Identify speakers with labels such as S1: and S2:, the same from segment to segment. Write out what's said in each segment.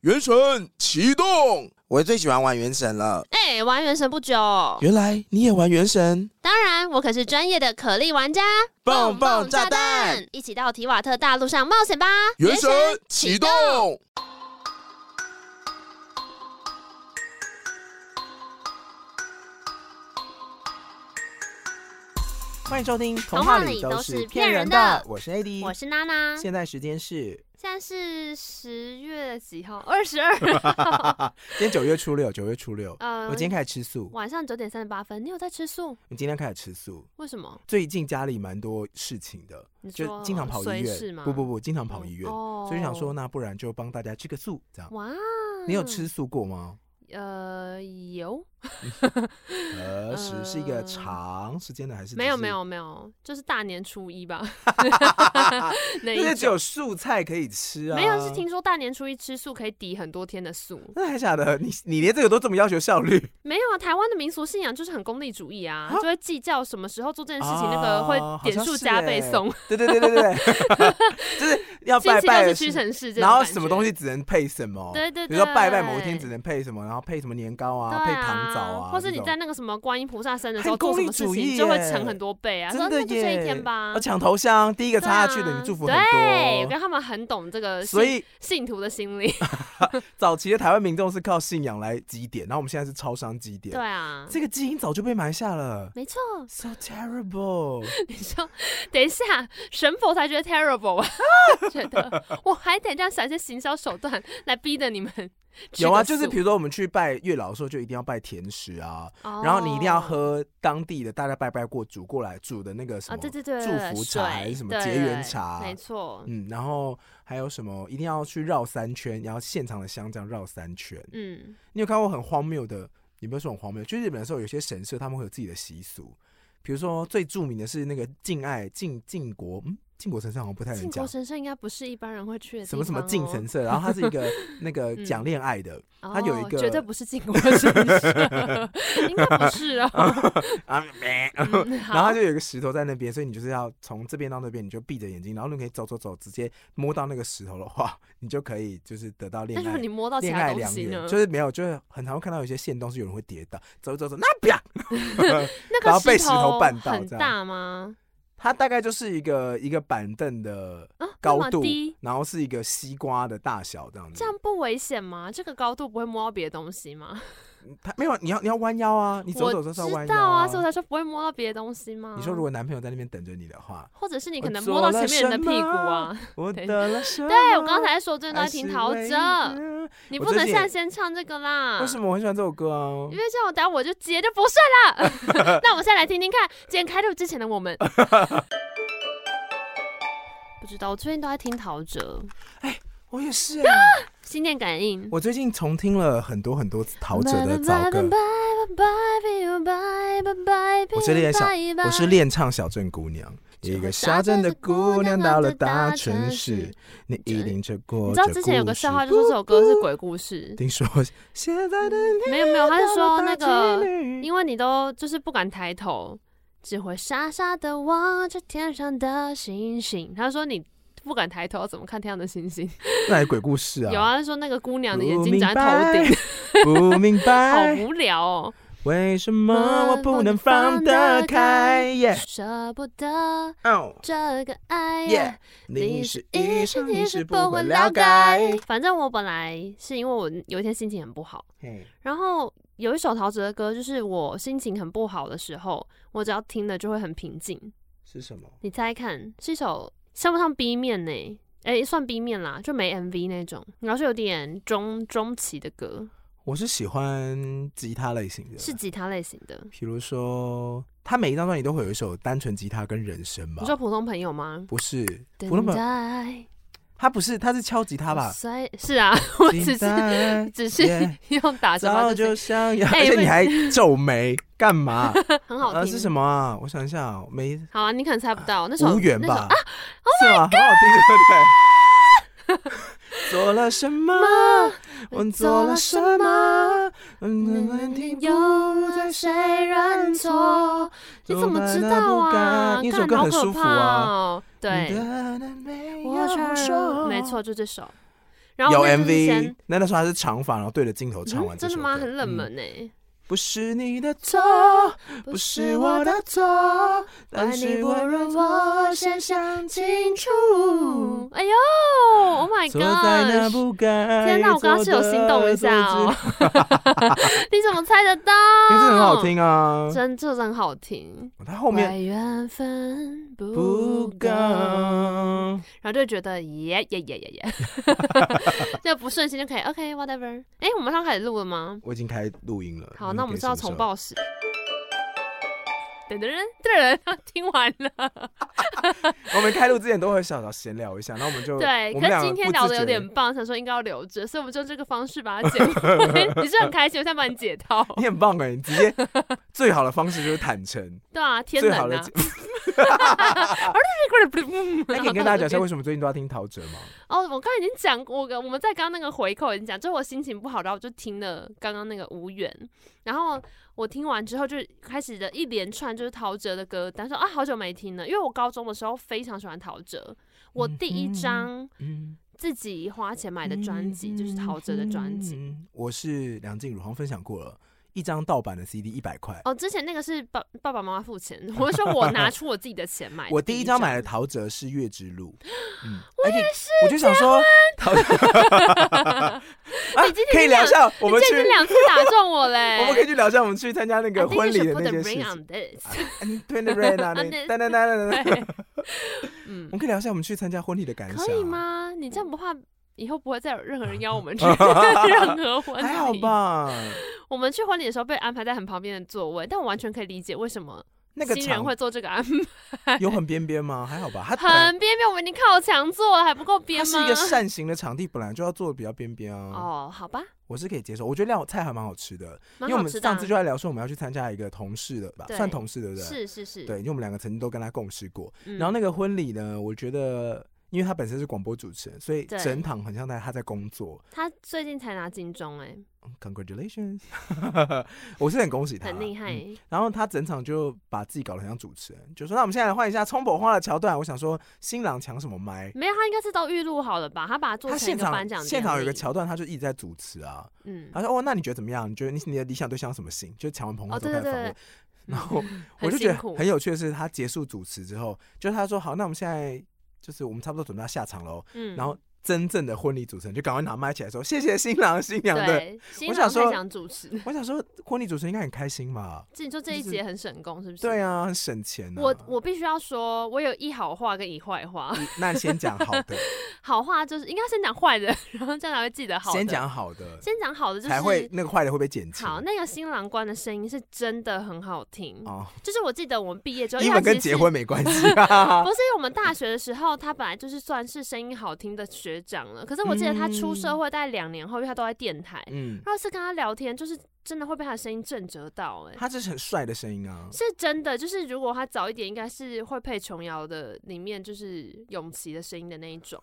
S1: 原神启动。
S2: 我最喜欢玩原神了。
S3: 哎、玩原神不久，
S2: 原来你也玩原神？
S3: 当然我可是专业的可莉玩家。
S2: 蹦蹦炸弹，
S3: 一起到提瓦特大陆上冒险吧！
S1: 原神启动。，
S2: 欢迎收听《
S3: 童话里都是骗人的
S2: 我是 AD，
S3: 我是娜娜，现
S2: 现在时间是
S3: 在是十月几号？二十 二。
S2: 今天九月初六，九月初六。
S3: 嗯
S2: 我今天开始吃素，
S3: 晚上九点三十八分，你有在吃素？
S2: 我今天开始吃素。
S3: 为什么？哦
S2: 最近家里蛮多事情的
S3: 你，
S2: 就
S3: 说
S2: 经常跑医
S3: 随事
S2: 院。
S3: 吗
S2: 不不不，经常跑医院，
S3: 哦
S2: 所以想说，那不然就帮大家吃个素，这样。
S3: 哇，嗯
S2: 你有？吃素过 吗？
S3: 呃，有，
S2: 何时呃是一个长时间的还是？
S3: 呃没有没，有没有，就是大年初一 吧。那
S2: 因为
S3: 一
S2: 只有素菜可以吃啊。
S3: 没有，是听说大年初一吃素可以抵很多天的素。
S2: 那还假的？你你连这个都这么要求效 率？
S3: 没有啊，台湾的民俗信仰就是很功利主义啊
S2: 啊，
S3: 就会计较什么时候做这件事情，
S2: 啊
S3: 那个会点数加倍 送。。
S2: 好像是欸对对对对对， 就是要
S3: 星
S2: 拜
S3: 期六
S2: 拜
S3: 是
S2: 的
S3: 屈
S2: 事，
S3: 臣氏，
S2: 然后什么东
S3: 西？
S2: 西只能配什么？
S3: 对对对，
S2: 比如说拜拜某一天只能配什么，然后配什么年糕
S3: 对
S2: 啊，
S3: 啊，
S2: 配糖枣啊，
S3: 或是
S2: 这
S3: 你
S2: 种
S3: 在那个什么观音菩萨生的时候
S2: 很功
S3: 做什么
S2: 利
S3: 事
S2: 主义
S3: 情，就会
S2: 耶
S3: 乘很多倍啊。说
S2: 真
S3: 那
S2: 的
S3: 就这一天
S2: 耶
S3: 吧
S2: 啊。抢头香第一个
S3: 对
S2: 插
S3: 啊
S2: 下去的，你祝福很
S3: 对，我
S2: 多哦
S3: 跟。他们很懂这个
S2: 所
S3: 信
S2: 以
S3: 信徒的心理。
S2: 早期的台湾民众是靠信仰来积点，然后我们现在是超商积
S3: 对
S2: 点，
S3: 啊，
S2: 这个基因早就被埋下了。
S3: 没错。
S2: So terrible！
S3: 你说，等一下，神佛才觉得 terrible 吧？ 觉得我还得这样想一些行销手段来逼着你们 吃
S2: 有啊，
S3: 个
S2: 就是
S3: 素
S2: 比如说我们去拜月老的时候，就一定要拜甜食啊，
S3: 哦
S2: 然后你一定要喝当地的大家拜拜过煮过来煮的那个什
S3: 啊，
S2: 么，
S3: 对对对，
S2: 祝
S3: 对
S2: 福
S3: 对
S2: 茶还
S3: 水
S2: 是什么
S3: 对
S2: 结
S3: 对
S2: 缘茶
S3: 没错，
S2: 嗯，然后还有什么一定要去绕三圈，然后现场的香这样绕三圈。
S3: 嗯，
S2: 你有看过很荒谬的？你不要说很荒谬，就是日本的时候，有些神社他们会有自己的习俗，比如说最著名的是那个敬爱敬敬国，嗯，敬国神社好像不太能
S3: 靖
S2: 讲
S3: 国。神社应该不是一般人会去的地
S2: 什么什么
S3: 方
S2: 敬
S3: 哦嗯
S2: 神，社，然后它是一 个那个讲恋爱的、它有一
S3: 哦
S2: 个
S3: 绝对不是靖国神社， 应该不是 哦。
S2: 啊，咩
S3: 嗯
S2: 然后
S3: 好
S2: 它就有一个石头在那边，所以你就是要从这边到那边，你就闭着眼睛，然后你可以走走走，直接摸到那个石头的话， 你就可以就是得到恋
S3: 那如
S2: 爱
S3: 果你摸到其
S2: 恋
S3: 他
S2: 爱
S3: 东
S2: 良
S3: 西
S2: 缘，
S3: 呢？
S2: 就是没有，就是很常会看到有些线动是有人会跌倒，走走走，那不要，
S3: 那
S2: 然
S3: 个
S2: 后被石头
S3: 头
S2: 绊到
S3: 很
S2: 这样
S3: 大吗？
S2: 它大概就是一个一个板凳的
S3: 啊，那
S2: 高
S3: 么
S2: 度
S3: 低，
S2: 然后是一个西瓜的大小这样子
S3: 这。样不危险吗？这个高度不会摸到别的东西吗？
S2: 它没有，你要你要弯腰啊，你走
S3: 我
S2: 走走走弯
S3: 知
S2: 腰啊
S3: 道啊所以我才说不会摸到别的东西吗？
S2: 你说如果男朋友在那边等着你的话，
S3: 或者是你可
S2: 我
S3: 能
S2: 做
S3: 摸到
S2: 了
S3: 前面人的屁股啊？
S2: 我
S3: 等一
S2: 得了什么？
S3: 对，我刚才说最近都在
S2: 爱
S3: 听
S2: 嗯是
S3: 陶
S2: 唯一
S3: 喆，
S2: 的
S3: 你
S2: 我
S3: 不
S2: 最
S3: 能
S2: 近
S3: 现在先唱这个啦。
S2: 为什么我很喜欢这首歌啊
S3: 因？为这样我等下我就接就不顺了。 那我们现在来听听看今天开录之前的我们。 不知道，我最近都在听陶喆《
S2: 我也是欸，
S3: 心电感应》。
S2: 我最近重听了很多很多陶喆的早 歌。我是练小，我是练唱小镇姑娘，一个小镇的姑娘到了大城市，你一定就过。
S3: 你知道之前有个笑话，就说这首歌是鬼故事。
S2: 听说现在的你
S3: 没有没有，他是说那
S2: 到了大，
S3: 个
S2: 城里
S3: 因为你都就是不敢抬头，只会傻傻的望着天上的星星。他说你不敢抬头，怎么看天上的星星？
S2: 那还鬼故事啊，
S3: 有，啊，说那个姑娘的眼
S2: 不
S3: 睛
S2: 明
S3: 长在头顶，
S2: 白，不明白
S3: 好无聊哦，
S2: 为什么我不能放得开耶？
S3: 舍不得
S2: 哦，
S3: 这个爱
S2: Yeah，
S3: 呀。
S2: 你是医生，你是不会了解。。
S3: 反正我本来是因为我有一天心情很不好，
S2: 嘿
S3: 然后有一首陶喆的歌，就是我心情很不好的时候，我只要听了就会很平静。
S2: 是什么？
S3: 你猜看，是一首算不上 B 面呢、诶，算 B 面啦，就没 MV 那种，然后是有点中中期的歌，
S2: 我是喜欢吉他类型的，
S3: 是吉他类型的。
S2: 比如说，他每一张专辑都会有一首单纯吉他跟人声吧
S3: 你？说普通朋友吗？
S2: 不是，普
S3: 等
S2: 通本
S3: 待，
S2: 他不是，他是敲吉他吧？
S3: 所以是啊， 我只
S2: 期
S3: 是
S2: 待
S3: 只是
S2: 耶
S3: 用打什
S2: 早
S3: 么就
S2: 就想要，
S3: 哎
S2: 而且
S3: 不
S2: 你还皱眉干嘛？
S3: 很好
S2: 啊，
S3: 听。
S2: 是什么啊？我想一下哦，没
S3: 好啊，你可能猜不到，那首
S2: 无缘
S3: 那首
S2: 吧？是吗？很好听，对不对？做了什么？我做了什么？嗯，问题不在谁认错。
S3: 你怎么知道
S2: 不
S3: 啊？
S2: 敢那首
S3: 看
S2: 歌
S3: 好
S2: 很
S3: 可
S2: 舒服
S3: 怕
S2: 啊。
S3: 哦。对，
S2: 你的美
S3: 我
S2: 要
S3: 承
S2: 说
S3: 认没。错，就这首。然后
S2: 有
S3: 我那阵子
S2: MV
S3: 先。
S2: 那那时候他是长发，然后对着镜头唱完
S3: 嗯
S2: 这
S3: 真
S2: 首
S3: 的
S2: 歌。
S3: 吗？很冷
S2: 嗯
S3: 门呢、
S2: 不是你的错，不
S3: 不
S2: 是我的错，但是我让我先想清楚。
S3: 哎呦，Oh my
S2: 错嗯在那
S3: god！
S2: 不该。。
S3: 天哪，我刚刚是有心动一下哦。你怎么猜得到？
S2: 因为这很好，听 啊，
S3: 真这真好听。
S2: 他后面
S3: 怪缘分不
S2: 不
S3: 够，
S2: 刚
S3: 然后就觉得耶耶耶耶耶， 就不顺心就可以 OK whatever。哎、我们上开始录了吗？
S2: 我已经开录音了。
S3: 好，
S2: 你
S3: 那我们
S2: 可以
S3: 是要
S2: 什么时
S3: 重
S2: 候。
S3: 报时。等等人，等人，听完了。
S2: 我们开录之前都会小小闲聊一下，然后我们就我
S3: 对，可
S2: 们
S3: 是
S2: 俩
S3: 今天
S2: 不自
S3: 聊的有
S2: 觉
S3: 点棒，想说应该要留着，所以我们就用这个方式把它剪完。你是很开心，我想把你 解套。
S2: 你很棒哎，你直接最好的方式就是坦 诚，
S3: 对啊，天
S2: 最
S3: 冷
S2: 好的
S3: 啊
S2: 解。。 那
S3: 那
S2: 可以跟大家讲一下为什么最近都要听陶喆吗？
S3: 哦，我刚才已经讲过，我我们在刚刚那个回扣已经讲，就我心情不好，然后我就听了刚刚那个无缘，然后我听完之后就开始的一连串就是陶喆的歌单，说啊好久没听了，因为我高中的时候非常喜欢陶喆，我第一张
S2: 嗯，
S3: 自己花钱买的专辑就是陶喆的专辑。
S2: 辑。嗯我是梁静茹，好像分享过了，一张盗版的 CD 一百块。
S3: 哦，之前那个是爸爸爸妈妈付钱， 我是说我拿出我自己的钱买的。
S2: 我第一张买的
S3: 的，
S2: 陶喆是《月之 路》，嗯，我也是，我就想说，陶喆啊
S3: 你今天
S2: 可以聊一下，我
S3: 我
S2: 们去，
S3: 两次打中我 嘞。啊
S2: 我们可以去聊一下我们去参加那个
S3: I think you
S2: 婚礼
S3: should
S2: 的
S3: put
S2: 那
S3: the 啊
S2: 些事
S3: ring
S2: 情。
S3: on this
S2: 嗯对那 rain 啊，那
S3: On this
S2: 哒哒哒哒哒，
S3: 对。嗯
S2: 我们可以聊一下我们去参加婚礼的感想，
S3: 可以？吗？你
S2: 嗯
S3: 这样不怕以后不会再有任何人邀 我们去任何婚礼？
S2: 还好？吧，
S3: 我们去婚礼的时候被安排在很旁边的座位，但我完全可以理解为什么
S2: 那个
S3: 新人
S2: 场啊
S3: 会做这个安
S2: 有很边边吗？还好吧，他
S3: 排。很边边，我们已经靠墙坐了，还不够边
S2: 它
S3: 吗
S2: 是一？个扇形的场地，本来就要做的比较边边啊。
S3: 哦，好吧，
S2: 我是可以接受，我觉得料菜还蛮好吃的，因
S3: 蛮
S2: 为我
S3: 好
S2: 们
S3: 吃的
S2: 上
S3: 啊。
S2: 次就在聊说我们要去参加一个同事的吧，
S3: 对
S2: 算同事对不对？。
S3: 是是是，
S2: 对，因为我们两个曾经都跟他共事过。
S3: 嗯。
S2: 然后那个婚礼呢，我觉得。因为他本身是广播主持人，所以
S3: 对
S2: 整堂很像在他在工作。
S3: 他最近才拿金钟，哎，
S2: Congratulations，我是很恭喜他，
S3: 很厉害。欸
S2: 嗯然后他整场就把自己搞得很像主持人，就说：“那我们现在来换一下冲宝花的桥段。”我想说，新郎抢什么麦？
S3: 没有，他应该是都预录好了吧？他把它嗯做
S2: 他
S3: 成一
S2: 现
S3: 个颁
S2: 场
S3: 奖
S2: 现场有一个
S3: 典礼，
S2: 桥段，他就一直在主持啊。
S3: 嗯，
S2: 他说：“哦，那你觉得怎么样？你觉得你你的理想对象是什么型？”就抢完捧花
S3: 哦
S2: 之后
S3: 对
S2: 开始
S3: 对
S2: 访
S3: 对
S2: 问。然后我
S3: 很
S2: 就觉
S3: 辛
S2: 得
S3: 苦
S2: 很。有趣的是，他结束主持之后，就是他说：“好，那我们现在就是我们差不多准备要下场喽。
S3: 嗯
S2: 然后真正的婚礼主持人就赶快拿麦起来说：“谢谢新郎新娘的。
S3: 对，新
S2: 我
S3: 郎
S2: 想
S3: 太
S2: 说
S3: 想主持，”
S2: 我想说，婚礼主持人应该很开心吧？
S3: 这你说这一
S2: 就是
S3: 集也很省工是不是？
S2: 对啊，很省钱、啊。
S3: 我我必须要说，我有一好话跟一坏话。
S2: 你那你先讲好的，
S3: 好话就是应该先讲坏的，然后这样才会记 得好的。
S2: 先，讲好的，
S3: 先讲好的就是
S2: 才会那个坏的会被剪辑。
S3: 好。那个新郎官的声音是真的很好听，
S2: 哦，
S3: 就是我记得我们毕业之后，
S2: 英
S3: 因为
S2: 文
S3: 他
S2: 跟
S3: 其实
S2: 结婚没关系啊
S3: 不。是因为我们大学的时候，他本来就是算是声音好听的学长了。可是我记得他出社会大概两年后，因为他都在电台，
S2: 嗯，
S3: 然后是跟他聊天，就是真的会被他的声音震折到、哎，
S2: 他这是很帅的声音啊。
S3: 是真的，就是如果他早一点，应该是会配琼瑶的里面就是永琪的声音的那一种，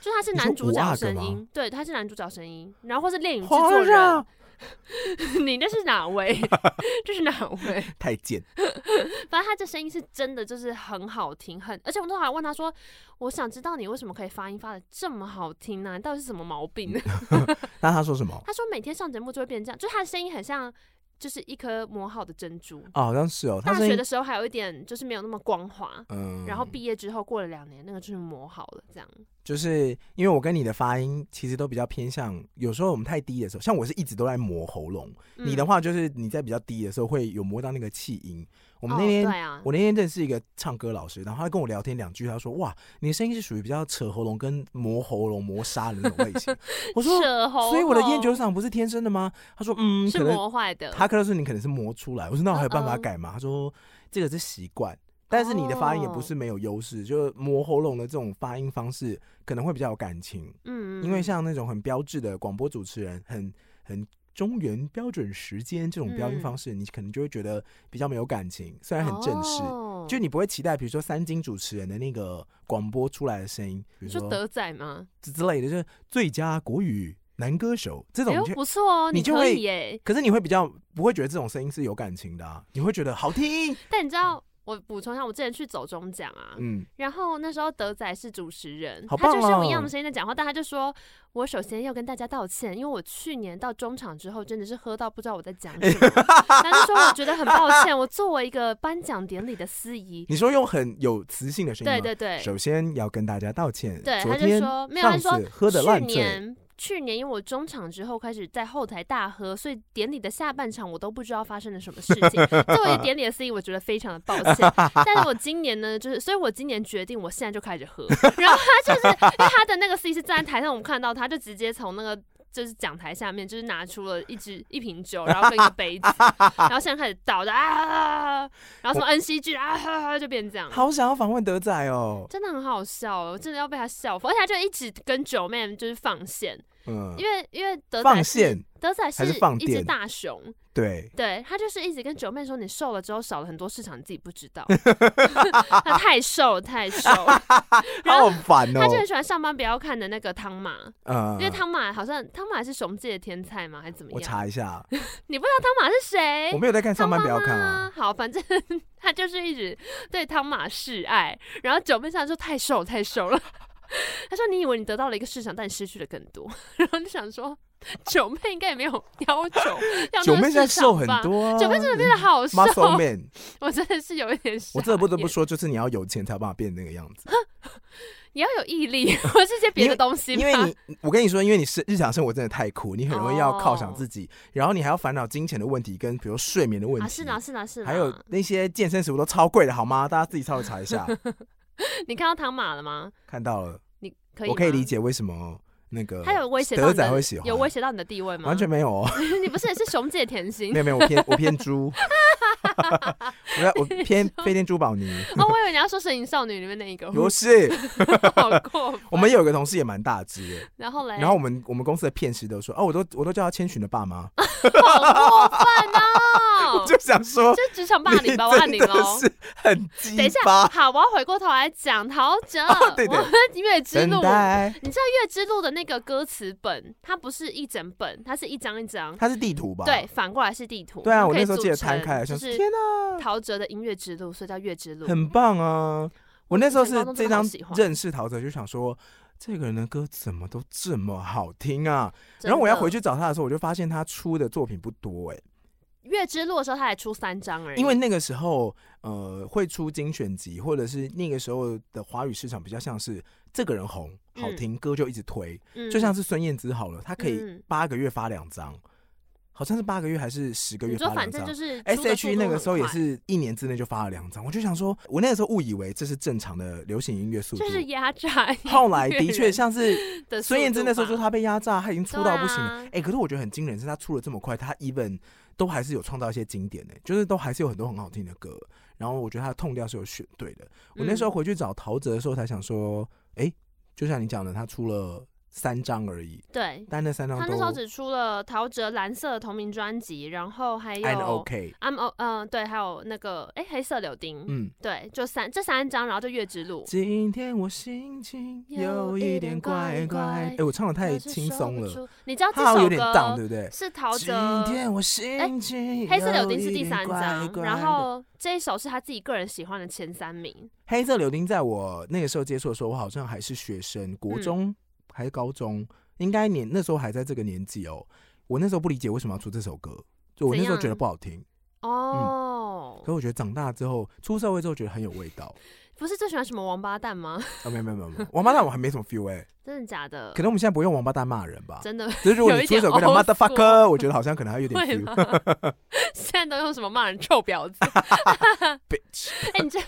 S3: 就他是
S2: 你
S3: 男
S2: 说
S3: 主
S2: 五阿
S3: 角
S2: 哥
S3: 声
S2: 吗
S3: 音，对，他是男主角声音，然后或是电影制作人， 你那是哪位？ 这是哪位？
S2: 太贱，
S3: 反正他这声音是真的，就是很好听，很，而且我们都还问他说，我想知道你为什么可以发音发的这么好听啊呢、你到底是什么毛病？
S2: 嗯那他说什么？
S3: 他说每天上节目就会变这样，就他的声音很像就是一颗磨好的珍珠。
S2: 哦，好像是哦，他
S3: 大
S2: 声
S3: 学
S2: 音
S3: 的时候还有一点就是没有那么光滑，
S2: 嗯，
S3: 然后毕业之后过了两年，那个就是磨好了，这样。
S2: 就是因为我跟你的发音其实都比较偏向，有时候我们太低的时候，像我是一直都在磨喉咙，
S3: 嗯
S2: 你的话就是你在比较低的时候会有磨到那个气音。我们那天、
S3: 哦、对啊，
S2: 我那天认识一个唱歌老师，然后他跟我聊天两句，他说：“哇，你的声音是属于比较扯喉咙跟磨喉咙、磨沙的那种类 型。”我说：“
S3: 扯喉咙
S2: 所以我的烟酒嗓不是天生的吗？”他说：“嗯，
S3: 是
S2: 可能
S3: 磨坏的。
S2: 他可能说你可能是磨出来，我说那我还有办法
S3: 嗯嗯
S2: 改吗？他说这个是习惯，但是你的发音也不是没
S3: 哦
S2: 有优势，就是磨喉咙的这种发音方式可能会比较有感情，
S3: 嗯，嗯
S2: 因为像那种很标志的广播主持人，很很中原标准时间这种标
S3: 嗯
S2: 音方式，你可能就会觉得比较没有感情，虽然很正式，
S3: 哦、
S2: 就你不会期待比如说三金主持人的那个广播出来的声音，比
S3: 你
S2: 如
S3: 说
S2: 说
S3: 德仔吗？
S2: 之之类的，就是最佳国语男歌手这
S3: 哎
S2: 种
S3: 呦
S2: 你就。
S3: 不错哦，
S2: 你就
S3: 可
S2: 会
S3: 以耶。
S2: 可是你会比较不会觉得这种声音是有感情的、啊，你会觉得好听。
S3: 但你知道。我补充一下，我之前去走中奖啊，
S2: 嗯，
S3: 然后那时候德仔是主持人，
S2: 好
S3: 他
S2: 棒
S3: 就是用一样
S2: 哦
S3: 的声音在讲话，但他就说：“我首先要跟大家道歉，因为我去年到中场之后真的是喝到不知道我在讲什 么。”他就说：“我觉得很抱歉，我作为一个颁奖典礼的司仪，
S2: 你说用很有磁性的声音
S3: 对
S2: 吗，
S3: 对对，
S2: 首先要跟大家道歉，
S3: 对
S2: 昨
S3: 他就
S2: 天
S3: 说没有
S2: 上
S3: 他说
S2: 次喝的烂醉，
S3: 去年去年因为我中场之后开始在后台大喝，所以典礼的下半场我都不知道发生了什么事情。作为典礼的司仪，我觉得非常的抱歉。但是我今年呢，就是所以我今年决定我现在就开始喝。然后他就是因为他的那个司仪是站在台上，我们看到他就直接从那个。就是讲台下面，就是拿出了一支一瓶酒，然后跟一个杯子，然后现在开始倒的啊，然后什么恩熙剧啊，就变这样。
S2: 好想要访问德仔哦，
S3: 真的很好笑哦，我真的要被他笑疯，而且他就一直跟九妹就是放线，
S2: 嗯，
S3: 因为因为德仔
S2: 放
S3: 是
S2: 线，
S3: 德仔
S2: 还
S3: 是
S2: 是放
S3: 一只
S2: 电
S3: 大熊，
S2: 对，
S3: 对他就是一直跟九妹说你瘦了之后少了很多市场，你自己不知 道，他太瘦了太瘦了， 然
S2: 好
S3: 后
S2: 烦哦
S3: 他，就很喜欢上班不要看的那个汤马，
S2: 嗯，
S3: 因为汤马好像汤马是熊界的天才吗？还是怎么
S2: 我
S3: 样？
S2: 查一下，
S3: 你不知道汤马是谁
S2: 我？没有在看上班不要看
S3: 啊
S2: 啊，，
S3: 好，反正他就是一直对汤马示爱，然后九妹上说太瘦太瘦了， 他说你以为你得到了一个市场，但你失去了更多， 然后就想说九妹应该也没有要 求要那个
S2: 九妹现在
S3: 市场
S2: 瘦很
S3: 吧。
S2: 多啊，
S3: 九妹真的变得好瘦，
S2: muscle man，
S3: 我真的是有一点傻眼。
S2: 我真的不得不说，就是你要有钱才有办法变那个样子，
S3: 你要有毅力， 或是一些别的东西吧。
S2: 因为你，我跟你说，因为你是日常生活真的太苦，你很容易要犒赏自己，然后你还要烦恼金钱的问题，跟比如睡眠的问
S3: 哦啊，
S2: 题，
S3: 是啦是啦是啦。
S2: 还有那些健身食物都超贵的，好吗？大家自己稍微查一 下，
S3: 你看到汤马了吗？
S2: 看到了，
S3: 你可以，
S2: 我可以理。解为什么那个
S3: 他有威胁到
S2: 德
S3: 你
S2: 仔
S3: 的
S2: 会喜欢
S3: 有威胁到你的地位吗？
S2: 完全没有哦，
S3: 你不是也是熊姐甜心
S2: 没？有没有，我偏我偏猪， 我 要我偏飞天珠宝泥，
S3: 哦，我以为你要说《神隐少女》里面 那一个，
S2: 不是，
S3: 好过分。
S2: 我们有一个同事也蛮大只 的，
S3: 然后嘞，
S2: 然后我们我们公司的片师都说，哦，我都我都叫他千寻的爸妈，，
S3: 好过分 哦
S2: 就想说
S3: 这职场霸
S2: 你
S3: 凌
S2: 真
S3: 吧，我按你
S2: 的
S3: 喽。
S2: 是很鸡
S3: 等一下，
S2: 巴。哦
S3: 好，我要回过头来讲陶喆，
S2: 对对
S3: 我嗯们月之
S2: 等
S3: 路，
S2: 待，
S3: 你知道月之路的那个歌词本，它不是一整本，它是一张一张，
S2: 它是地图吧？
S3: 对，反过来是地图。
S2: 哦对啊，
S3: 它
S2: 我
S3: 可以
S2: 那时候记得
S3: 组成
S2: 摊开来，
S3: 就
S2: 想
S3: 是
S2: 天哪，
S3: 陶喆的音乐之路，所以叫月之路。
S2: 很棒啊！我那时候是这张
S3: 以前高中真的好喜欢
S2: 认识陶喆，就想说这个人的歌怎么都这么好听啊！
S3: 真
S2: 然后我要
S3: 的
S2: 回去找他的时候，我就发现他出的作品不多哎、
S3: 月之路的时候，他还出三张而已。
S2: 因为那个时候呃会出精选集，或者是那个时候的华语市场比较像是这个人红好
S3: 嗯
S2: 听，歌就一直推，
S3: 嗯
S2: 就像是孙燕姿好了，她可以
S3: 嗯
S2: 八个月发两张，好像是八个月还是十个
S3: 你
S2: 月
S3: 说，
S2: 发
S3: 反
S2: 两
S3: 正
S2: 张
S3: 就。是
S2: 哎 S
S3: 出的速
S2: H E
S3: 度
S2: 那个
S3: 很
S2: 时候也
S3: 快
S2: 是一年之内就发了两张，我就想说，我那个时候误以为这是正常的流行音乐速度
S3: 就，是压榨。
S2: 后来的确像是
S3: 的
S2: 孙燕姿那时候说
S3: 他
S2: 她被压榨，她已经出到不行了。哎、
S3: 对啊
S2: 可是我觉得很惊人，是她出了这么快，她 even 都还是有创造一些经典呢、就是都还是有很多很好听的歌。然后我觉得她的痛调是有选对的。我那时
S3: 嗯
S2: 候回去找陶喆的时候，才想说，哎、就像你讲的，他出了三张而已，
S3: 对，
S2: 但那三张
S3: 他那时候
S2: 都
S3: 只出了陶喆蓝色的同名专辑，然后还有
S2: and OK。
S3: I'm O 嗯、对，还有那个哎、黑色柳丁，
S2: 嗯，
S3: 对，就三这三张，然后就月之路。
S2: 今天我心情有一点怪怪。哎、我唱的 太轻松了，，
S3: 你知道这
S2: 它好像有
S3: 首
S2: 点 down，
S3: 歌
S2: 对不对？
S3: 是陶
S2: 今
S3: 喆。
S2: 天我心情、
S3: 哎黑色柳丁是第三张，然后这一首是他自己个人喜欢的前三名。
S2: 黑色柳丁在我那个时候接触的时候，我好像还是学生，国中、还是高中，应该年那时候还在这个年纪哦。我那时候不理解为什么要出这首歌，就我那时候
S3: 怎样
S2: 觉得不好听，
S3: 哦
S2: 可，是我觉得长大之后出社会之后觉得很有味 道。
S3: 不是最喜欢什么王八蛋吗？
S2: 啊，没有没有没有，没有王八蛋我还没什么 feel 哎、
S3: 真的假的
S2: 可？能我们现在不用王八蛋骂人吧。
S3: 真的
S2: 只是如果
S3: 有
S2: 你
S3: 一
S2: 出一
S3: 点
S2: 首歌叫
S3: old
S2: motherfucker，我觉得好像可能还有点
S3: 会
S2: feel
S3: 吗。？现在都用什么骂人臭婊子？
S2: bitch，
S3: 哎、你这。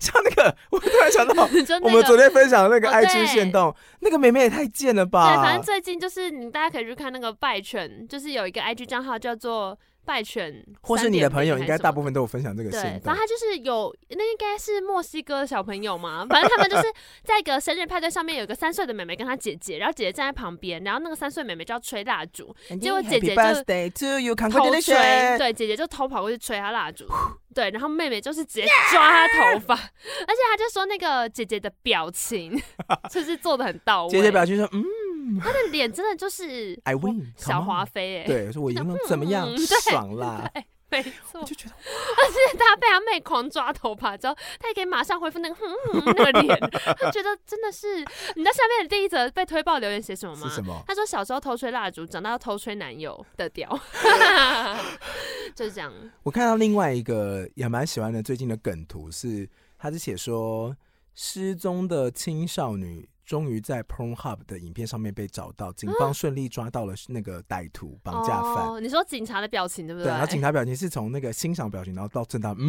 S2: 像那个我突然想到
S3: 你说
S2: 我
S3: 那
S2: 们
S3: 个
S2: 昨天分享那个
S3: 哦
S2: 爱吃
S3: 对
S2: 线动，那个妹妹也太贱了吧！
S3: 对，反正最近就是你大家可以去看那个拜犬，就是有一个 IG 账号叫做拜犬，
S2: 或是你的朋友应该大
S3: 分。
S2: 部分都有分享这个
S3: 对，
S2: 线
S3: 反正
S2: 动。
S3: 他就是有，那应该是墨西哥的小朋友嘛，反正他们就是在一个生日派对上面，有一个三岁的妹妹跟她姐姐，然后姐姐站在旁边，然后那个三岁妹妹就要吹蜡烛，结果姐姐就
S2: 哎 Happy birthday to you,
S3: 偷吹
S2: congratulations。，
S3: 对，姐姐就偷跑过去吹她蜡烛，对，然后妹妹就 是直接抓她头发，而且她就说那个姐姐的表情就是做的很到 位，
S2: 姐姐表情说，嗯
S3: 她的脸真的就是
S2: ，I win，
S3: 小华
S2: come
S3: 妃哎、
S2: on。对，说我赢了，怎么样
S3: 嗯？对
S2: 爽啦！
S3: 没错
S2: 我，就觉得
S3: 而且他被他妹狂抓头发之后，他也可以马上恢复那个哼哼哼那个脸，他觉得真的是。你知道下面的第一则被推爆留言写什么吗？
S2: 是什么？
S3: 他说小时候偷吹蜡烛，长大要偷吹男友 的屌，就是这样。
S2: 我看到另外一个也蛮喜欢的最近的梗图是，他是写说失踪的青少女终于在 Pornhub 的影片上面被找到，警方顺利抓到了那个歹徒绑架犯。
S3: 啊哦，你说警察的表情对不
S2: 对，啊然后警察表情是从那个欣赏表情，然后到震荡，嗯，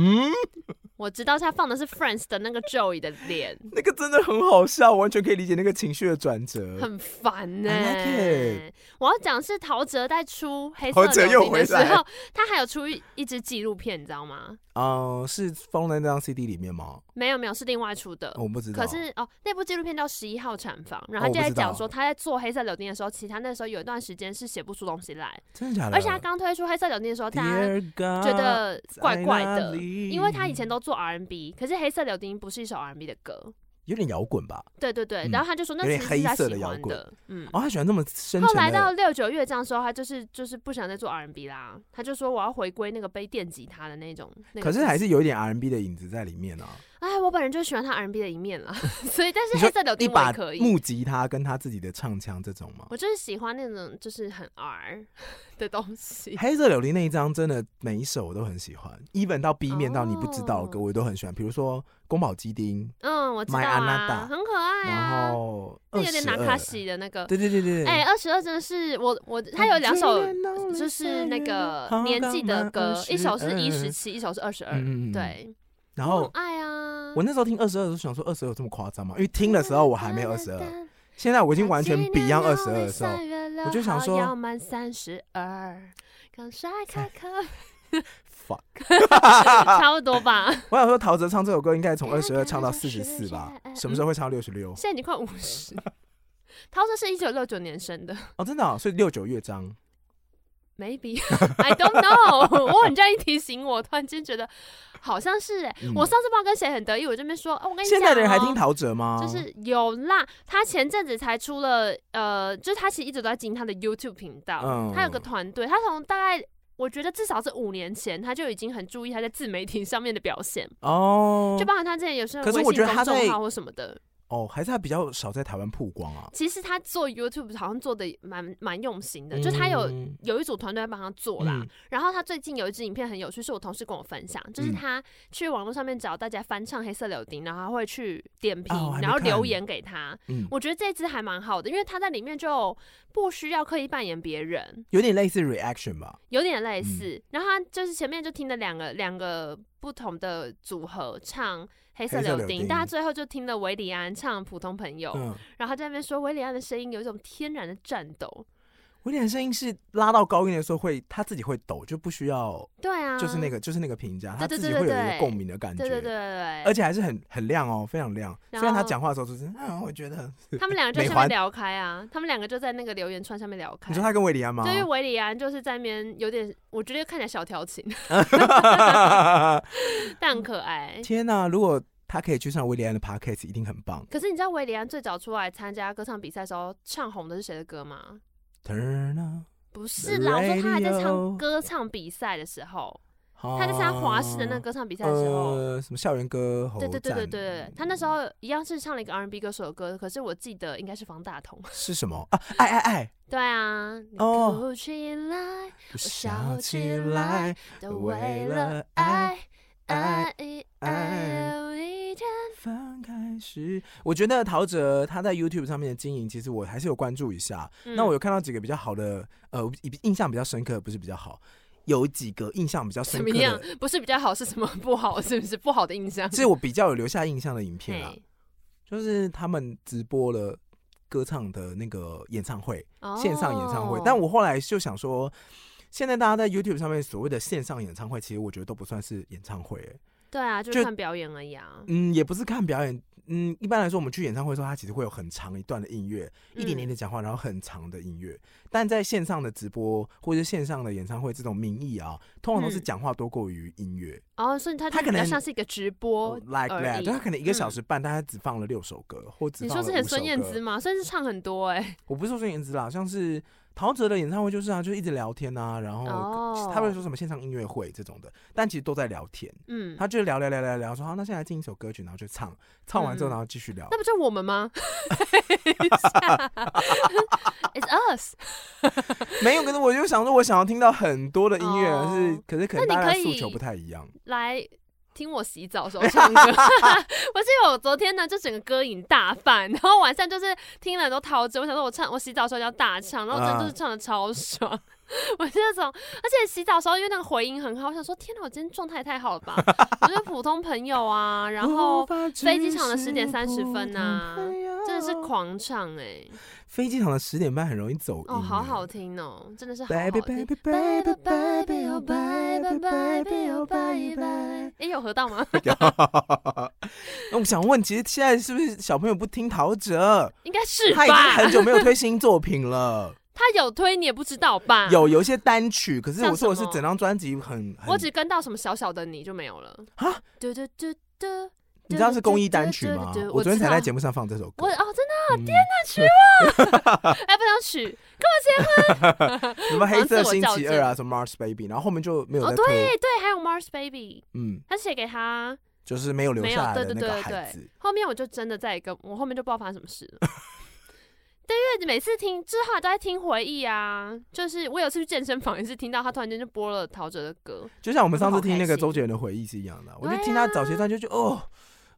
S3: 我知道他放的是 Friends 的那个 Joey 的脸，
S2: 那个真的很好笑，我完全可以理解那个情绪的转折。
S3: 很烦呢、
S2: 呃 I like
S3: 我要讲是陶喆在出黑色
S2: 陶喆
S3: 柳
S2: 又
S3: 林
S2: 回
S3: 的时
S2: 来
S3: 候，他还有出一一支纪录片，你知道吗？
S2: 嗯、是放在那张 CD 里面吗？
S3: 没有没有，是另外出的。
S2: 我不知道。
S3: 可是哦，那部纪录片叫《十一号产房》，然后
S2: 哦
S3: 他就
S2: 我不
S3: 在
S2: 知道
S3: 讲说他在做黑色柳丁的时候，其实他那时候有一段时间是写不出东西来，
S2: 真的假的？
S3: 而且他刚推出黑色柳丁的时候，大家
S2: Dear God，
S3: 觉得怪怪
S2: 在哪
S3: 的，
S2: 里
S3: 因为他以前都做 R&B，可是黑色柳丁不是一首 R&B 的歌，
S2: 有点摇滚吧？
S3: 对对对，
S2: 嗯
S3: 然后他就说那
S2: 有
S3: 其
S2: 点
S3: 实是他
S2: 黑色的
S3: 喜
S2: 摇
S3: 欢
S2: 滚
S3: 的，嗯。
S2: 哦，他喜欢那么深
S3: 后
S2: 沉
S3: 来到
S2: 的。
S3: 六九月这样的时候，他就是就是不想再做 R&B 啦，他就说我要回归那个背电吉他的那种。那个
S2: 可是还
S3: 姿势
S2: 是有一点 R&B 的影子在里面啊，
S3: 哎，我本人就喜欢他 R&B 的一 面啦，所以但是
S2: 你
S3: 黑
S2: 说
S3: 色柳
S2: 一
S3: 丁我也
S2: 把
S3: 可以。
S2: 木吉他跟他自己的唱腔这种吗？
S3: 我就是喜欢那种就是很 R 的东西。
S2: 黑色柳林那一张真的每一首我都很喜欢，even 到 B 面到你不知道的歌
S3: 哦
S2: 我都很喜欢，比如说宫保鸡丁，
S3: 嗯，我知道
S2: My
S3: 啊，
S2: Anata，
S3: 很可爱
S2: 然
S3: 啊，
S2: 后
S3: 那
S2: 二
S3: 有点
S2: 十
S3: 拿卡
S2: 二，
S3: 西的那个。
S2: 对对对对，对
S3: 哎，，二十二真的是我我他有两首就是那个年纪的歌，一首是一十，七，一首是二十二。
S2: 嗯嗯嗯嗯
S3: 对，
S2: 然
S3: 我很
S2: 后。
S3: 爱啊。
S2: 我那时候听二十二的时候想说二十二有这么夸张吗？因为听的时候我还没有二十二，
S3: 二，
S2: 现在我已经完全
S3: 啊
S2: Beyond 二十二的时候，我就想说
S3: 要满三十二，刚甩 开口，
S2: fuck，
S3: 差不多吧。
S2: 我想说陶喆唱这首歌应该
S3: 哎
S2: 从二十二唱到四十四吧，什么时候会唱六十六？
S3: 现在已经快五十。陶喆是一九六九年生的
S2: 哦，真的、哦，所以六九乐章，
S3: ，maybe I don't know。我 很这样一提醒我，突然间觉得好像是、欸。
S2: 嗯
S3: 我上次不知道跟谁很得意，我这边说，哦、我跟你
S2: 现
S3: 讲、
S2: 在的人还听
S3: 哦。
S2: 陶喆吗？
S3: 就是有啦，他前阵子才出了，呃，就是他其实一直都在经营他的 YouTube 频道，
S2: 嗯
S3: 他有个团队，他从大概我觉得至少是五年前，他就已经很注意他在自媒体上面的表现，
S2: 哦
S3: 就包含他之前有时候
S2: 可是
S3: 微
S2: 我
S3: 信
S2: 觉得
S3: 公
S2: 他
S3: 众
S2: 在
S3: 号或什么的，
S2: 哦，还是他比较少在台湾曝光啊。
S3: 其实他做 YouTube 好像做的蛮蛮用心的，就他有
S2: 嗯
S3: 有一组团队帮他做啦。
S2: 嗯
S3: 然后他最近有一支影片很有趣，是我同事跟我分享，就是
S2: 嗯
S3: 他去网络上面找大家翻唱《黑色柳丁》，然后他会去点评，
S2: 哦我还没
S3: 然后留
S2: 看
S3: 言给他。
S2: 嗯，
S3: 我觉得这支还蛮好的，因为他在里面就不需要刻意扮演别人，
S2: 有点类似 reaction 吧。
S3: 有点类
S2: 嗯
S3: 似。然后他就是前面就听了两个两个不同的组合唱。黑色
S2: 黑色
S3: 柳
S2: 柳
S3: 丁，
S2: 丁
S3: 但他最后就听了维里安唱《普通朋友》，
S2: 嗯，
S3: 然后他在那边说，维里安的声音有一种天然的颤抖。
S2: 我点声音是拉到高音的时候会，他自己会抖，就不需要，
S3: 对啊，
S2: 就是那个就是那个评价，他
S3: 对对
S2: 自
S3: 对
S2: 己会有一
S3: 对
S2: 个
S3: 对
S2: 共鸣的感觉。
S3: 对对对对
S2: 而
S3: 对
S2: 且还是很很亮哦，非常亮。虽
S3: 然后哎
S2: 然他讲话的时候就是，嗯，我觉得，
S3: 对，他们两个就在
S2: 美
S3: 上面
S2: 环
S3: 聊开啊，他们两个就在那个留言串上面聊开。
S2: 你说他跟维里安吗？
S3: 对于维里安就是在那边有点，我觉得看起来小调情， 但很可爱。
S2: 天哪、如果他可以去上维里安的 podcast，一定很棒。
S3: 可是你知道维里安最早出来参加歌唱比赛的时候唱红的是谁的歌吗？
S2: Turn up，
S3: 不是啦，我说他还在唱
S2: Radio
S3: 歌唱比赛的时候，
S2: 他
S3: 他在参加华视的那个
S2: 哦
S3: 歌唱比赛的时候，
S2: 呃，什么校园歌喉
S3: 对
S2: 战，
S3: 对对对对对，他那时候一样是唱了一个 R&B 歌手的歌，可是我记得应该是方大同。
S2: 是什么啊？爱爱爱，
S3: 对啊，你
S2: 哦
S3: 哭起来
S2: 我笑起来，
S3: 都为了爱，爱爱有一天。
S2: 翻开时，我觉得陶喆他在 YouTube 上面的经营，其实我还是有关注一下。
S3: 嗯
S2: 那我有看到几个比较好的，呃，印象比较深刻，不是比较好，有几个印象比较
S3: 怎
S2: 深
S3: 么
S2: 刻
S3: 样
S2: 的，？
S3: 不是比较好，是什么不好？是不是不好的 印象？
S2: 是我比较有留下印象的影片啊
S3: 嘿，
S2: 就是他们直播了歌唱的那个演唱会，
S3: 哦
S2: 线上演唱会。但我后来就想说，现在大家在 YouTube 上面所谓的线上演唱会，其实我觉得都不算是演唱会、欸
S3: 对啊，就
S2: 就是
S3: 看表演而已啊。
S2: 嗯，也不是看表演。嗯，一般来说，我们去演唱会的时候，它其实会有很长一段的音乐，一
S3: 嗯
S2: 点点的讲话，然后很长的音乐。但在线上的直播或者是线上的演唱会这种名义啊，通常都是
S3: 嗯
S2: 讲话多过于音乐、
S3: 哦，所以他就
S2: 他可
S3: 比较
S2: 能
S3: 像是一个直播
S2: l i k e
S3: 而
S2: that，
S3: 已
S2: 就它可能一个
S3: 嗯
S2: 小时半，但它只放了六首歌，或只
S3: 你
S2: 放了
S3: 说之前
S2: 五首
S3: 孙燕
S2: 歌
S3: 姿吗？孙燕姿唱很多哎、
S2: 我不是说孙燕姿啦，像是陶喆的演唱会就是啊，就是一直聊天啊，然后、
S3: 哦
S2: 他们说什么线上音乐会这种的，但其实都在聊天。
S3: 嗯，
S2: 他就聊聊聊聊聊，说好，啊那现在来进一首歌曲，然后就唱，唱完之后，
S3: 嗯
S2: 然后继续聊
S3: 那。不就我们吗 哎？It's us。
S2: 没有，可是我就想说，我想要听到很多的音乐，
S3: 哦
S2: 但是可是可能
S3: 那你
S2: 大家
S3: 可以
S2: 诉求不太一样。
S3: 来听我洗澡的时候唱歌。 我记得我昨天呢，就整个歌瘾大犯，然后晚上就是听了很多陶喆，我想说我唱我洗澡的时候要大唱，然后我真
S2: 啊
S3: 的就是唱的超爽。 我这种，而且洗澡的时候，因为那个回音很好，我想说天哪，我今天状态也太好了吧！ 我就是普通朋友啊，然后飞机场的10:30分啊真
S2: 嗯
S3: 的是狂唱哎、
S2: 飞机场的十点半很容易走音
S3: 哦，好好
S2: 欸。
S3: 听哦，真的是好好
S2: Baby
S3: 听。
S2: baby baby baby oh baby baby oh baby。
S3: 哎、有合到吗？
S2: 那我想问，其实现在是不是小朋友不听陶喆？
S3: 应该是
S2: 他已经
S3: 吧？
S2: 很久没有推新作品 了。
S3: 他有推你也不知道吧？
S2: 有有一些单曲，可是
S3: 啊像
S2: 我说我
S3: 什
S2: 是
S3: 么
S2: 整张专辑很，很
S3: 我只跟到什么小小的你就没有了
S2: 啊。
S3: 嘟嘟嘟嘟，
S2: 你知道是公益单曲吗
S3: 对对对？
S2: 我昨天才在节
S3: 目，
S2: 目上放这首歌嗯
S3: 我。哦真的
S2: 天哪！
S3: 哎不想取
S2: 什么黑色星
S3: 好像
S2: 期
S3: 自我校
S2: 二
S3: 正
S2: 啊，什么 Mars Baby，然后后面就没有
S3: 哦
S2: 再推，
S3: 对对，还有 Mars Baby，
S2: 嗯，
S3: 他是写给他，
S2: 就是没有留
S3: 没有
S2: 下来
S3: 对
S2: 的那
S3: 对对
S2: 个
S3: 对
S2: 孩子
S3: 对。，后面我就真的再也跟我后面就不知道发生什么事了。 对，因为每次听之后都在听回忆啊，就是我有次去健身房也是听到他突然间就播了陶喆的歌，
S2: 就像我们上次
S3: 我好
S2: 听那个
S3: 开心
S2: 周杰伦的回忆是一样的，我就
S3: 对啊
S2: 听他早些段就觉得哦，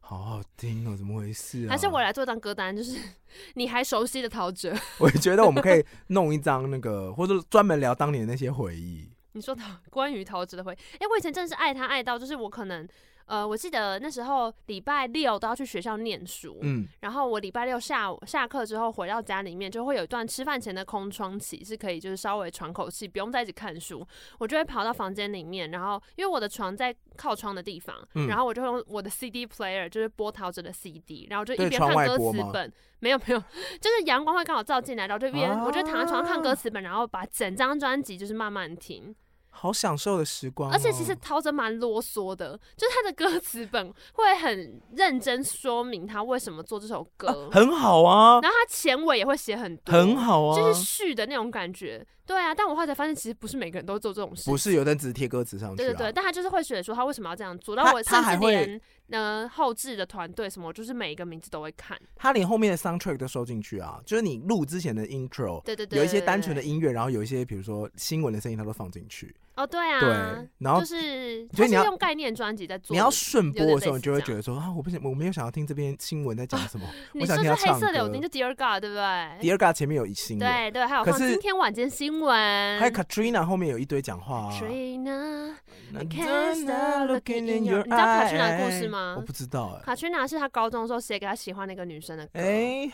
S2: 好好听哦，怎么回事啊？
S3: 还是我来做张歌单，就是 你还熟悉的陶喆，
S2: 我觉得我们可以弄一张那个，或者专门聊当年那些回忆。
S3: 你说陶关于陶喆的回忆，哎、我以前真的是爱他爱到，就是我可能，呃，我记得那时候礼拜六都要去学校念书，
S2: 嗯，
S3: 然后我礼拜六下午下课之后回到家里面，就会有一段吃饭前的空窗期，是可以就是稍微喘口气，不用在一起看书，我就会跑到房间里面，然后因为我的床在靠窗的地方，
S2: 嗯
S3: 然后我就用我的 CD player 就是播陶喆的 CD，然后就
S2: 对
S3: 一边
S2: 窗
S3: 看
S2: 外
S3: 歌
S2: 播
S3: 词
S2: 吗
S3: 本，没有没有，就是阳光会刚好照进来，然后这边、我就躺在床上看
S2: 啊
S3: 歌词本，然后把整张专辑就是慢慢听。
S2: 好享受的时光哦。
S3: 而且其实陶喆蛮啰嗦的，就是他的歌词本会很认真说明他为什么做这首歌，
S2: 很好啊，
S3: 然后他前尾也会写很多，
S2: 很、好啊，
S3: 就是续的那种感觉。对啊，但我后来才发现，其实不是每个人都做这种事。
S2: 不是有的人只是贴歌词上去、啊，
S3: 对对对，但他就是会写说他为什么要这样做，
S2: 他
S3: 然后我
S2: 他
S3: 甚
S2: 还
S3: 至
S2: 会
S3: 连呃后置的团队什么，我就是每一个名字都会看。
S2: 他连后面的 soundtrack 都收进去啊，就是你录之前的 intro，
S3: 对对对
S2: 有一些单纯的
S3: 对
S2: 音乐，然后有一些比如说新闻的声音，他都放进去。
S3: 对哦，对
S2: 对
S3: 啊，，
S2: 然后
S3: 就是
S2: 所
S3: 他
S2: 以
S3: 是
S2: 你要
S3: 用概念专辑在做
S2: 你
S3: 的。
S2: 要顺播的时候，
S3: 有点类似
S2: 你就会觉得说啊，我不想，我没有想要听这边新闻在讲什 么，
S3: 你
S2: 我想
S3: 说
S2: 听他
S3: 是黑
S2: 唱
S3: 色柳
S2: 歌
S3: 丁。就 Dear God 对不对？
S2: 第二个啊前面有一新闻，
S3: 对对，还有
S2: 可
S3: 放
S2: 是
S3: 今天晚间新闻，
S2: 还有 Katrina 后面有一堆讲话啊。
S3: Katrina。
S2: 那
S3: can't stop looking in your
S2: 你
S3: 你知道 Katrina 的故事吗
S2: 我不知道哎。
S3: 卡翠娜是他高中的时候写给他喜欢的一个女生的歌，
S2: 哎，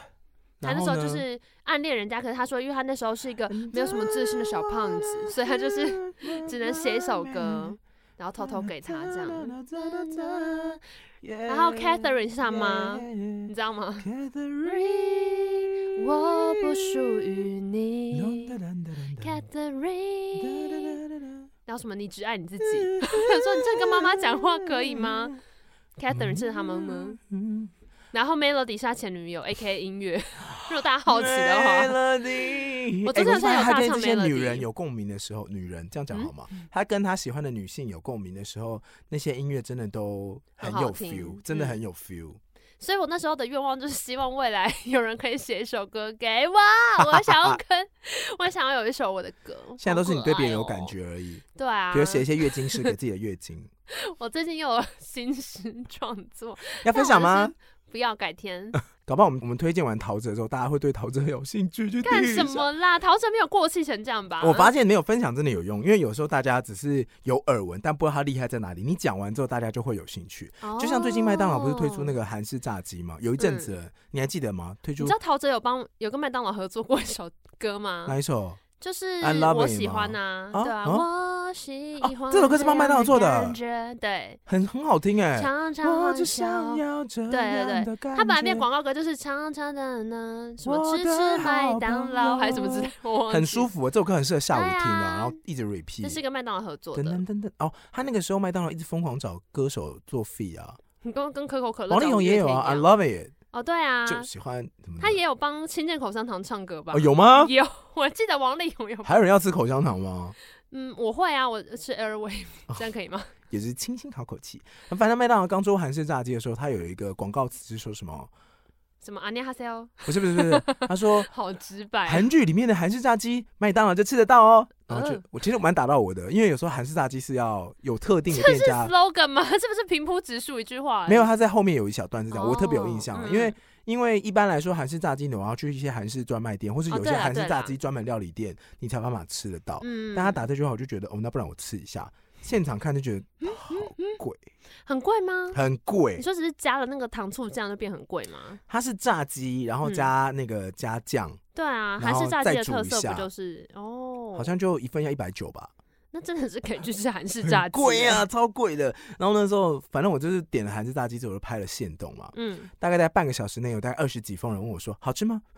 S3: 他
S2: 然
S3: 那
S2: 后
S3: 时候就
S2: 呢
S3: 是暗恋人家，可是他说，因为他那时候是一个没有什么自信的小胖 子，所以他就是只能写一首歌，然后偷偷给他这
S2: 嗯
S3: 样。嗯然后 Catherine 是他妈，你知道吗？
S2: Catherine，
S3: 我不属于你，Catherine。然后什么？你只爱你自己。
S2: 嗯
S3: 我想 说，你这跟妈妈讲话可以吗？Catherine 是他妈妈。
S2: 嗯，
S3: 然后 Melody 是他前女友，A.K. 音乐。如果大家好奇的话，
S2: Melody，
S3: 我真的
S2: 哎
S3: 很想有
S2: 他
S3: 大
S2: 跟
S3: 唱
S2: 这些女
S3: Melody 嗯
S2: 人有共鸣的时候，女人这样讲好吗？她跟她喜欢的女性有共鸣的时候，那些音乐真的都很
S3: 很好
S2: 有
S3: 听
S2: feel，真的
S3: 嗯
S2: 很有 feel。
S3: 所以我那时候的愿望就是希望未来有人可以写一首歌给我，我想要跟， 我想要有一首我的歌。
S2: 现在都是你对别人有
S3: 好可爱哦
S2: 感，觉而已，
S3: 对啊。
S2: 比如写一些月经诗给自己的月经，
S3: 我最近又有 新诗创作，
S2: 要分享
S3: 那我
S2: 吗
S3: 就？不要 改天
S2: 搞不好我们我们推荐完陶喆之后，大家会对陶喆有兴趣去听
S3: 干
S2: 一
S3: 什
S2: 下？
S3: 么啊啦？陶喆没有过气成这样吧？
S2: 我发现没有分享真的有用，因为有时候大家只是有耳闻，但不知道他厉害在哪里。你讲完之后，大家就会有兴趣。
S3: 哦
S2: 就像最近麦当劳不是推出那。个韩式炸鸡吗？有一阵子了，你还记得吗？推
S3: 你
S2: 出
S3: 知道陶喆有帮有跟麦当劳合作过一首歌吗？
S2: 哪一首？
S3: 就是
S2: 安拉
S3: 我
S2: 美
S3: 喜
S2: 吗
S3: 欢呐、
S2: 啊
S3: 对啊，我喜
S2: 啊
S3: 欢、
S2: 这首歌是帮麦当劳做的
S3: 对，
S2: 很很好听哎、
S3: 常常
S2: 我
S3: 欢
S2: 只
S3: 笑
S2: 想。要这
S3: 对对
S2: 样的感觉。
S3: 他本来变广告歌，就是常常的呢，什
S2: 我
S3: 么
S2: 的
S3: 支持麦
S2: 好
S3: 当
S2: 朋
S3: 劳
S2: 友
S3: 还是什么之类，我
S2: 很舒
S3: 服。
S2: 服，这首歌很适合下午听
S3: 对
S2: 啊，
S3: 啊
S2: 然后一直 repeat。
S3: 这是跟麦当劳合作
S2: 等
S3: 的
S2: 等，等等哦，他那个时候麦当劳一直疯狂找歌手做 fee 啊，
S3: 你跟跟可口可乐
S2: 王力
S3: 找
S2: 宏
S3: 五
S2: 也
S3: 月
S2: 有
S3: 天
S2: 啊，I
S3: 一样
S2: love it，
S3: 哦，对啊，
S2: 就喜欢什么的？
S3: 他也有帮清健口香糖唱歌
S2: 嗯
S3: 吧？
S2: 哦有吗？
S3: 有， 我记得王力宏有。
S2: 还有人要吃口香糖吗？
S3: 嗯，我会啊，我吃 Airwave，这样可以吗？
S2: 也是清新好口气。反正麦当劳刚做韩式炸鸡的时候，它有一个广告词是说什么？
S3: 什么阿尼哈塞哦，
S2: 不是不是不是，他说
S3: 好直白。
S2: 韩剧里面的韩式炸鸡，麦当劳就吃得到哦。然后就
S3: 嗯
S2: 我其实蛮打到我的，因为有时候韩式炸鸡是要有特定的店
S3: 是
S2: 家，
S3: slogan 吗？ 这不是平铺直述一句话而已？
S2: 没有他在后面有一小段是这样，我特别有印
S3: 哦
S2: 象，啊
S3: 嗯
S2: 因为因为一般来说韩式炸鸡你要去一些韩式专卖店，或是
S3: 哦
S2: 有
S3: 对
S2: 些
S3: 啦
S2: 韩式
S3: 对
S2: 炸
S3: 啦
S2: 鸡专门料理店，你才有办法吃得到。
S3: 嗯，
S2: 但他打这句话，我就觉得哦，那不然我吃一下。现场看就觉得好贵，
S3: 很贵吗？
S2: 很
S3: 你
S2: 贵。
S3: 说只是加了那个糖醋酱就变很贵吗？
S2: 它是炸鸡，然后
S3: 嗯
S2: 加那个加酱，
S3: 对啊，
S2: 然
S3: 韩
S2: 后
S3: 式炸鸡
S2: 再
S3: 的
S2: 煮
S3: 特
S2: 一
S3: 色
S2: 下
S3: 不就是哦？
S2: 好像就一份要一百九吧。
S3: 那真的是可以去吃韩式
S2: 很
S3: 炸鸡，
S2: 贵啊，！超贵的。然后那时候，反正我就是点了韩式炸鸡之后，我就拍了现动嘛。
S3: 嗯，
S2: 大概在半个小时内，有大概二十几封人问我说：“好吃吗？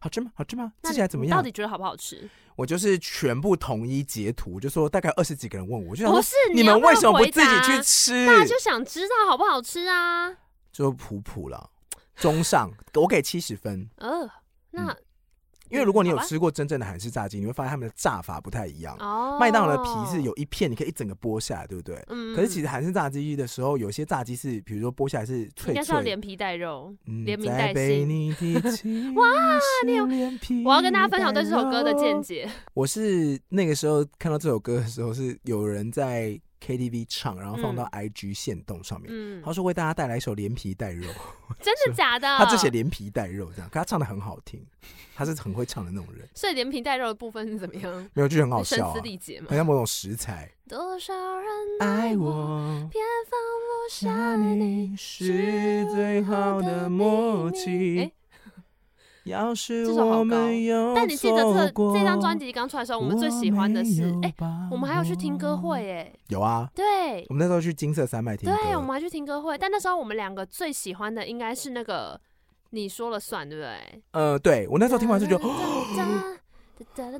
S2: 好吃吗？好吃吗？
S3: 那
S2: 吃起来怎么
S3: 你到
S2: 样
S3: 底觉得好不好吃？？”
S2: 我就是全部统一截图，就说大概二十几个人问我，我就想
S3: 不
S2: 说
S3: 是，要
S2: 们
S3: 要
S2: 为什么不
S3: 回
S2: 自己
S3: 答啊
S2: 去？吃？
S3: 大家就想知道好不好吃啊？
S2: 就普普了，中上，我给七十分。
S3: 呃，
S2: 嗯
S3: 那
S2: 因为如果你有
S3: 好吧
S2: 吃过真正的韩式炸鸡，你会发现他们的炸法不太一样。
S3: 哦，
S2: 麦当劳的皮是，有一片，你可以一整个剥下来，对不对？
S3: 嗯
S2: 可是其
S3: 实
S2: 实韩式炸鸡的时候，有些炸鸡是，比如说剥下来是脆
S3: 应该是
S2: 脆
S3: 要
S2: 的，
S3: 连皮带肉。
S2: 嗯
S3: 连名
S2: 再
S3: 带
S2: 被
S3: 姓
S2: 你提起
S3: 哇
S2: 是
S3: 你有
S2: 连皮
S3: 我要跟大家分享
S2: 带
S3: 对这首歌的 见
S2: 肉。
S3: 解。
S2: 我是那个时候看到这首歌的时候，是有人在 KTV 唱，然后放到 IG 线动上面。
S3: 嗯，
S2: 他说为大家带来一首《连皮带肉》，
S3: 真的假的？
S2: 他就写“连皮带肉”这样，可他唱的很好听，他是很会唱的那种人，
S3: 所以连皮带肉的部分是怎么样？
S2: 没有就很好
S3: 声
S2: 笑、啊
S3: 嘶，力竭嘛
S2: 很。像某种食材。
S3: 多少人
S2: 爱我，
S3: 别放不
S2: 想
S3: 下你
S2: 你是最好的默契。
S3: 哎
S2: 要是
S3: 这首好
S2: 我
S3: 高
S2: 们有
S3: 但你记得这
S2: 错
S3: 这张专
S2: 过
S3: 辑刚出来的时候，我们最喜欢的是，哎、我们还有去听歌会、哎，
S2: 有啊，
S3: 对
S2: 我，们那时候去金色山脉听歌，
S3: 对，我们还去听歌会，但那时候我们两个最喜欢的应该是那个你说了算，对不对？
S2: 呃，对我那
S3: 那
S2: 时候听完就哦觉得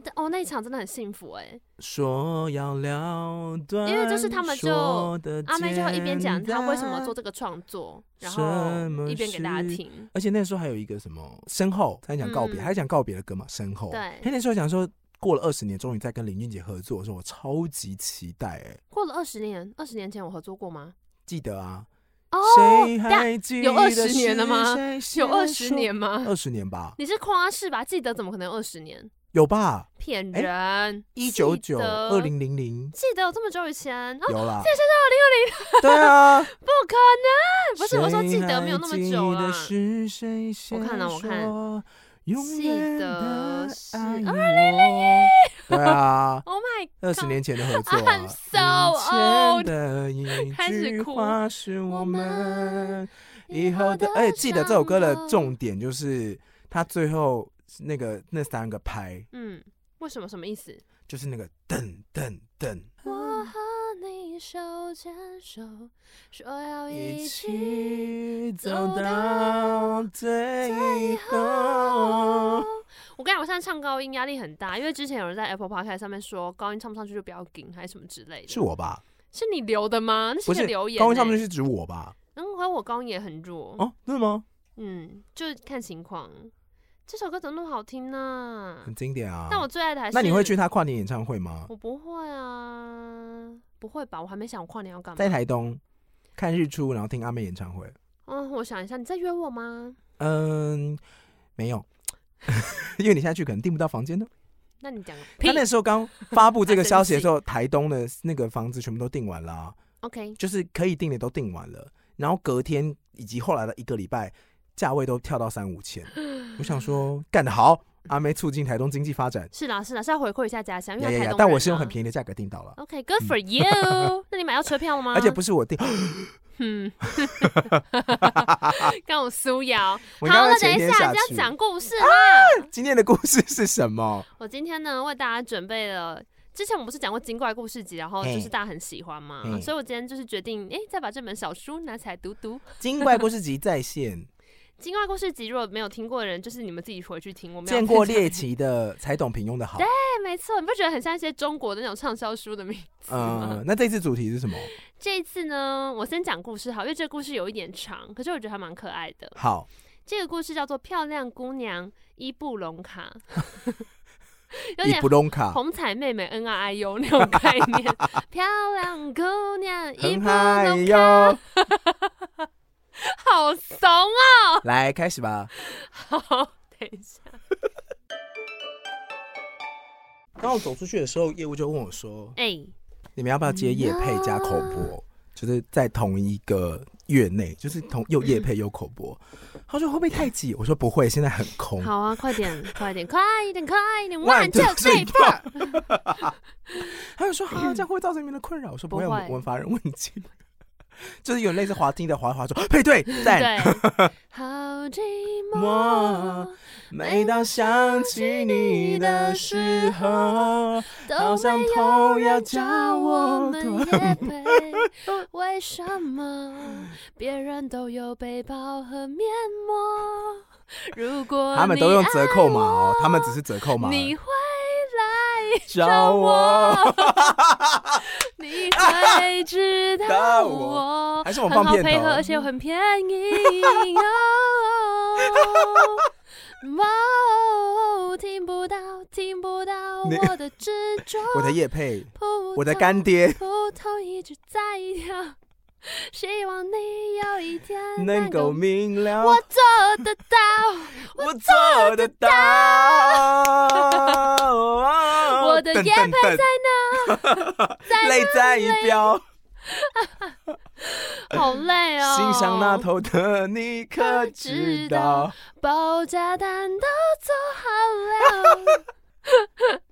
S3: 得，哦，那一场真的很幸福哎、
S2: 说要了断，
S3: 因为就是他们就
S2: 说得
S3: 阿妹就会一边讲
S2: 简
S3: 她为什么做
S2: 单，
S3: 这个创作，然
S2: 什
S3: 后
S2: 么
S3: 一边给大家
S2: 是
S3: 听。
S2: 而且那时候还有一个什么身后，他在讲告别，
S3: 嗯
S2: 他在讲告别的歌嘛，身后，
S3: 对
S2: 他那时候讲说。过了二十年，终于在跟林俊杰合作的时候，我超级期待哎、
S3: 过了二十年，二十年前我合作过吗？
S2: 记得啊，
S3: 哦，
S2: 谁
S3: 等下
S2: 还记得
S3: 有20年了吗
S2: 是谁
S3: 有二
S2: 先
S3: 十
S2: 说
S3: 年吗？
S2: 二十年吧，
S3: 你是夸饰吧？记得怎么可能二十年？
S2: 有吧？
S3: 骗人！
S2: 一九
S3: 记
S2: 九、
S3: 得
S2: 二，零零零
S3: 记得有这么久以前啊？
S2: 有啦，现在是二零二 零，对啊，
S3: 不可能！不是，我说记得没有那么久啦。
S2: 我
S3: 我看了我看
S2: 永远的爱
S3: 记得是
S2: 我。对啊
S3: ，Oh my！
S2: 二十年前的合作、啊
S3: I'm so
S2: 以前的一
S3: 开始
S2: 句
S3: 哭
S2: 话是我们以
S3: 以
S2: 后
S3: 后
S2: 的
S3: 的。
S2: 哎，记得这首歌的
S3: 伤口
S2: 重点就是它最后那个那三个拍，
S3: 嗯，为什么？什么意 思？
S2: 就是那个噔噔噔。
S3: 我和你手牵手，说要
S2: 一
S3: 一起
S2: 起走
S3: 走
S2: 到最后。
S3: 我跟你讲，我现在唱高音压力很大，因为之前有人在 Apple Podcast 上面说高音唱不上去就不要顶，还是什么之类的。
S2: 是我吧？
S3: 是你留的吗？那是
S2: 不
S3: 一个
S2: 是
S3: 留言、欸。
S2: 高音上面是指我吧？
S3: 嗯，和我高音也很弱。
S2: 哦，真的吗？
S3: 嗯，就是看情况。这首歌怎么那么好听呢、
S2: 很经典啊。
S3: 但嗯我最爱的还是……
S2: 那你会去？他跨年演唱会吗？
S3: 我不会啊，不会吧？我还没想跨年要干
S2: 在
S3: 嘛。
S2: 台东看日出，然后听阿妹演唱会。
S3: 嗯，我想一下，你在约我吗？
S2: 嗯，没有， 因为你现在去可能订不到房间呢。
S3: 那你讲个屁
S2: 他那时候刚发布这个消 息的时候，台东的那个房子全部都订完了啊、
S3: ！OK，
S2: 就是可以订的都订完了，然后隔天以及后来的一个礼拜，价位都跳到三五千。我想 说，干得好，阿妹促进台东经济发展。
S3: 是啦是啦，是要回馈一下家乡，因
S2: 呀
S3: 为
S2: 呀
S3: 他
S2: 呀！
S3: 台东
S2: 但我
S3: 人
S2: 是用
S3: 啊
S2: 很便宜的价格订到了，
S3: OK，Good、for you。那你买到车票了吗？
S2: 而且不是我 订，
S3: 嗯，跟我苏瑶。
S2: 我
S3: 好，
S2: 刚刚
S3: 那等
S2: 前
S3: 一
S2: 天
S3: 下
S2: 下
S3: 要
S2: 去。
S3: 讲故事啦。
S2: 今天的故事是什 么？
S3: 我今天呢为大家准备了，之前我们不是讲过精怪故事集，然后
S2: 嘿
S3: 就是大家很喜欢嘛
S2: 嘿，
S3: 所以我今天就是决定，哎、再把这本小书拿起来读读。
S2: 精怪故事集再现，
S3: 精怪故事集如果没有听过的人，就是你们自己回去听。我们
S2: 见过
S3: 列，
S2: 猎奇的，才懂平庸的好。
S3: 哎，没错，你不觉得很像一些中国的那种畅销书的名字吗？
S2: 嗯，那这次主题是什么？
S3: 这一次呢，我先讲故事好，因为这个故事有一点长，可是我觉得还蛮可爱的。
S2: 好，
S3: 这个故事叫做《漂亮姑娘伊布隆卡》有
S1: 伊
S3: 点
S1: 布隆卡，
S3: 红彩妹妹 N R I U 那种概念。漂亮姑娘伊
S2: 很
S3: 布
S2: 嗨
S3: 隆卡，
S2: 哟，
S3: 好怂啊！
S2: 来开始吧。
S3: 好，等一下，
S2: 当我走出去的时候，业务就问我说
S3: 哎、：“
S2: 你们要不要接夜配加口
S3: 啊
S2: 播？就是在同一个月内，就是同又夜配又口播。”他说：“会不会太挤？”我说：“不会，现在很空。”
S3: 好啊，快点，快点，快一点，快一点
S2: One,
S3: ，one
S2: two,
S3: two
S2: three,
S3: three
S2: four
S3: four。
S2: 他就说：“啊，这样会不会造成你们的困扰。”我说：“不会，
S3: 不
S2: 我
S3: 会
S2: 们我们法人问题。 就是有点类似滑梯的滑一滑说配对赞。
S3: 对，好寂
S2: 寞
S3: 寞，
S2: 每当想起你的时候，好
S3: 都
S2: 像
S3: 没
S2: 痛
S3: 有
S2: 要
S3: 人
S2: 叫
S3: 叫
S2: 我
S3: 我们也配，为什么别人都有背包和面膜？如果
S2: 他们都
S3: 你
S2: 用
S3: 爱
S2: 折扣码哦
S3: 我，
S2: 他们只是折扣码。
S3: 你会来
S2: 找我，
S3: 你会知
S2: 打
S3: 道
S2: 我
S3: 我，
S2: 还是我们
S3: 很
S2: 放
S3: 好
S2: 片
S3: 配
S2: 头
S3: 合，而且很便 宜哦。哇哦，听不到，听不到
S2: 你
S3: 我的执 着，
S2: 我的叶配，
S3: 扑通
S2: 我的干爹
S3: 扑通一直在跳，希望你有一天
S2: 能够明了，
S3: 我做得到。
S2: 我做得 到。我哦
S3: 我的叶配在哪？在
S2: 泪在一飙，
S3: 哪？好累哦。
S2: 心上那头的你可知道？
S3: 报价单都做好了，等你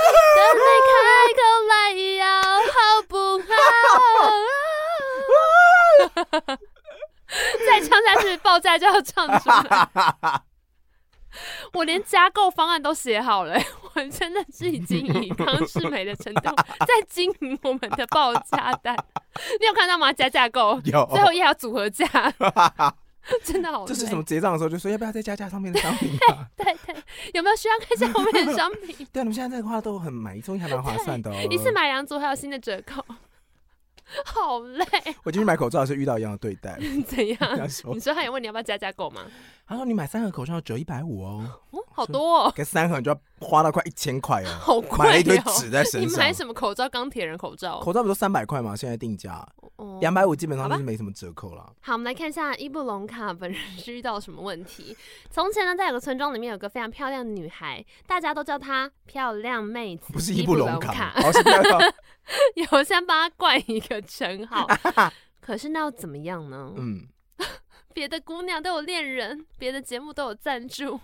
S3: 开口来要好不好？ 再唱下去，报价就要唱出来。 我连加购方案都写好了、 我真的是已经以康世美的程度在经营我们的报价单。你有看到吗？加价购，
S2: 有，
S3: 最后一还要组合 价，真的好累。
S2: 就是什么结账的时候就说要不要再加加上面的商品 啊？
S3: 对对，有没有需要看一下我们的商品？
S2: 对，你们现在这个话都很买一送一，还蛮 划算 的哦。
S3: 一次买两组还有新的折扣，好累，
S2: 我进去买口罩也是遇到一样的对待，
S3: 怎样
S2: 他？说
S3: 你说他有问你要不要加价购吗？
S2: 他说你买三盒口罩折一百五哦，
S3: 哦，好多、哦，
S2: 给三盒你就要花到快一千块 哦，
S3: 好贵、哦。
S2: 买了一堆纸在身
S3: 你
S2: 上。
S3: 买什么口罩？钢铁人口罩？
S2: 口罩不都三百块吗？现在定价
S3: 哦
S2: 两百五，基本上
S3: 好
S2: 就
S3: 吧
S2: 是没什么折扣了。
S3: 好，我们来看一下伊布隆卡本人是遇到了什么问题。从前呢，在有个村庄里面有个非常漂亮的女孩，大家都叫她漂亮妹子，
S2: 不是
S3: 伊
S2: 伊布
S3: 隆
S2: 隆卡，而是不要
S3: 有先帮她冠一个称 号。可是那又怎么样呢？
S2: 嗯，
S3: 别的姑娘都有恋人，别的节目都有赞助。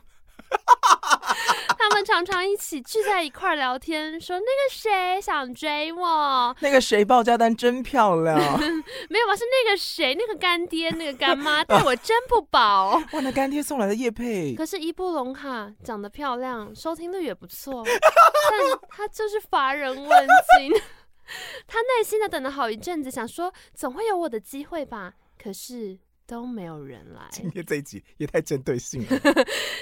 S3: 他们常常一起聚在一块儿聊天，说那个谁想追我，
S2: 那个谁报价单真漂亮，
S3: 没有啊，是那个谁，那个干爹，那个干妈对我真不薄。
S2: 哇，那干爹送来的叶配
S3: 可是伊布隆卡长得漂亮，收听率也不错，但她就是乏人问津。 她耐心的等了好一阵子，想说总会有我的机会吧，可是都没有人来。
S2: 今天这一集也太针对性了。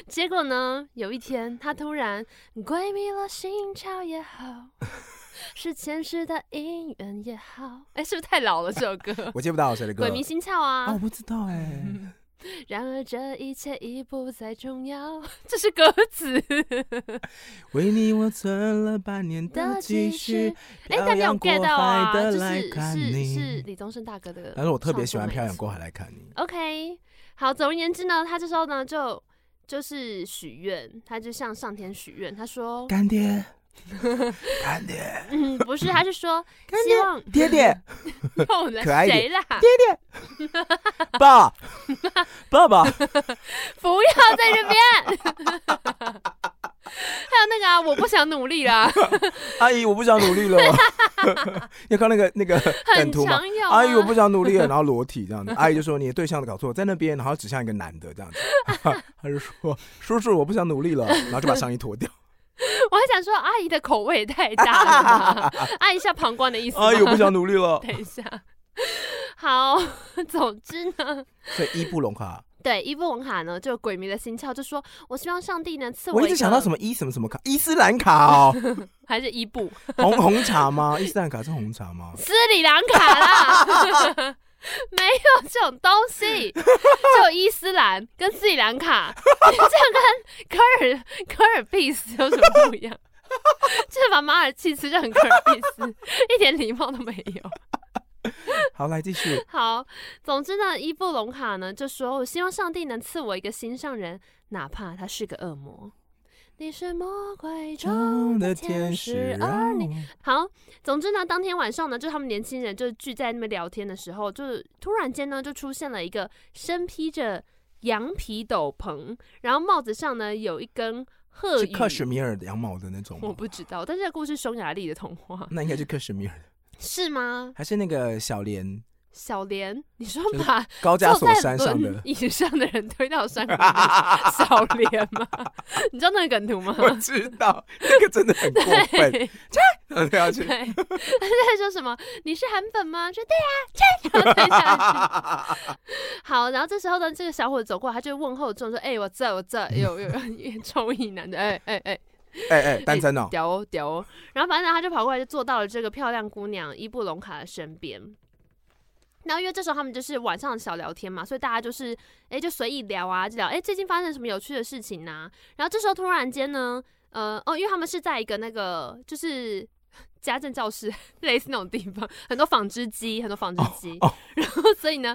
S3: 结果呢，有一天她突然闺蜜了心潮也 好，是前世的姻缘也好，哎，是不是太老了这首歌
S2: ？我接不到谁的歌
S3: 鬼迷心窍啊！
S2: 啊，我不知道哎，
S3: 然而这一切已不再重要， 这是歌 词。
S2: 为你我存了半年的积蓄，
S3: 哎，
S2: 漂
S3: 但你有
S2: 洋过
S3: get 到啊？
S2: 海
S3: 就
S2: 的来
S3: 是
S2: 看
S3: 是是
S2: 你。
S3: 李宗盛大哥的。
S2: 但是我特别喜欢《漂洋过海》。来看你，
S3: OK，好，总而言之呢，他这时候呢就就是许愿，他就向上天许愿，他说，
S2: 干 爹，干爹，
S3: 嗯，不是，他 是说
S2: 干
S3: 希望
S2: 爹爹，
S3: 又来
S2: 可爱一点
S3: 谁啦？
S2: 爸， 爸爸，
S3: 不要在这边。 还有那个啊，我不想努力啦，
S2: 阿姨，我不想努力 了。要看那个那个梗
S3: 很
S2: 图嘛
S3: 常。有、啊。
S2: 阿姨，我不想努力了，然后裸体这样子。阿姨就说：“你的对象搞错，在那边，然后指向一个男的这 样子。” 他就说：“叔叔，我不想努力了。”然后就把上衣脱 掉。
S3: 我还想说，阿姨的口味也太大了吧， 阿姨下旁观的意思吗。
S2: 阿姨，我不想努力了。
S3: 等一下，好， 总之呢，
S2: 所以伊布隆卡，
S3: 对伊布隆卡呢，就鬼迷了心窍，就说我希望上帝呢赐
S2: 我一
S3: 一
S2: 直
S3: 个，
S2: 想到什么伊什么什么卡，伊斯兰卡哦，
S3: 还是伊布
S2: 红红茶吗？伊斯兰卡是红茶吗？
S3: 斯里兰卡啦。 没有这种东西，只有伊斯兰跟斯里兰卡， 你这样跟科尔科尔必斯有什么不一样？ 就是把马尔济斯就很科尔必斯， 一点礼貌都没有。
S2: 好，来继续。
S3: 好，总之呢，伊布隆卡呢就说：“我希望上帝能赐我一个心上人，哪怕他是个恶魔。”你是魔鬼 中的天使，
S2: 哦
S3: 而你好。总之呢，当天晚上呢，就他们年轻人就聚在那边聊天的时候，就是突然间呢，就出现了一个身披着羊皮斗篷，然后帽子上呢有一根鹤
S2: 是
S3: 羽。
S2: 克什米尔的羊毛的那种
S3: 我
S2: 吗？
S3: 不知道，但这个故事是匈牙利的童话
S2: 那应该是克什米尔的，
S3: 是吗？
S2: 还是那个小莲
S3: 小莲，你说
S2: 就是
S3: 把
S2: 高加索
S3: 坐在
S2: 山上
S3: 轮
S2: 的？
S3: 椅上的人推到山谷里，小莲吗？ 你知道那个梗图吗？
S2: 我知道，那个真的很过分，
S3: 对
S2: 然后要去
S3: 对，他就在说什么？你是韩粉吗？说对呀、啊，这样然后推下去。好，然后这时候呢，这个小伙子走过来，他就问候众说：“哎、我在，我在，有有有，臭一男的，哎哎哎，
S2: 哎哎，单身哦，
S3: 屌哦屌哦。” 然后反正他就跑过来，就坐到了这个漂亮姑娘伊布隆卡的身边。那因为这时候他们就是晚上小聊天嘛，所以大家就是哎、就随意聊啊，就聊哎、最近发生什么有趣的事情呐、然后这时候突然间呢，呃哦，因为他们是在一个那个就是 家政教室类似那种地方，很多纺织机，很多纺织机，
S2: 哦
S3: 然后所以呢，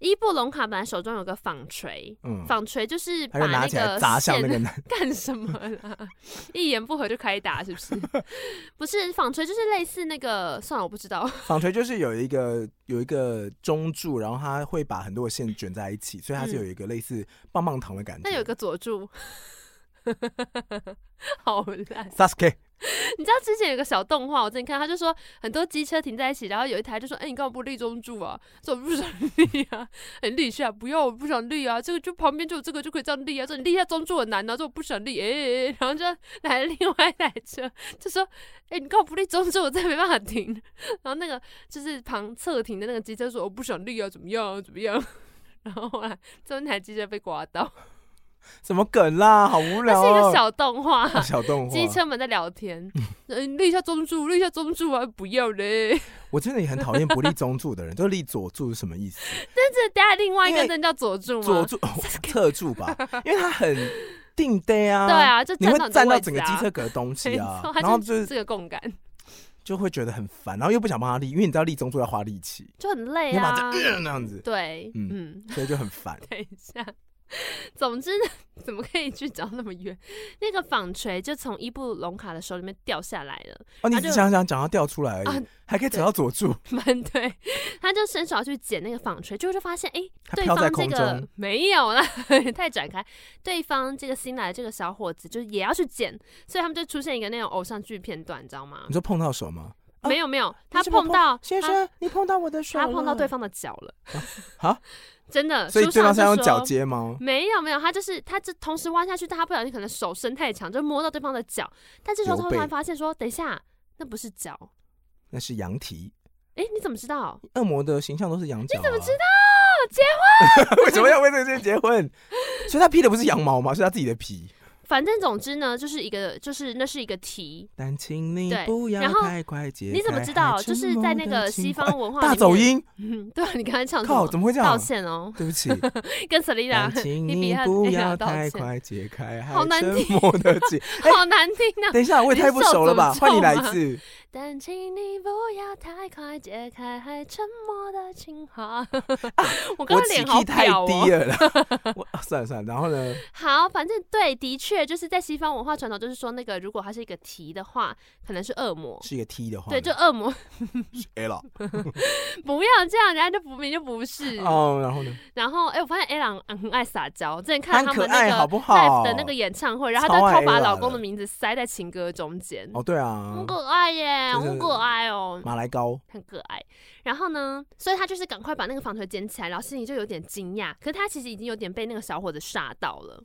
S3: 伊布隆卡本来手中有个纺锤，
S2: 嗯，
S3: 纺锤就是
S2: 他
S3: 把
S2: 就拿
S3: 那
S2: 起来
S3: 个
S2: 砸向
S3: 线
S2: 那个男，
S3: 干什么啦？ 一言不合就开打，是不是？不是纺锤，就是类似那个，算了，我不知道。
S2: 纺锤就是有一个有一个中柱，然后它会把很多的线卷在一起，所以它是
S3: 嗯
S2: 有一个类似棒棒糖的感觉。
S3: 那有一个佐助， 好烂。
S2: Sasuke，
S3: 你知道之前有个小动画，我之前看，他就说很多机车停在一起，然后有一台就说：“哎、你干嘛不绿中柱啊？”说：“我不想绿啊，很绿一下，不要，我不想绿啊。这个就旁边就有这个就可以这样绿啊。说你立一下中柱很难啊，说我不想绿，哎、哎哎然后就来了另外一台车，就说：“哎、你干嘛不立中柱？我真的没办法停。”然后那个就是旁侧停的那个机车说：“我不想绿啊，怎么样、啊，怎么样、然后后来最后那台机车被刮到，
S2: 什么梗啦？好无
S3: 那
S2: 聊
S3: 是一个
S2: 哦。
S3: 小动画。
S2: 啊小动画，
S3: 机车们在聊天， 嗯，立一下中柱，立一下中柱啊，不要嘞！
S2: 我真的也很讨厌不立中柱的人， 就立左柱是什么意思？
S3: 但是等下另外一
S2: 因
S3: 个
S2: 为
S3: 灯叫佐助吗？
S2: 左 柱、哦侧柱吧，因为它很定呆啊。
S3: 对，啊，就
S2: 你
S3: 站
S2: 会
S3: 到你的
S2: 占到
S3: 位置
S2: 整个机
S3: 啊
S2: 车格的东西啊
S3: 没错，它
S2: 然后
S3: 就
S2: 就是是
S3: 这个共感，
S2: 就会觉得很烦，然后又不想帮他立，因为你知道立中柱要花力气，
S3: 就很累
S2: 你要把
S3: 啊
S2: 它。这样那样子，
S3: 对，
S2: 呃嗯
S3: 嗯，
S2: 所以就很烦。
S3: 等一下。总之呢， 怎么可以去找那么远？ 那个纺锤就从伊布隆卡的手里面掉下来了。
S2: 哦，你
S3: 他
S2: 只
S3: 就
S2: 想想讲要掉出来而
S3: 啊
S2: 已，还可以找到佐助，
S3: 蛮对，他就伸手要去捡那个纺锤，结果就发现，哎、
S2: 它
S3: 对
S2: 飘在
S3: 方这
S2: 空
S3: 个
S2: 中
S3: 没有啦，太展开，对方这个新来的这个小伙子就也要去捡，所以他们就出现一个那种偶像剧片段，你知道吗
S2: 你？说碰到手吗？嗯啊
S3: 没有没有，他
S2: 你怎么
S3: 碰到
S2: 先
S3: 他
S2: 生，你碰到我的手
S3: 他
S2: 了，
S3: 碰到对方的脚了，
S2: 啊，
S3: 真的，
S2: 所以
S3: 书
S2: 对方
S3: 上
S2: 是要
S3: 就
S2: 用脚
S3: 说
S2: 接吗？
S3: 没有没有，他就是他这同时弯下去，但他不小心可能手伸太长，就摸到对方的脚，但这时候
S2: 刘
S3: 他突然
S2: 备
S3: 发现说，等一下，那不是脚，
S2: 那是羊蹄，
S3: 哎、你怎么知道？
S2: 恶魔的形象都是羊角。你怎么知
S3: 结
S2: 道？结 婚？为什么要为这个事情结婚？所以他披的不是羊毛吗？是他自己的皮。
S3: 反正总之呢，就是一个就是那是一个题，
S2: 但请你
S3: 对
S2: 不要
S3: 然后
S2: 太快解开
S3: 你怎么知道？
S2: 还沉
S3: 就是在那
S2: 默
S3: 个
S2: 的情
S3: 西
S2: 话
S3: 方文化
S2: 哎大
S3: 里
S2: 走
S3: 面，
S2: 音，
S3: 嗯， 对啊，你刚才唱什
S2: 靠，
S3: 么
S2: 怎么会这样？
S3: 道歉哦，
S2: 对不起，
S3: 跟 Selina
S2: 但请
S3: 你比
S2: 你
S3: 他
S2: 不
S3: 哎呀
S2: 要
S3: 道
S2: 太
S3: 歉
S2: 快解开，还
S3: 好难
S2: 沉
S3: 听
S2: 默的 情。哎，
S3: 好难听啊！
S2: 等一下，我也
S3: 你
S2: 太不
S3: 手
S2: 熟了
S3: 怎么
S2: 吧？换你
S3: 皱
S2: 来一
S3: 吗
S2: 次。
S3: 但请你不要太快解开还沉默的情话。 我刚
S2: 啊我
S3: 刚
S2: 起
S3: 脸好
S2: 气太
S3: 表
S2: 低
S3: 哦。
S2: 了啦，我啊算了算了，然后呢，
S3: 好，反正对，的确就是在西方文化传统，就是说那个如果它是一个题的话，可能是恶魔。
S2: 是一个 T 的话呢，
S3: 对，就恶魔，
S2: 是 L
S3: 不要这样，人家就不明就不 是。
S2: 哦，然后呢，
S3: 然后，哎、我发现 A 朗很爱撒娇，之前
S2: 她很
S3: 看他们
S2: 可爱
S3: 那
S2: 好
S3: 个
S2: 不
S3: Live 的那
S2: 好
S3: 个演唱会，然后她
S2: 超
S3: 就
S2: 爱
S3: 偷
S2: A
S3: 把
S2: 朗
S3: 老公
S2: 的
S3: 的名字塞在情歌中间，
S2: 哦对啊
S3: 很，可爱耶，
S2: 就是
S3: 很可爱哦，
S2: 马来糕，
S3: 很可爱。然后呢，所以她就是赶快把那个纺锤捡起来，然后心里就有点惊讶，可是她其实已经有点被那个小伙子吓到了，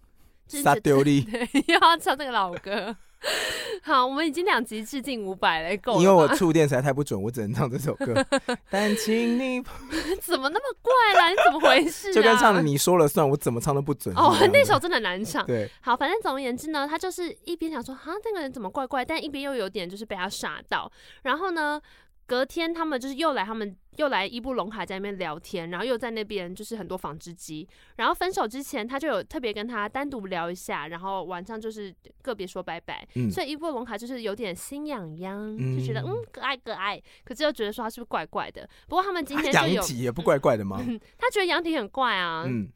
S3: 就是
S2: 撒
S3: 觉得
S2: 丢力，
S3: 又要唱这个老歌。 好，我们已经两集致敬伍佰了，够
S2: 因为
S3: 了
S2: 我
S3: 吧？
S2: 触电实在太不准，我只能唱这首歌。但请你，
S3: 怎么那么怪啦？你怎么回事、啊？
S2: 就跟唱的你说了算，我怎么唱都不准。
S3: 哦
S2: 是一样，的
S3: 那首真的难唱。
S2: 对，
S3: 好，反正总而言之呢，他就是一边想说哈，那个人怎么怪怪，但一边又有点就是被他吓到。然后呢，隔天他们就是又来他们又来伊布隆卡在那边聊天，然后又在那边就是很多纺织机，然后分手之前他就有特别跟他单独聊一下，然后晚上就是个别说拜拜，
S2: 嗯
S3: 所以伊布隆卡就是有点心痒痒，就觉得
S2: 嗯
S3: 嗯可爱可爱，可是又觉得说他是不是怪怪的，不过他们今天就
S2: 羊
S3: 有嗯
S2: 体也不怪怪的吗？
S3: 他觉得杨迪很怪啊，
S2: 嗯，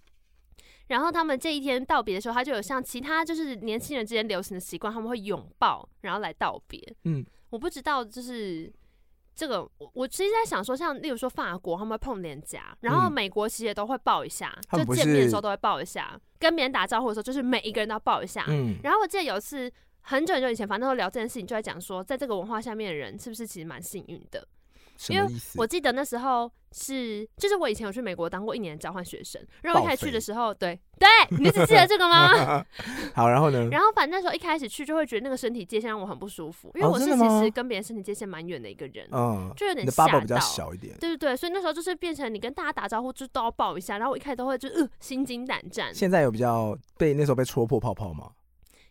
S3: 然后他们这一天道别的时候，他就有像其他就是年轻人之间流行的习惯，他们会拥抱，然后来道别。
S2: 嗯，
S3: 我不知道就是这个，我我其实在想说，像例如说法国，他们会碰脸颊，然后
S2: 嗯
S3: 美国其实也都会抱一下，
S2: 他们
S3: 就
S2: 不
S3: 见面的
S2: 是
S3: 时候都会抱一下，跟别人打招呼的时候，就是每一个人都要抱一下。
S2: 嗯，
S3: 然后我记得有一次。很久很久以前，反正都聊这件事情，就在讲说，在这个文化下面的人是不是其实蛮幸运的？
S2: 什
S3: 因
S2: 么
S3: 为
S2: 意思
S3: 我？记得那时候是，就是我以前有去美国当过一年的交换学生，然后我一
S2: 报
S3: 开始去
S2: 废
S3: 的时候，对对，你只记得这个吗？
S2: 好，然后呢？
S3: 然后反正那时候一开始去就会觉得那个身体界限让我很不舒服，因为
S2: 哦
S3: 我是
S2: 真的
S3: 其
S2: 吗
S3: 实跟别人身体界限蛮远的一个人，
S2: 嗯，
S3: 就有
S2: 你
S3: 点
S2: 的
S3: 吓
S2: bubble
S3: 到。
S2: 比较小一点。
S3: 对对对，所以那时候就是变成你跟大家打招呼就都要抱一下，然后我一开始都会就呃心惊胆战，
S2: 现在有比较被那时候被戳破泡泡吗？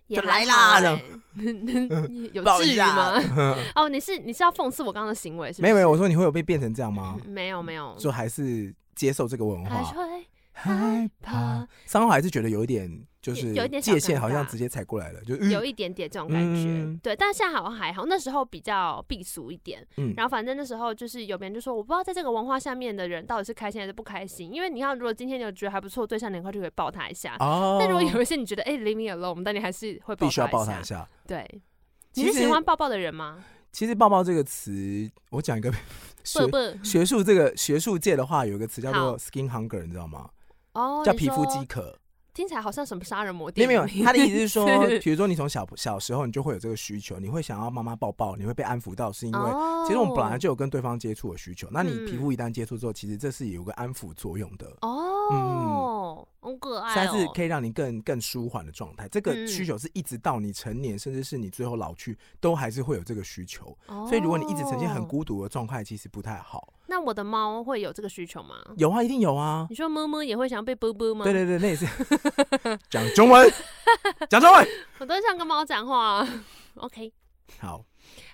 S3: 也
S2: 就
S3: 还
S2: 来啦
S3: 好
S2: 这
S3: 欸 有
S2: 抱
S3: 至
S2: 一
S3: 于
S2: 下
S3: 吗？ 哦，你是你是要讽刺我刚刚的行为是不是？嗯
S2: 没有没有，我说你会有被变成这样吗？
S3: 没有没有，
S2: 就还是接受这个文
S3: 还是
S2: 化？
S3: 会
S2: 害怕，伤后还是觉得有一点，就是
S3: 有一点小
S2: 界限
S3: 尴
S2: 好像
S3: 尬
S2: 直接踩过来了，就
S3: 有
S2: 一
S3: 一点点这种感觉，
S2: 嗯
S3: 对，但现在好像还好，那时候比较避俗一点。
S2: 嗯
S3: 然后反正那时候就是有别人就说，我不知道在这个文化下面的人到底是开心还是不开心，因为你看，如果今天你有觉得还不错的对象，你很快就可以抱他一下。
S2: 哦，
S3: 但如果有一些你觉得哎、l e a v e me alone，但你还是会抱
S2: 必须要抱
S3: 他
S2: 他一下。
S3: 对，你
S2: 其
S3: 是
S2: 实
S3: 喜欢抱抱的人吗？
S2: 其实“抱抱”这个词，我讲一个学
S3: 不不，
S2: 学术这个学术界的话，有一个词叫
S3: 好
S2: 做 “skin hunger”，你知道吗？
S3: 哦，
S2: 叫
S3: 你
S2: 皮肤
S3: 说
S2: 饥，渴。
S3: 听起来好像什么杀人魔
S2: 没
S3: 电
S2: 有没有，
S3: 影
S2: 他的意思是 说
S3: 是，
S2: 比如说你从小小时候你就会有这个需求，你会想要妈妈抱抱，你会被安抚到，是因为
S3: 哦，
S2: 其实我们本来就有跟对方接触的需求。那你皮
S3: 嗯
S2: 肤一旦接触之后，其实这是有个安抚作用的。嗯
S3: 哦，很可爱
S2: 它
S3: 哦，
S2: 是可以让你更更舒缓的状态，这个
S3: 嗯
S2: 需求是一直到你成年，甚至是你最后老去，都还是会有这个需求。所以如果你一直呈现很
S3: 哦
S2: 孤独的状态，其实不太好。
S3: 那我的猫会有这个需求吗？
S2: 有啊，一定有啊。
S3: 你说么么也会想要被啵啵吗？
S2: 对对对， 那也是讲中文，讲中文。
S3: 我都想跟猫讲话。OK，啊
S2: 好，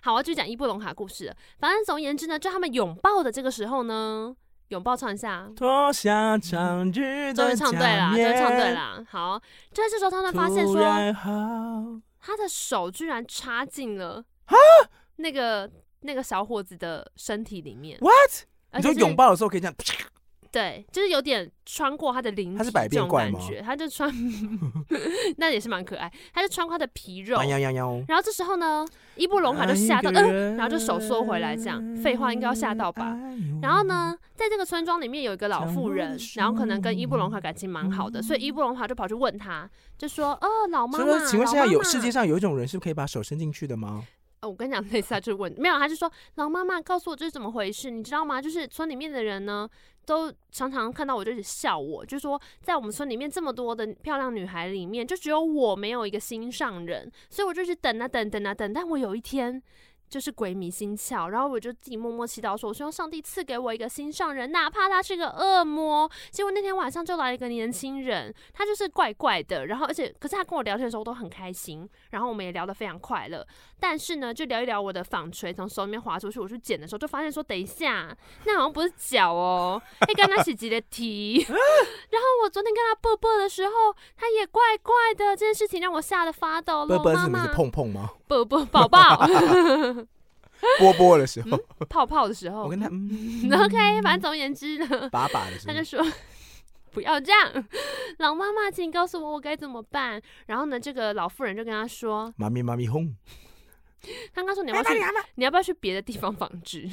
S3: 好，我要继续讲伊布隆卡故事了。反正总而言之呢，就他们拥抱的这个时候呢，拥抱唱一下，
S2: 脱下长日
S3: 终
S2: 的
S3: 于唱对
S2: 假
S3: 啦，终于
S2: 面
S3: 唱对。啦。好，就在这时候，他们发现
S2: 突
S3: 说，
S2: 然好，
S3: 他的手居然插进了那个那个小伙子的身体里面。
S2: What？
S3: 而
S2: 你
S3: 且
S2: 就是拥抱的时候可以这样，
S3: 对，就是有点穿过他的灵体，
S2: 他是百变怪
S3: 感
S2: 吗
S3: 觉，他就穿， 那也是蛮可爱，他就穿过他的皮肉，
S2: 喵喵喵。
S3: 然后这时候呢，伊布隆卡就吓到，
S2: 爱一个
S3: 嗯、然后就手缩回来，这样
S2: 人
S3: 废话应该要吓到吧？？然后呢，在这个村庄里面有一个老妇人，然后可能跟伊布隆卡感情蛮好的，所以伊布隆卡就跑去问他，就说：“哦，老妈
S2: 所以
S3: 妈，
S2: 说，请问现在
S3: 老妈
S2: 有
S3: 妈
S2: 世界、上有一种人是可以把手伸进去的吗？
S3: 哦我跟你讲，那次他就问，没有，他就说：老妈妈，告诉我这是怎么回事，你知道吗？就是村里面的人呢，都常常看到我就是笑我，就说在我们村里面这么多的漂亮女孩里面，就只有我没有一个心上人，所以我就是等啊等，等啊等，但我有一天。就是鬼迷心窍，然后我就自己默默祈祷说，我希望上帝赐给我一个心上人，哪怕他是个恶魔。结果那天晚上就来了一个年轻人，他就是怪怪的，然后而且可是他跟我聊天的时候我都很开心，然后我们也聊得非常快乐。但是呢，就聊一聊我的纺锤从手里面滑出去，我去捡的时候就发现说，等一下，那好像不是脚哦，那刚刚洗洁的蹄。 然后我昨天跟他啵啵的时候，他也怪怪的，这件事情让我吓得发抖
S2: 波
S3: 了。
S2: 波是
S3: 妈
S2: 什么意
S3: 哦妈嗯
S2: 思？，碰碰吗？
S3: 啵啵宝宝
S2: 波波的时候，
S3: 泡泡的时候
S2: 我跟他 嗯
S3: ，OK，反正总而言之呢，
S2: 把把的时
S3: 他
S2: 候
S3: 就，说。不要这样，老妈妈，请告诉我我该怎么办。然后呢，这个老妇人就跟他说，
S2: 妈咪妈咪轰，
S3: 他刚说你要不要去，你要不要去别的地方纺织？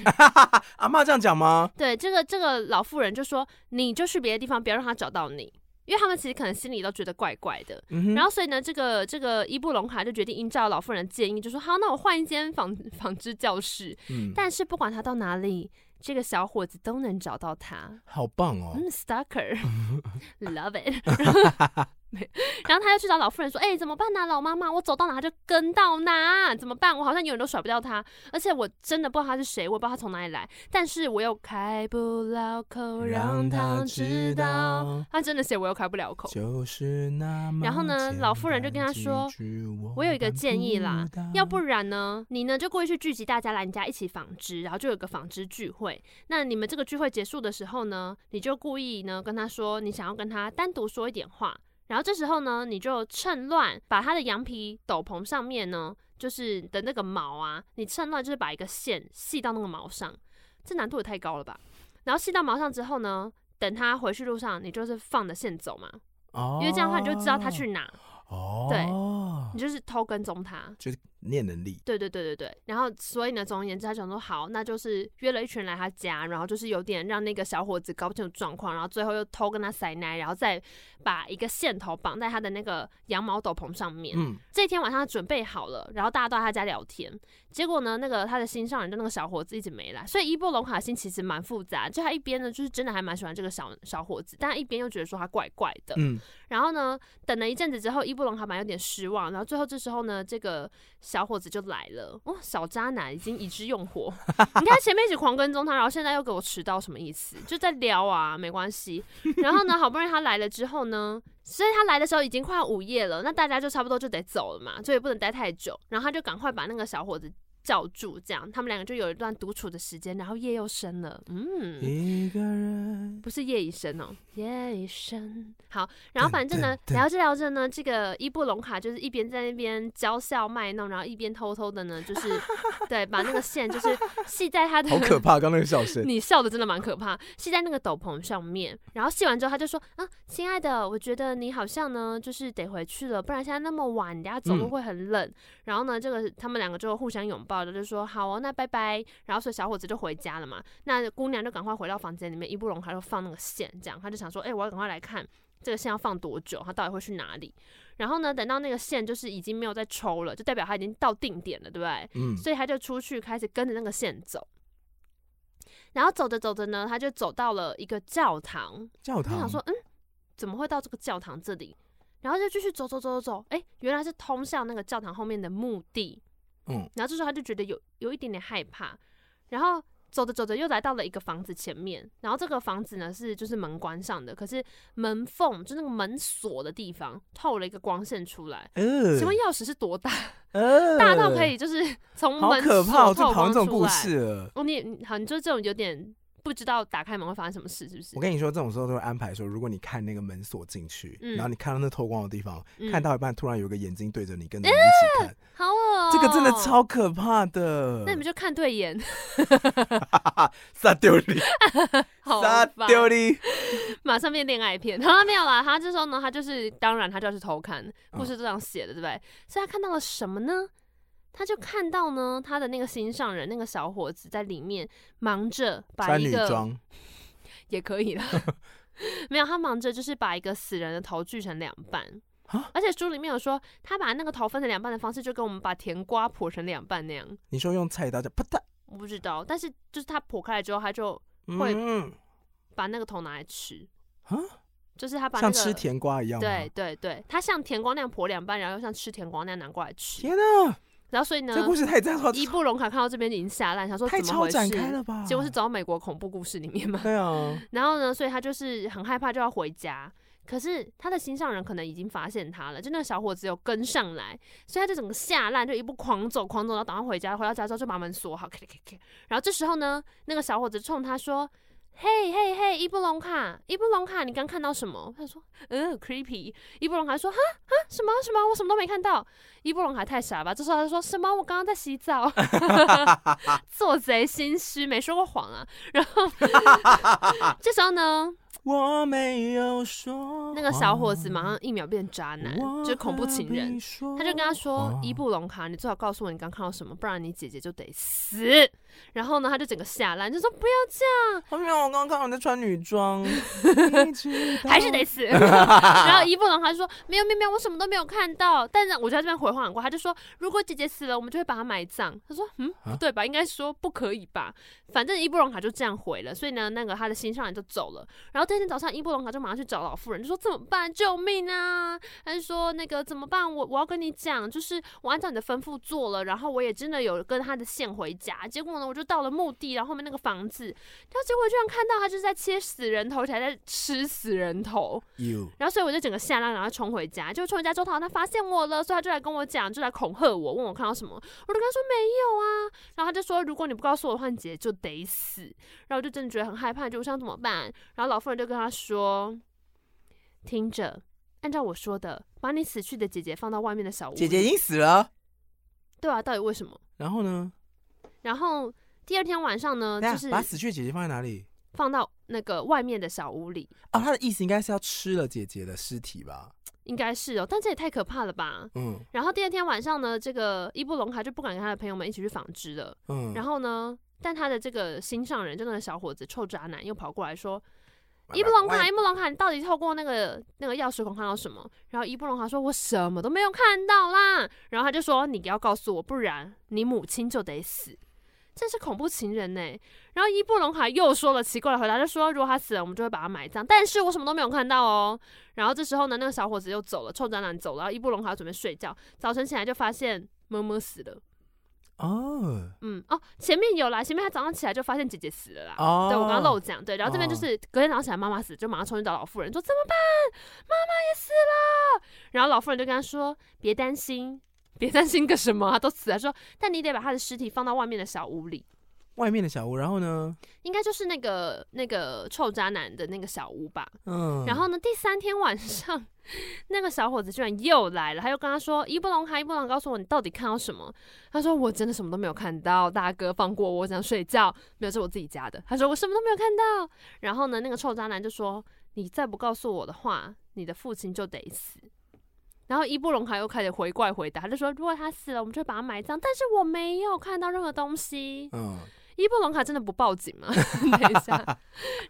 S2: 阿妈这样讲吗？
S3: 对，这个这个老妇人就说，你就去别的地方，不要让他找到你，因为他们其实可能心里都觉得怪怪的。
S2: 嗯哼
S3: 然后所以呢，这个这个伊布隆卡就决定依照老妇人的建议，就说好，那我换一间纺纺织教室。
S2: 嗯，
S3: 但是不管他到哪里，这个小伙子都能找到他。
S2: 好棒哦，
S3: 嗯，stalker，love it。然后他又去找老妇人说：“哎、怎么办呢、老妈妈，我走到哪就跟到哪，怎么办？我好像永远都甩不掉他，而且我真的不知道他是谁，我也不知道他从哪里来，但是我又开不了口，让他知道。”他真的写我又开不了口，
S2: 就是那么
S3: 然后呢
S2: 简
S3: 老妇人就
S2: 单
S3: 跟他
S2: 几
S3: 说
S2: 句
S3: 我有一个
S2: 办
S3: 建议啦
S2: 不到
S3: 要不然呢，你呢就过去聚集大家来你家一起纺织，然后就有个纺织聚会。那你们这个聚会结束的时候呢，你就故意呢跟他说你想要跟他单独说一点话，然后这时候呢，你就趁乱把他的羊皮斗篷上面呢，就是的那个毛啊，你趁乱就是把一个线系到那个毛上，这难度也太高了吧？然后系到毛上之后呢，等他回去路上，你就是放着线走嘛，
S2: 哦，
S3: 因为这样的话你就知道他去哪，
S2: 哦，
S3: 对你就是偷跟踪他。
S2: 念能力
S3: 对对对对对，然后所以呢，总而言之，他想说好，那就是约了一群人来他家，然后就是有点让那个小伙子搞不清楚状况，然后最后又偷跟他塞奶，然后再把一个线头绑在他的那个羊毛斗篷上面。
S2: 嗯，
S3: 这天晚上他准备好了，然后大家都在他家聊天。结果呢，那个他的心上人就那个小伙子一直没来，所以伊波隆卡心其实蛮复杂。就他一边呢，就是真的还蛮喜欢这个小小伙子，但一边又觉得说他怪怪的。
S2: 嗯，
S3: 然后呢，等了一阵子之后，伊布隆卡板有点失望，然后最后这时候呢，这个小伙子就来了。哇、小渣男已经已知用火，你看前面一直狂跟踪他，然后现在又给我迟到，什么意思？就在聊啊，没关系。然后呢，好不容易他来了之后呢，所以他来的时候已经快要午夜了，那大家就差不多就得走了嘛，所以不能待太久。然后他就赶快把那个小伙子。叫住，这样他们两个就有一段独处的时间，然后夜又深了，嗯，
S2: 一个人
S3: 不是夜已深哦，夜已深。好，然后反正呢，
S2: 噔噔噔
S3: 聊着聊着呢，这个伊布隆卡就是一边在那边娇笑卖弄，然后一边偷偷的呢，就是 对，把那个线就是系在他的。，
S2: 好可怕，刚那个笑声
S3: 你笑的真的蛮可怕，系在那个斗篷上面，然后系完之后他就说：“啊，亲爱的，我觉得你好像呢，就是得回去了，不然现在那么晚，你等下走路
S2: 嗯
S3: 会很冷。然后呢，这个他们两个就互相拥抱着，就说：“好哦，那拜拜。”然后所以小伙子就回家了嘛，那姑娘就赶快回到房间里面，伊布隆卡就放那个线，这样他就想说：“哎、我要赶快来看。”这个线要放多久？他到底会去哪里？然后呢？等到那个线就是已经没有再抽了，就代表他已经到定点了，对不对？
S2: 嗯，
S3: 所以他就出去开始跟着那个线走。然后走着走着呢，他就走到了一个教堂。
S2: 教
S3: 他
S2: 堂
S3: 想说，嗯，怎么会到这个教堂这里？然后就继续走走走走走，哎，原来是通向那个教堂后面的墓地。
S2: 嗯，
S3: 然后这时候他就觉得有有一点点害怕，然后走着走着又来到了一个房子前面。然后这个房子呢是就是门关上的，可是门缝就那个门锁的地方透了一个光线出来。
S2: 呃，
S3: 请问钥匙是多大？
S2: 呃，
S3: 大到可以就是 从
S2: 好
S3: 门
S2: 可怕，
S3: 锁
S2: 我最讨厌
S3: 透光
S2: 这种
S3: 出
S2: 故
S3: 来。
S2: 事了。
S3: 哦，你也你好，你就这种有点不知道打开门会发生什么事，是不是
S2: 我？跟你说，这种时候都会安排说，如果你看那个门锁进去，
S3: 嗯
S2: 然后你看到那透光的地方，
S3: 嗯啊
S2: 看到一半突然有个眼睛对着你，跟着你一起看，
S3: 好恶、
S2: 这个真的。超可怕的。
S3: 哦那你们就看对眼，
S2: 撒丢你，
S3: 好
S2: 撒
S3: 吧？
S2: 丢你，
S3: 马上变恋爱片。 他没有啦，他这时候呢，他就是当然他就要去偷看，
S2: 嗯
S3: 故事就这样写的，对不对？所以他看到了什么呢？他就看到呢，他的那个心上人，那个小伙子在里面忙着把
S2: 穿
S3: 一
S2: 女
S3: 个
S2: 装，
S3: 也可 以啦。没有，他忙着就是把一个死人的头锯成两半
S2: 啊。
S3: 而且书里面有说，他把那个头分成两半的方式，就跟我们把甜瓜剖成两半那样。
S2: 你说用菜刀就啪嗒，
S3: 我不知道，但是就是他剖开来之后，他就会
S2: 嗯，
S3: 把那个头拿来吃，
S2: 啊，
S3: 就是他把、那
S2: 像
S3: 个、
S2: 吃甜瓜一样吗？
S3: 对对对，他像甜瓜那样剖两半，然后又像吃甜瓜那样拿过来吃。
S2: 天啊，
S3: 然后所以呢
S2: 这，故事太超
S3: 伊布隆卡看到这边已经吓烂，想说
S2: 太
S3: 怎么
S2: 超
S3: 回
S2: 展开了
S3: 事？
S2: 吧？
S3: 结果是走到美国恐怖故事里面嘛。
S2: 对啊，
S3: 然后呢，所以他就是很害怕，就要回家。可是他的心上人可能已经发现他了，就那个小伙子有跟上来，所以他就整个吓烂，就一步狂走狂走，然后打算回家。回到家之后就把门锁好，咔咔咔咔。然后这时候呢，那个小伙子冲他说：“嘿嘿嘿，伊布隆卡，伊布隆卡，你刚看到什么？”他说：“嗯，creepy。”伊布隆卡说：“哈哈，什么什么？我什么都没看到。”伊布隆卡太傻了吧？这时候他就说什么？我刚刚在洗澡，做贼心虚，没说过谎啊。然后这时候呢，
S2: 我没有说
S3: 那个小伙子马上一秒变渣男，
S2: 谎
S3: 就是恐怖情人。，他就跟他说：“
S2: 谎
S3: 伊布隆卡，你最好告诉我你刚看到什么，不然你姐姐就得死。”然后呢，他就整个吓烂，就说：“不要这
S2: 他没有，哎我刚刚看到你在穿女装，
S3: 样， 还 是得死。”然后伊布隆卡就说：“没有没有没有，我什么都没有看到。”但是我就在这边回话很过，他就说：“如果姐姐死了，我们就会把她埋葬。”他说：“嗯，
S2: 啊
S3: 不对吧？应该说不可以吧？反正伊布隆卡就这样回了。所以呢，那个他的心上人就走了。然后然后第二天早上，伊波隆卡就马上去找老妇人，就说怎么办？救命啊！他就说那个怎么办？我我要跟你讲，就是我按照你的吩咐做了，然后我也真的有跟他的线回家。结果呢，我就到了墓地，然后后面那个房子，然后结果居然看到他就是在切死人头，而且还在吃死人头。
S2: You
S3: 然后所以我就整个吓到，然后冲回家。就冲回家之后，他好像发现我了，所以他就来跟我讲，就来恐吓我，问我看到什么。我就跟他说没有啊，然后他就说如果你不告诉我的话，你姐姐就得死。然后我就真的觉得很害怕，就我想怎么办？然后老妇人就跟他说，听着，按照我说的，把你死去的姐姐放到外面的小屋里。
S2: 姐姐已经死了，
S3: 对啊，到底为什么？
S2: 然后呢？
S3: 然后第二天晚上呢，
S2: 等
S3: 嗯就
S2: 一
S3: 是
S2: 下啊把死去的姐姐放在哪里？
S3: 放到那个外面的小屋里，
S2: 哦，他的意思应该是要吃了姐姐的尸体吧？
S3: 应该是哦，但这也太可怕了吧。
S2: 嗯
S3: 然后第二天晚上呢，这个伊布隆卡就不敢跟他的朋友们一起去纺织了。
S2: 嗯，
S3: 然后呢，但他的这个心上人，就那个小伙子臭渣男，又跑过来说：“
S2: 拜拜
S3: 伊布隆卡，
S2: 喂
S3: 伊布隆卡，你到底透过那个那个钥匙孔看到什么？”然后伊布隆卡说：“我什么都没有看到啦。”然后他就说：“你要告诉我，不然你母亲就得死。”这是恐怖情人呢、然后伊布隆卡又说了奇怪的回答，就说：“如果他死了，我们就会把他埋葬。”但是我什么都没有看到哦。然后这时候呢，那个小伙子又走了，臭渣男走了。然后伊布隆卡准备睡觉，早晨起来就发现么么死了。
S2: 哦
S3: 嗯哦，前面有啦，前面他早上起来就发现姐姐死了啦。
S2: 哦，
S3: 对，我刚刚漏讲，对，然后这边就
S2: 哦
S3: 是隔天早上起来，妈妈死，就马上冲去找老妇人，说怎么办？妈妈也死了。然后老妇人就跟他说，别担心，别担心个什么、啊，都死了。说，但你得把她的尸体放到外面的小屋里，
S2: 外面的小屋，然后呢？
S3: 应该就是那个那个臭渣男的那个小屋吧。
S2: 嗯，
S3: 然后呢，第三天晚上，那个小伙子居然又来了，他又跟他说：“伊布隆卡，伊布隆卡，告诉我你到底看到什么？”他说：“我真的什么都没有看到，大哥放过我，我想睡觉。没有，这是我自己家的。”他说：“我什么都没有看到。”然后呢，那个臭渣男就说：“你再不告诉我的话，你的父亲就得死。”然后伊布隆卡又开始回怪回答，他就说：“如果他死了，我们就会把他埋葬，但是我没有看到任何东西。”
S2: 嗯，
S3: 伊波隆卡真的不报警吗？ 等一下，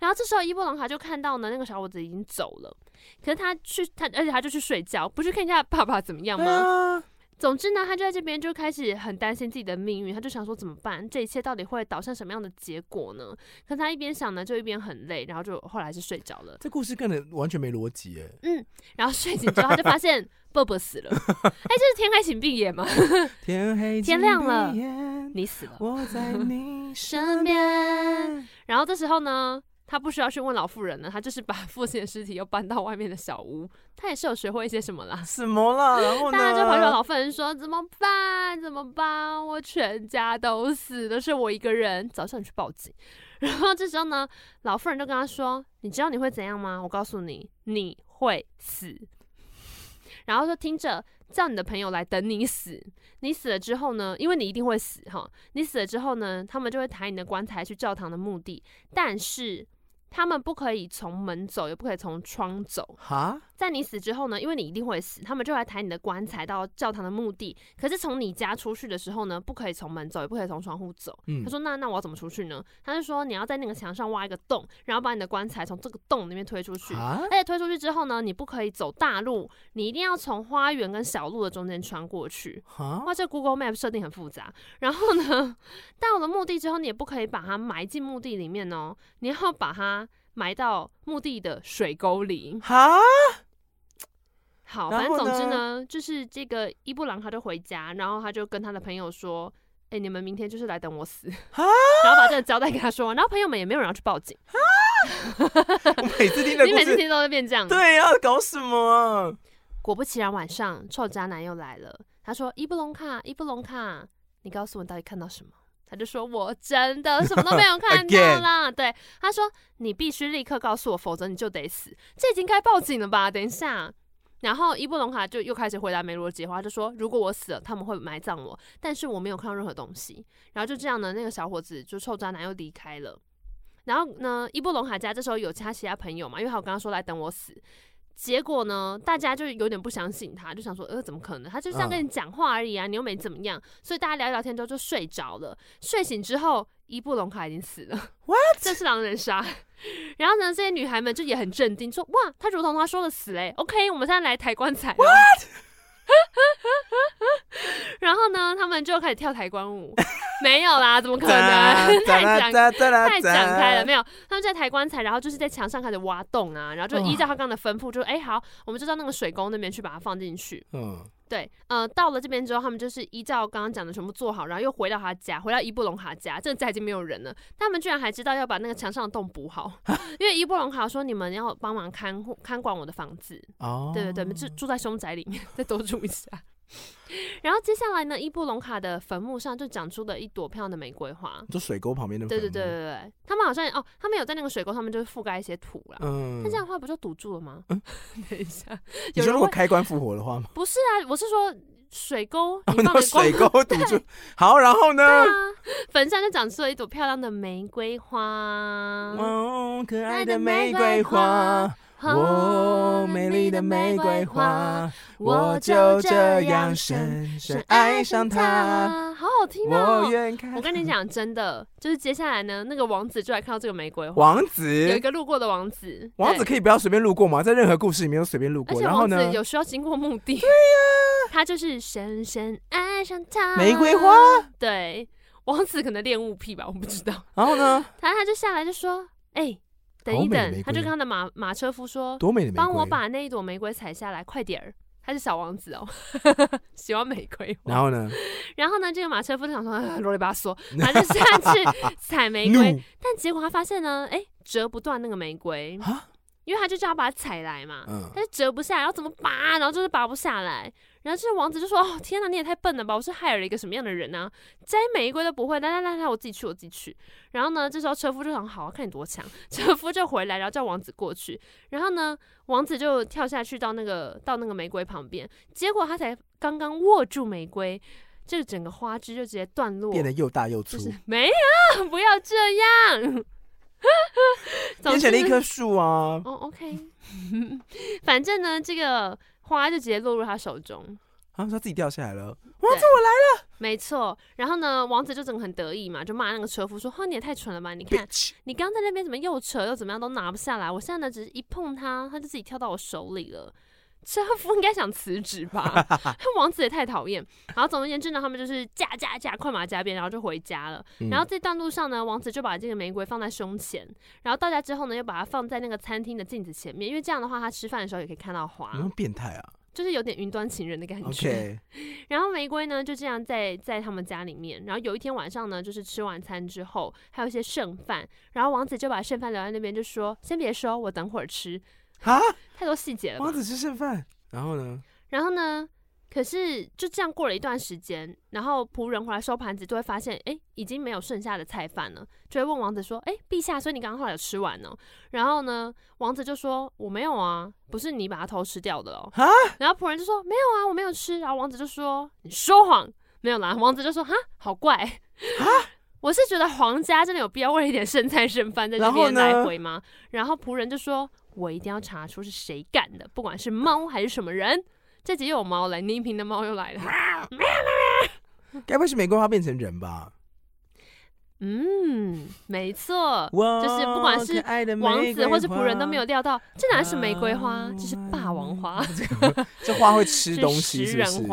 S3: 然后这时候伊波隆卡就看到呢，那个小伙子已经走了，可是他去他，而且他就去睡觉，不去看一下爸爸怎么样
S2: 对
S3: 吗？
S2: 啊，
S3: 总之呢，他就在这边就开始很担心自己的命运，他就想说怎么办，这一切到底会导向什么样的结果呢？可他一边想呢，就一边很累，然后就后来是睡着了。
S2: 这故事根本完全没逻辑哎。
S3: 然后睡醒之后，他就发现 伯伯死了。哎、这是天黑请闭眼吗？
S2: 天黑
S3: 天
S2: 请
S3: 亮了
S2: 闭眼
S3: 你死了。
S2: 我 在你
S3: 身
S2: 身边。
S3: 边。然后这时候呢，他不需要去问老妇人了，他就是把 父亲的尸体又搬到外面的小屋。他也是有学会一些什么啦。
S2: 什么啦？然后呢？
S3: 大家就跑去找老妇人说：“怎么办？怎么办？我全家都死了，是我一个人。早上你去报警。”然后这时候呢，老妇人就跟他说：“你知道你会怎样吗？我告诉你，你会死。”然后说：“听着，叫你的朋友来等你死。你死了之后呢，因为你一定会死哈。你死了之后呢，他们就会抬你的棺材去教堂的墓地，但是他们不可以从门走，也不可以从窗走。
S2: 哈，
S3: 在你死之后呢，因为你一定会死，他们就来抬你的棺材到教堂的墓地。可是从你家出去的时候呢，不可以从门走，也不可以从窗户走。
S2: 嗯
S3: 他，说：“那那我要怎么出去呢？”他就说：“你要在那个墙上挖一个洞，然后把你的棺材从这个洞里面推出去。
S2: 啊，
S3: 而且推出去之后呢，你不可以走大路，你一定要从花园跟小路的中间穿过去。
S2: 哈，
S3: 哇，这 Google Map 设定很复杂。然后呢，到了墓地之后，你也不可以把它埋进墓地里面哦，你要把它埋到墓地的水沟里。
S2: 哈，
S3: 好，
S2: 然
S3: 反正
S2: 后
S3: 总之
S2: 呢
S3: 呢，就是这个伊布朗他就回家，然后他就跟他的朋友说：“哎、你们明天就是来等我死。”
S2: 啊
S3: 然后把这个交代给他说完，然后朋友们也没有人要去报警，
S2: 我每次听的
S3: 你
S2: 故
S3: 每次
S2: 事，
S3: 听都会变这样。
S2: 对呀、啊，搞什么啊？
S3: 果不其然，晚上臭渣男又来了，他说：“伊布隆卡，伊布隆卡，你告诉我你到底看到什么？”他就说：“我真的什么都没有看到
S2: Again
S3: 啦。”对，他说：“你必须立刻告诉我，否则你就得死。”这已经该报警了吧？等一下。然后伊布隆卡就又开始回答梅罗杰话，他就说：“如果我死了，他们会埋葬我，但是我没有看到任何东西。”然后就这样呢，那个小伙子就臭渣男又离开了。然后呢，伊布隆卡家这时候有其他其他朋友嘛，因为他有刚刚说来等我死。结果呢，大家就有点不相信他，就想说，呃，怎么可能？他就是要跟你讲话而已啊，你又没怎么样。所以大家聊一聊天之后就睡着了。睡醒之后，伊布隆卡已经死了。
S2: What？
S3: 这是狼人杀。然后呢，这些女孩们就也很震惊，说：“哇，他如同他说的死嘞、OK，我们现在来抬棺材。” What？然后呢，他们就开始跳抬棺舞。 没有啦，怎么可能？太展太展开了，没有。他们在抬棺材，然后就是在墙上开始挖洞啊，然后就依照他刚刚的吩咐，就哎、好，我们就到那个水沟那边去把它放进去。
S2: 嗯，
S3: 对，呃，到了这边之后，他们就是依照刚刚讲的全部做好，然后又回到他家，回到伊波隆哈家，这个家已经没有人了。但他们居然还知道要把那个墙上的洞补好，因为伊波隆哈说你们要帮忙看护看管我的房子，
S2: 哦，
S3: 对对对，我们住住在凶宅里面，再多住一下。 然后接下来呢，伊布隆卡的坟墓上就长出了一朵漂亮的玫瑰花。
S2: 就水沟旁边的，
S3: 对对对对，对，他们好像哦，他们有在那个水沟上面就是覆盖一些土啦。
S2: 嗯
S3: 那、，这样的话不就堵住了吗？ 等一下，
S2: 你
S3: 有
S2: 说
S3: 人
S2: 如果
S3: 会
S2: 开关复活的话吗？
S3: 不是啊，我是说水沟，
S2: 哦，
S3: 你放
S2: 那
S3: 了光
S2: 水沟堵住，好，然后呢？
S3: 坟上就长出了一朵漂亮的玫瑰花。
S2: 哦，可爱
S1: 爱
S2: 的
S1: 的玫
S2: 玫瑰
S1: 瑰
S2: 花
S1: 花，
S2: 哦，美丽的玫瑰花，，我就这样深深爱上它。，
S3: 好好听
S2: 我
S3: 哦。
S2: 愿看。
S3: 我跟你讲，真的，就是接下来呢，那个王子就来看到这个玫瑰花，
S2: 王
S3: 有一
S2: 子，
S3: 个路过的王子，
S2: 王子
S3: 对，
S2: 可以不要随便路过吗？在任何故事里面都随便路
S3: 而
S2: 过。
S3: 且
S2: 然后
S3: 王
S2: 呢
S3: 子？有需要经过墓地，对呀、他就是深深爱上他
S2: 玫瑰花，
S3: 对，王子可能恋物癖吧，我不知道，
S2: 然后呢？
S3: 他他就下来就说，哎、等
S2: 好
S3: 一
S2: 美的玫瑰
S3: 等，他就跟他的马马车夫说，
S2: 多美的玫瑰！
S3: 帮我。把那一朵玫瑰采下来，快点儿。他是小王子哦， 喜欢玫瑰花。
S2: 然后呢？
S3: 然后呢，这个马车夫就想说，哎啰里吧 嗦，他就下去采玫瑰。
S2: 怒
S3: 但结果他发现呢，哎，折不断那个玫瑰
S2: 啊，
S3: 因为他就叫他把它采来嘛，
S2: 嗯，
S3: 但是折不下来，要怎么拔？啊然后就是拔不下来。然后这王子就说：“哦，天哪，你也太笨了吧！我是害了一个什么样的人啊？摘玫瑰都不会，来来来来，我自己去，我自己去。”然后呢，这时候车夫就想：“好啊，看你多强。”车夫就回来，然后叫王子过去。然后呢，王子就跳下去到那个到那个玫瑰旁边，结果他才刚刚握住玫瑰，这整个花枝就直接断落，
S2: 变得又大又粗
S3: 就，是没有，不要这样，
S2: 变成了一棵树啊！
S3: 哦，OK，反正呢，这个花就直接落入他手中，
S2: 啊，它自己掉下来了。
S3: 没错。然后呢，王子就整个很得意嘛，就骂那个车夫说：“哈，你也太蠢了吧！你看，
S2: Bitch，
S3: 你刚在那边怎么又扯又怎么样都拿不下来，我现在呢只是一碰它，它就自己跳到我手里了。” 车夫应该想辞职吧，王子也太讨厌。然后总而言之呢，他们就是驾驾驾，快马加鞭，然后就回家了。
S2: 嗯
S3: 然后这段路上呢，王子就把这个玫瑰放在胸前，然后到家之后呢，又把它放在那个餐厅的镜子前面，因为这样的话，他吃饭的时候也可以看到花，
S2: 你们变态啊
S3: 就是有点云端情人的感觉。
S2: ！OK，
S3: 然后玫瑰呢，就这样在在他们家里面。然后有一天晚上呢，就是吃完餐之后，还有一些剩饭，然后王子就把剩饭留在那边，就说先别收，我等会儿吃。
S2: 啊，
S3: 太多细节了吧
S2: 王子吃剩饭，然后呢？
S3: 然后呢，可是就这样过了一段时间，然后仆人回来收盘子，就会发现，哎，已经没有剩下的菜饭了，就会问王子说，哎，陛下，所以你刚刚后来有吃完呢、然后呢，王子就说，我没有啊，不是你把它偷吃掉的哦。
S2: 啊
S3: 然后仆人就说，没有啊，我没有吃。然后王子就说，你说谎，没有啦。王子就说，哈，好怪。 我是觉得皇家真的有必要为了一点剩菜剩饭在这
S2: 然后
S3: 边
S2: 呢
S3: 来回吗？然后仆人就说：“我一定要查出是谁干的，不管是猫还是什么人。”这集又有猫来，倪萍的猫又 来了。
S2: 该不会是玫瑰花变成人吧？
S3: 嗯，没错，
S2: 哇
S3: 就是不管是
S2: 可爱的玫瑰花
S3: 王子或是仆人都没有料到，这哪是玫瑰花
S2: 啊，
S3: 这是霸王花，
S2: 这花会
S3: 这
S2: 吃
S3: 是
S2: 东西，是
S3: 食
S2: 不
S3: 人
S2: 是？啊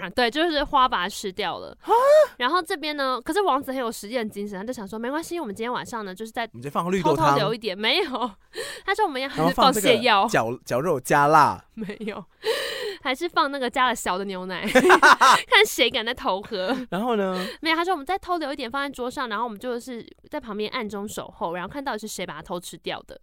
S3: 花。对，就是花把它吃掉了。然后这边呢，可是王子很有实践精神，他就想说没关系，我们今天晚上呢就是在
S2: 我们就放绿
S3: 偷
S2: 豆
S3: 偷
S2: 汤，
S3: 留一点，没有，他说我们要
S2: 然
S3: 还
S2: 后
S3: 是放
S2: 这
S3: 泻药
S2: 个，绞绞肉加辣，
S3: 没有，还是放那个加了小的 牛奶，看谁敢再偷喝。
S2: 然后呢？
S3: 没有，他说我们再偷留一点放在桌上，然后我们就是在旁边暗中守候，然后看到底是谁把它偷吃掉的。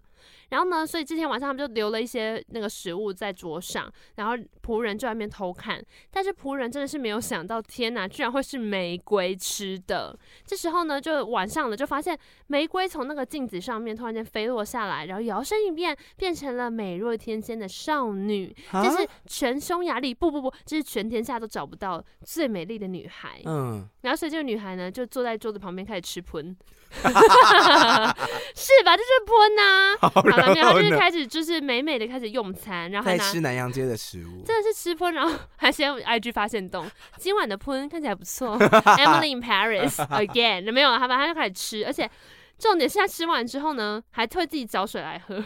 S3: 然后呢，所以之前晚上他们就留了一些那个食物在桌上，然后仆人就在那边偷看，但是仆人真的是没有想到，天哪，居然会是玫瑰吃的。这时候呢，就晚上了，就发现玫瑰从那个镜子上面突然间飞落下来，然后摇身一变变成了美若天仙的少女，
S2: 啊
S3: 这是全匈牙利不不不，这是全天下都找不到最美丽的女孩。
S2: 嗯，
S3: 然后所以这个女孩呢，就坐在桌子旁边开始 吃喷，是吧？这就是喷呐、
S2: 好
S3: 好了，没有，她
S2: 后
S3: 就是
S2: 呢？
S3: 开始就是美美的开始用餐，然后还
S2: 在
S3: 拿
S2: 吃南洋街的食物，
S3: 真的是吃喷，然后还先用 IG 发现动，今晚的喷看起来不 错，Emily in Paris again，没有，好吧，她就开始吃，而且重点是她吃完之后呢，还会自己找水来喝，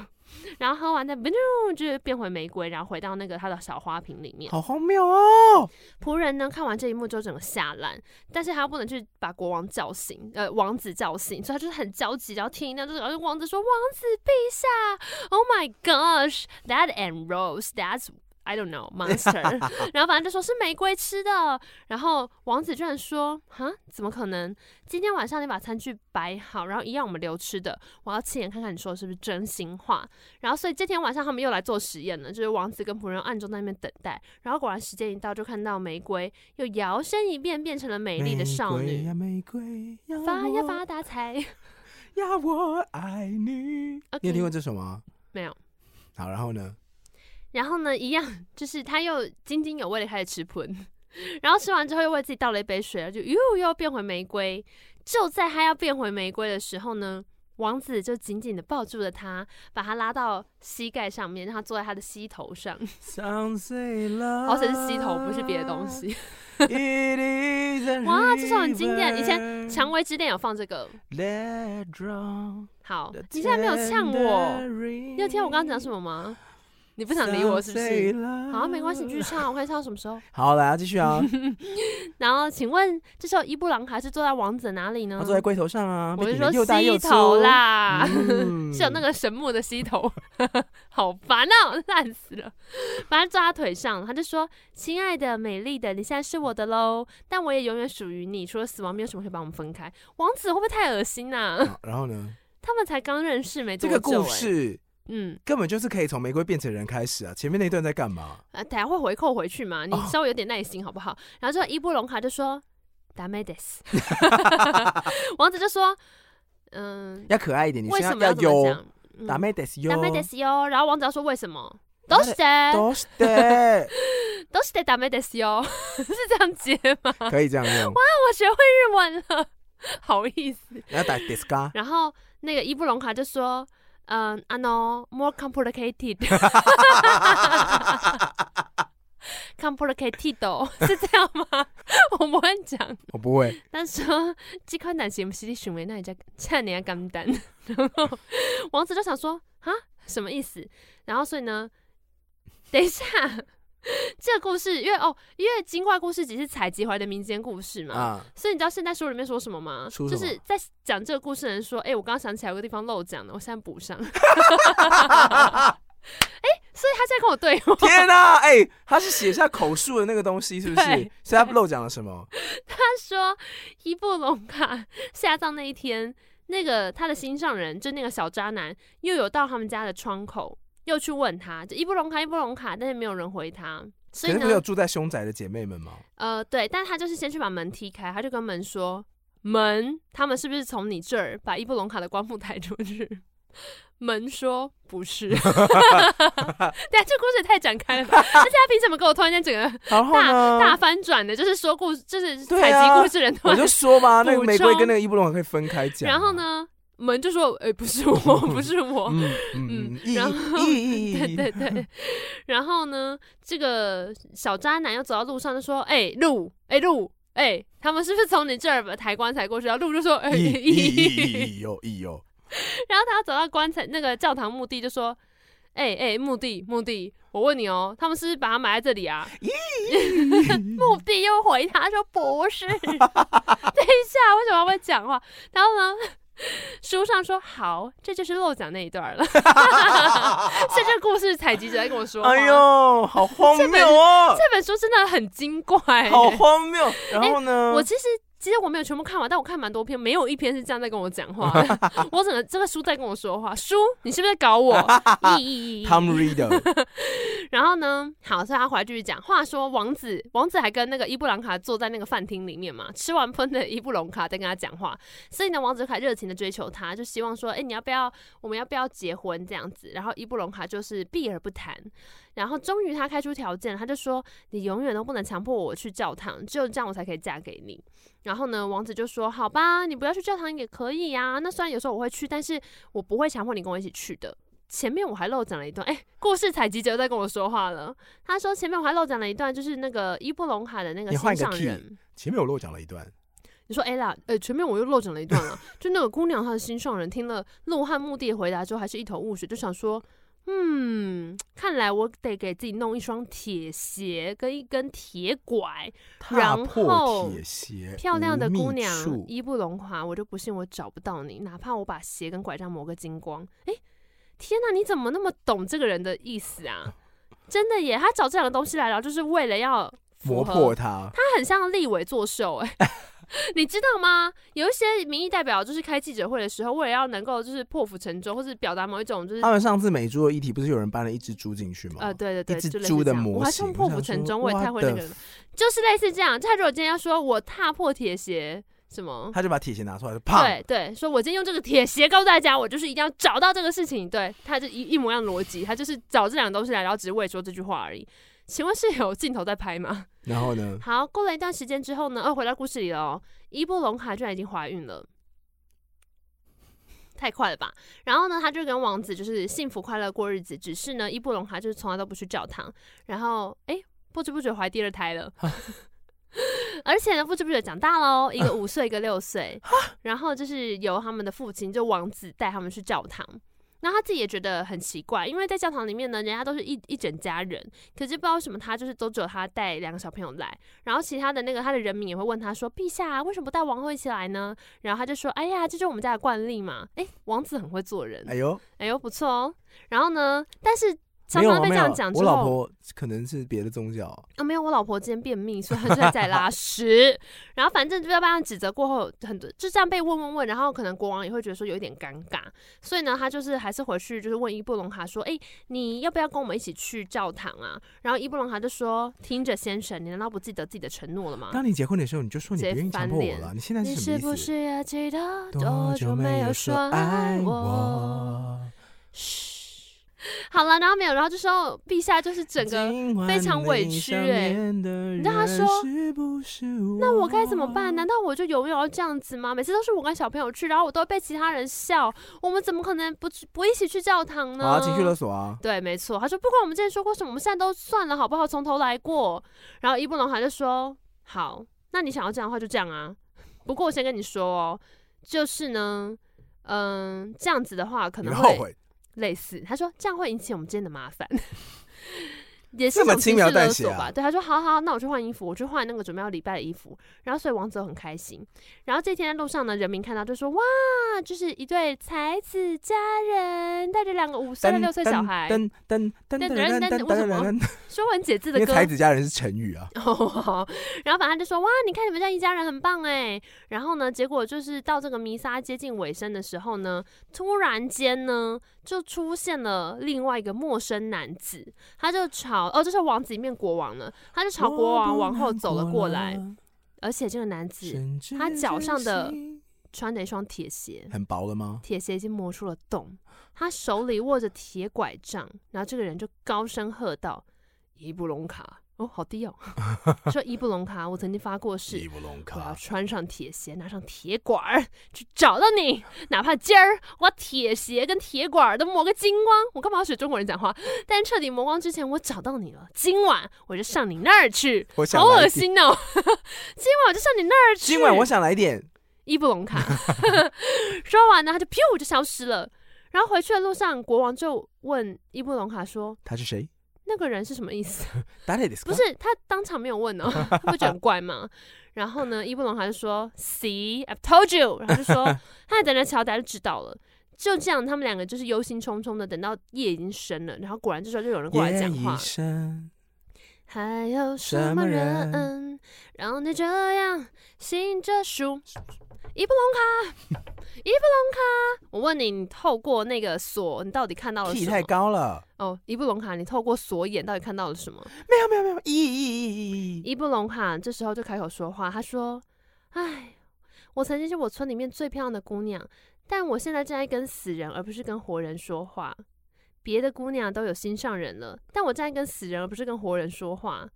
S3: 然后喝完再 biu 就变回玫瑰，然后回到那个他的小花瓶里面。
S2: 好荒谬哦！
S3: 仆人呢看完这一幕之后整个吓烂，但是他又不能去把国王叫醒，呃，王子叫醒，所以他就是很焦急，然后听到这个，然后王子说：“王子陛下，Oh my gosh，that and rose，that's I don't know monster。”然后反正就说是玫瑰吃的，然后王子居然说：“哈，怎么可能？今天晚上你把餐具摆好，然后一样我们留吃的，我要亲眼看看你说的是不是真心话。”然后所以这天晚上他们又来做实验了，就是王子跟仆人暗中在那边等待，然后果然时间一到，就看到玫瑰又摇身一变变成了美丽的少
S2: 玫瑰
S3: 女，
S2: 呀玫瑰呀，
S3: 发呀
S2: 我
S3: 发大财。
S2: 呀，我爱你。你有
S3: OK
S2: 听过这首吗？
S3: 没有。
S2: 好，然后呢？
S3: 然后呢，一样就是他又津津有味的开始吃喷，然后吃完之后又为自己倒了一杯水，然后就又又变回玫瑰。就在他要变回玫瑰的时候呢，王子就紧紧的抱住了他，把他拉到膝盖上面，让他坐在他的膝头上，
S2: 相随了，
S3: 而且是膝头，不是别的东。西。
S2: 啊 It is a
S3: 哇这首很经典以前
S2: river
S3: 《蔷薇之恋》有放这个，
S2: Let drown
S3: 好
S2: the，
S3: 你现在没有呛我，
S2: tender
S3: 你有听到我刚刚讲什
S2: rain
S3: 么吗？你不想理我是不是？
S2: Sounds
S3: 好，没关系，你
S2: like
S3: 继续啊唱，我可以唱到什么时候？
S2: 好，来啊，继续啊。
S3: 然后，请问这时候伊布朗卡是坐在王子哪里呢？
S2: 他坐在龟头上啊，
S3: 嗯我
S2: 被
S3: 是
S2: 顶得
S3: 说
S2: 又大又
S3: 膝
S2: 粗
S3: 头。啦，
S2: 嗯
S3: 是有那个神木的膝头， 好烦哦，烂死了。把他抓他腿上，他就说：“亲爱的，美丽的，你现在是我的喽，但我也永远属于你。除了死亡，没有什么可以把我们分开。”王子会不会太恶心呐、
S2: 好然后呢？
S3: 他们才刚认识没
S2: 这
S3: 多久、
S2: 个故
S3: 哎，
S2: 事
S3: 嗯，
S2: 根本就是可以从玫瑰变成人开始啊！前面那一段在干嘛？
S3: 啊，等下会回扣回去嘛，你
S2: 哦
S3: 稍微有点耐心好不好？然后之后伊布隆卡就说：“达梅德 斯。”王子就说：“嗯，
S2: 要可爱一点，你
S3: 为
S2: 现
S3: 什
S2: 在
S3: 么要这么
S2: 有
S3: 讲？嗯
S2: ダメですよ，
S3: ダメですよ。然后王子要说为什么？
S2: ダ
S3: 都
S2: メ
S3: 是
S2: どうして？
S3: 都是ダメですよ， 是这样接吗？
S2: 可以这样用。
S3: 我学会日文了， 好意思。
S2: 然后打啊 disca，
S3: 然后那个伊布隆卡就说，嗯，あの more complicated 。complicated 是这样吗？ 我不会讲，
S2: 我不会。
S3: 但是说这款男性不是你想的那一家，欠你简单。 然后王子就想说啊，什么意思？然后所以呢，等一下，这个故事因为哦，因为精怪故事只是采集回来的民间故事嘛。
S2: 啊，
S3: 所以你知道现代书里面说什么吗？
S2: 说
S3: 就
S2: 什么
S3: 是在讲这个故事的人说：“哎、我刚刚想起来有个地方漏讲了，我现在补上。”哎、 所以他在跟我对话，
S2: 啊 天哪！哎，他是写下口述的那个东西，是不是
S3: 对？
S2: 所以他漏讲了什么？
S3: 他说伊布隆卡下葬那一天，那个他的心上人，就那个小渣男，又有到他们家的窗口，又去问他，就伊布隆卡伊布隆卡，但是没有人回他。所
S2: 可
S3: 以
S2: 是不是有
S3: 呢，
S2: 住在凶宅的姐妹们吗？
S3: 呃，对，但他就是先去把门踢开，他就跟门说：“门，他们是不是从你这儿把伊布隆卡的棺木抬出去？”门说：“ 不是。”等下这故事也太展开了吧？而 且他凭什么跟我突然间整个
S2: 然后
S3: 大
S2: 呢？
S3: 翻转的？就是说故事，就是
S2: 嗯对
S3: 采集
S2: 啊
S3: 故事人突
S2: 我
S3: 然
S2: 就说嘛，那个
S3: 补
S2: 玫瑰
S3: 充
S2: 跟那个伊布隆可以分开讲。啊
S3: 然后？呢，门就说：“哎、不是我，不是我。
S2: 嗯嗯，意
S3: 然后
S2: 义意义
S3: 对对对，然后呢，这个小渣男又走到路上就说：“哎、路，哎、路，哎、他们是不是从你这儿把抬棺材过去？”然后路就说：“哎、
S2: 意义意义
S3: 咦
S2: 意义哦意义哦，
S3: 然后他走到棺材那个教堂墓地就说：“哎、哎、墓地墓地，我问你哦，他们是不是把它埋在这里啊？” 墓地又回他说：“不是。” 等一下，为什么要会讲话？然后呢？书上说好，这就是漏讲那一段了。 所以这故事采集者在跟我说话。
S2: 哎呦，好荒谬哦！
S3: 这本书真的很精怪欸、
S2: 好荒谬。然后呢？
S3: 哎我其实其实我没有全部看完，但我看蛮多篇，没有一篇是这样在跟我讲话的。我整个这个书在跟我说话，书你是不是在搞我？咦咦咦
S2: Tom Reader，
S3: 然后呢，好，所以他回来继续讲。话说王子，王子还跟那个伊布朗卡坐在那个饭厅里面嘛，吃完喷的伊布隆卡在跟他讲话，所以呢，王子就开始热情的追求她，就希望说，哎、你要不要，我们要不要结婚这样子？然后伊布隆卡就是避而不谈。然后终于他开出条件，他就说，你永远都不能强迫我去教堂，只有这样我才可以嫁给你。然后呢，王子就说，好吧，你不要去教堂也可以呀、那虽然有时候我会去，但是我不会强迫你跟我一起去的。前面我还漏讲了一段，哎、故事采集者又在跟我说话了。他说前面我还漏讲了一段，就是那个伊布隆卡的那个
S2: 你换
S3: 心
S2: 一个
S3: 上
S2: key
S3: 人，
S2: 前面我漏讲了一段，
S3: 你说 Ella，呃、前面我又漏讲了一 段了，就那个姑娘她的心上人听了陆汉墓地的回答之后，还是一头雾水，就想说，嗯，看来我得给自己弄一双铁鞋跟一根铁拐，
S2: 踏
S3: 然
S2: 破
S3: 后
S2: 铁鞋，
S3: 漂亮的
S2: 无
S3: 姑
S2: 觅
S3: 娘
S2: 处
S3: 衣不容华，我就不信我找不到你，哪怕我把鞋跟拐杖磨个精光。诶，天哪，你怎么那么懂这个人的意思啊？ 真的耶，他找这两个东西来，然后就是为了要符
S2: 磨
S3: 合
S2: 破它，
S3: 他很像立委作秀哎、 你知道吗？有一些民意代表就是开记者会的时候，为了要能够就是破釜沉舟，或是表达某一种就是
S2: 他们上次美猪的议题不是有人搬了一只猪进去吗？
S3: 呃，对对对，
S2: 一只
S3: 就类似
S2: 猪的
S3: 这样
S2: 模
S3: 我还
S2: 型
S3: 用
S2: 我
S3: 破
S2: 想
S3: 釜沉
S2: 说
S3: 舟，我也太
S2: what
S3: 会那
S2: the
S3: 个了，就是类似这样。他如果今天要说我踏破铁鞋什么，
S2: 他就把铁鞋拿出来，就啪，
S3: 对对，说我今天用这个铁鞋告诉大家，我就是一定要找到这个事情。对，他就一一模一样的逻辑，他就是找这两个东西来，然后只是为了说这句话而已。请问是有镜头在拍吗？
S2: 然后呢？
S3: 好，过了一段时间之后呢，哦，回到故事里了哦，伊波隆卡居然已经怀孕了。太快了吧！然后呢，他就跟王子就是幸福快乐过日子，只是呢，伊布隆卡就是从来都不去教堂。然后，哎，不知不觉怀第二胎了，而且呢，不知不觉长大喽，一个五岁，一个六岁。然后就是由他们的父亲，就王子带他们去教堂。那他自己也觉得很奇怪，因为在教堂里面呢，人家都是一一整家人，可是不知道为什么他就是都只有他带两个小朋友来，然后其他的那个他的人民也会问他说：“陛下，为什么不带王后一起来呢？”然后他就说：“哎呀，这就是我们家的惯例嘛。”哎，王子很会做人，
S2: 哎呦，
S3: 哎呦不错哦。然后呢，但是常
S2: 没有
S3: 常
S2: 啊
S3: 被
S2: 没
S3: 这
S2: 有
S3: 样
S2: 啊，
S3: 讲
S2: 我
S3: 之后，
S2: 老婆可能是别的宗教，
S3: 啊，没有，我老婆今天便秘，所以她就在在拉屎。 然后反正就要被他指责过后，很多就这样被问问问，然后可能国王也会觉得说有一点尴尬，所以呢，他就是还是回去就是问伊布隆卡说：“哎、你要不要跟我们一起去教堂啊？”然后伊布隆卡就说：“听着，先生，你难道不记得自己的承诺了吗？”
S2: 当你结婚的时候，你就说你
S3: 直接
S2: 不愿意强
S3: 翻
S2: 迫我
S3: 脸
S2: 了，你现在
S3: 你
S2: 什
S3: 是
S2: 么
S3: 不
S2: 意思？
S3: 是也记得
S2: 多久没有说爱
S3: 我？
S2: 我？
S3: 嘘， 好了，然后没有，然后就说陛下就是整个非常委屈欸
S2: 你
S3: 你知道他说
S2: 那
S3: 那我该怎么
S2: 哦
S3: 办？难？道我就永远要这样子吗？每次都是我跟小朋友去，然后我都会被其他人笑，我们怎么可能不去不一起去教堂呢？
S2: 好啊，情绪勒索啊！
S3: 对，没错。他说不管我们之前说过什么，我们现在都算了，好不好？从头来过。然后伊布隆卡就说：“好，那你想要这样的话就这样啊。不过我先跟你说哦，就是呢，嗯、这样子的话可
S2: 你
S3: 能
S2: 们
S3: 会
S2: 后悔，
S3: 类似，他说这样会引起我们之间的麻烦，也是
S2: 这么
S3: 一种
S2: 轻
S3: 情绪
S2: 描淡
S3: 勒
S2: 写
S3: 索
S2: 啊
S3: 吧？对，他说好好，那我去换衣服，我去换那个准备要礼拜的衣服。然后所以王子很开心。然后这天在路上呢，人民看到就说哇，就是一对才子佳人，带着两个五岁的
S2: 噔
S3: 六岁小孩，
S2: 噔噔噔噔
S3: 噔
S2: 噔
S3: 噔
S2: 噔
S3: 噔为什么
S2: 噔噔，
S3: 说文解字
S2: 因
S3: 的
S2: 为
S3: 歌。
S2: 才子佳人是成语啊。
S3: 哦， 然后反正他就说哇，你看你们这样一家人很棒哎。然后呢，结果就是到这个弥撒接近尾声的时候呢，突然间呢，就出现了另外一个陌生男子，他就朝哦，这是王子里面国王了，他就朝国
S2: 哦
S3: 王王啊后走了过来，，而且这个男子他脚上的穿着一双铁鞋，
S2: 很薄了吗？
S3: 铁鞋已经磨出了洞，他手里握着铁拐杖，然后这个人就高声喝道：“伊布隆卡！”哦，好低哦， 说伊布隆卡，我曾经发过誓
S2: 伊。布隆
S3: 我要
S2: 卡，
S3: 穿上铁鞋，拿上铁管儿去找到你， 哪怕今儿我铁鞋跟铁管儿都磨个精光，我干嘛要学中国人讲话？但彻底磨光之前，我找到你了，今晚我就上你那儿去，
S2: 我想
S3: 好
S2: 来
S3: 恶
S2: 一点。
S3: 心啊哦！ 今晚我就上你那儿去，
S2: 今晚我想来一点，
S3: 伊布隆卡。 说完呢，他就噗就消失了。然后回去的路上，国王就问伊布隆卡说
S2: 他是谁？：“
S3: 那个人是什么意思？”
S2: 誰ですか
S3: 不是他当场没有问哦， 他不觉得很怪吗？然后呢，伊布隆卡就说：“See, I've told you。”然后就说他等着瞧，大家就知道了。就这样，他们两个就是忧心忡忡的，等到夜已经深了，然后果然这时候就有人过来讲
S2: 夜
S3: 话
S2: 已。深
S3: 还有
S2: 什
S3: 什
S2: 么
S3: 么
S2: 人
S3: 人让你这样醒着数？伊布隆卡，伊布隆卡，我问你，你透过那个锁，你到底看到了
S2: ，key
S3: 什
S2: 太
S3: 么？
S2: 高了。
S3: 哦，伊布隆卡，你透过锁眼到底看到了什么？
S2: 没有没有没有，咦咦咦咦咦！
S3: 伊布隆卡这时候就开口说话，他说：“唉，我曾经是我村里面最漂亮的姑娘，但我现在正在跟死人而不是跟活人说话。别的姑娘都有心上人了，但我正在跟死人而不是跟活人说话。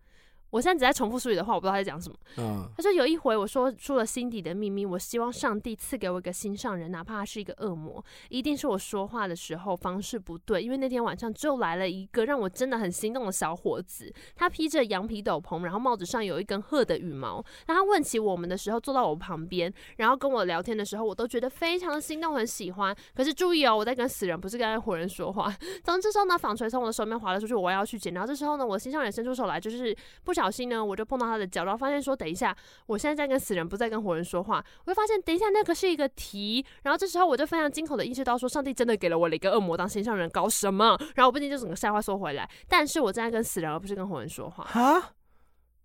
S3: 我现在只在重复说你的话，我不知道他在讲什么。
S2: 嗯，
S3: 他说有一回我说出了心底的秘密，我希望上帝赐给我一个心上人，哪怕他是一个恶魔，一定是我说话的时候方式不对。因为那天晚上就来了一个让我真的很心动的小伙子，他披着羊皮斗篷，然后帽子上有一根鹤的羽毛。那他问起我们的时候，坐到我旁边，然后跟我聊天的时候，我都觉得非常心动，很喜欢。可是注意哦，我在跟死人，不是跟活人说话。 总之这时候呢，纺锤从我的手里面滑了出去，我要去捡。然后这时候呢，我心上人伸出手来，就是不小心呢，我就碰到他的脚，然后发现说，等一下，我现在在跟死人，不在跟活人说话。我就发现，等一下那个是一个题。然后这时候我就非常惊恐的意识到说，上帝真的给了我了一个恶魔当心上人，搞什么？然后我不禁就整个笑话缩回来。但是我正在跟死人，而不是跟活人说话。
S2: 哈，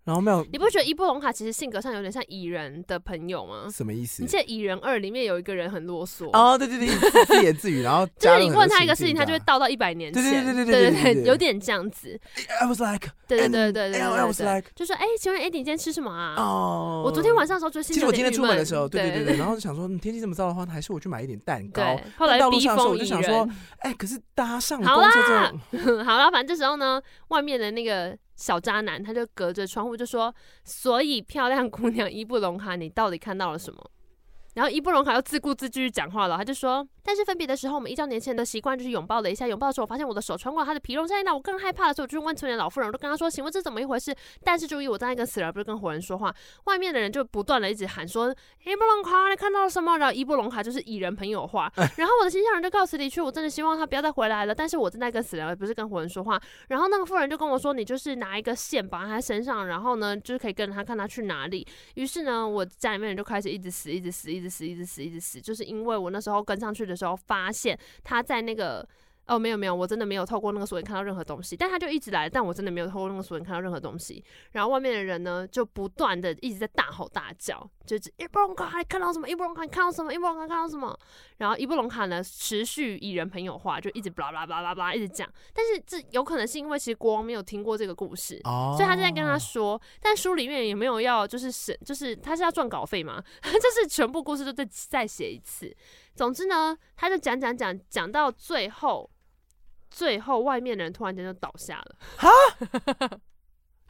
S2: 然后没有
S3: 你不觉得伊布隆卡其实性格上有点像蚁人的朋友吗？
S2: 什么意思
S3: 你？记得《蚁人二》里面有一个人很啰嗦，
S2: 哦，对对对，自自言自语，然后
S3: 就
S2: 加
S3: 是
S2: 入
S3: 你
S2: 很多
S3: 问他一个事
S2: 情
S3: 情，
S2: 境
S3: 他就会
S2: 这样
S3: 倒到一百年
S2: 对
S3: 前，
S2: 对对对对
S3: 对
S2: 对对对
S3: 有点这样子。
S2: I was like，
S3: 对对
S2: and-
S3: 对对对
S2: and I was
S3: 对
S2: like，
S3: 就说哎，请问 Eddie 你今天吃什么啊？
S2: 哦，
S3: 我昨天晚上的时候就心
S2: 其
S3: 情
S2: 实
S3: 有
S2: 我今
S3: 点
S2: 天
S3: 郁
S2: 出门
S3: 闷
S2: 的时候，对对
S3: 对
S2: 对对，然后就想说，嗯，天气这么糟的话，还是我去买一点蛋糕
S3: 对。，后来
S2: 但道路
S3: 逼
S2: 上的时候，
S3: 疯
S2: 我就
S3: 蚁
S2: 想说
S3: 人。，
S2: 哎，可是搭上
S3: 好
S2: 公车这
S3: 啦
S2: 样，
S3: 好了，反正这时候呢，外面的那个小渣男他就隔着窗户就说：“所以漂亮姑娘伊布隆卡，你到底看到了什么？”然后伊布隆卡又自顾自继续讲话了，他就说：“但是分别的时候，我们依照年轻人的习惯，就是拥抱了一下。拥抱的时候，我发现我的手穿过他的皮肉，现在让我更害怕的时候，我就去问村里的老妇人，我就跟他说：‘请问这怎么一回事？’但是注意，我正在跟死人，而不是跟活人说话。外面的人就不断的一直喊说：‘伊布隆卡，你看到了什么？’然后伊布隆卡就是蚁人朋友话，然后我的心上人就告辞离去，我真的希望他不要再回来了。但是我正在跟死人，而不是跟活人说话。然后那个妇人就跟我说，你就是拿一个线绑在他身上，然后呢，就是可以跟着他看他去哪里。于是呢，我家里面人就开始一直死，一直死，一直死，一直死，一直死，就是因为我那时候跟上去的时候，发现他在那个。哦，没有没有，我真的没有透过那个锁眼看到任何东西，但他就一直来，但我真的没有透过那个锁眼看到任何东西。然后外面的人呢，就不断的一直在大吼大叫，就是伊布隆卡，你看到什么？伊布隆卡，你看到什么？伊布隆卡，你看到什么？然后伊布隆卡呢，持续以人朋友化，就一直巴拉巴拉巴拉一直讲。但是这有可能是因为其实国王没有听过这个故事，
S2: 哦，
S3: 所以他就在跟他说，但书里面也没有要，就是是就是他是要赚稿费嘛， 就是全部故事都再再写一次。总之呢，他就讲讲讲讲到最后，最后外面的人突然间就倒下了，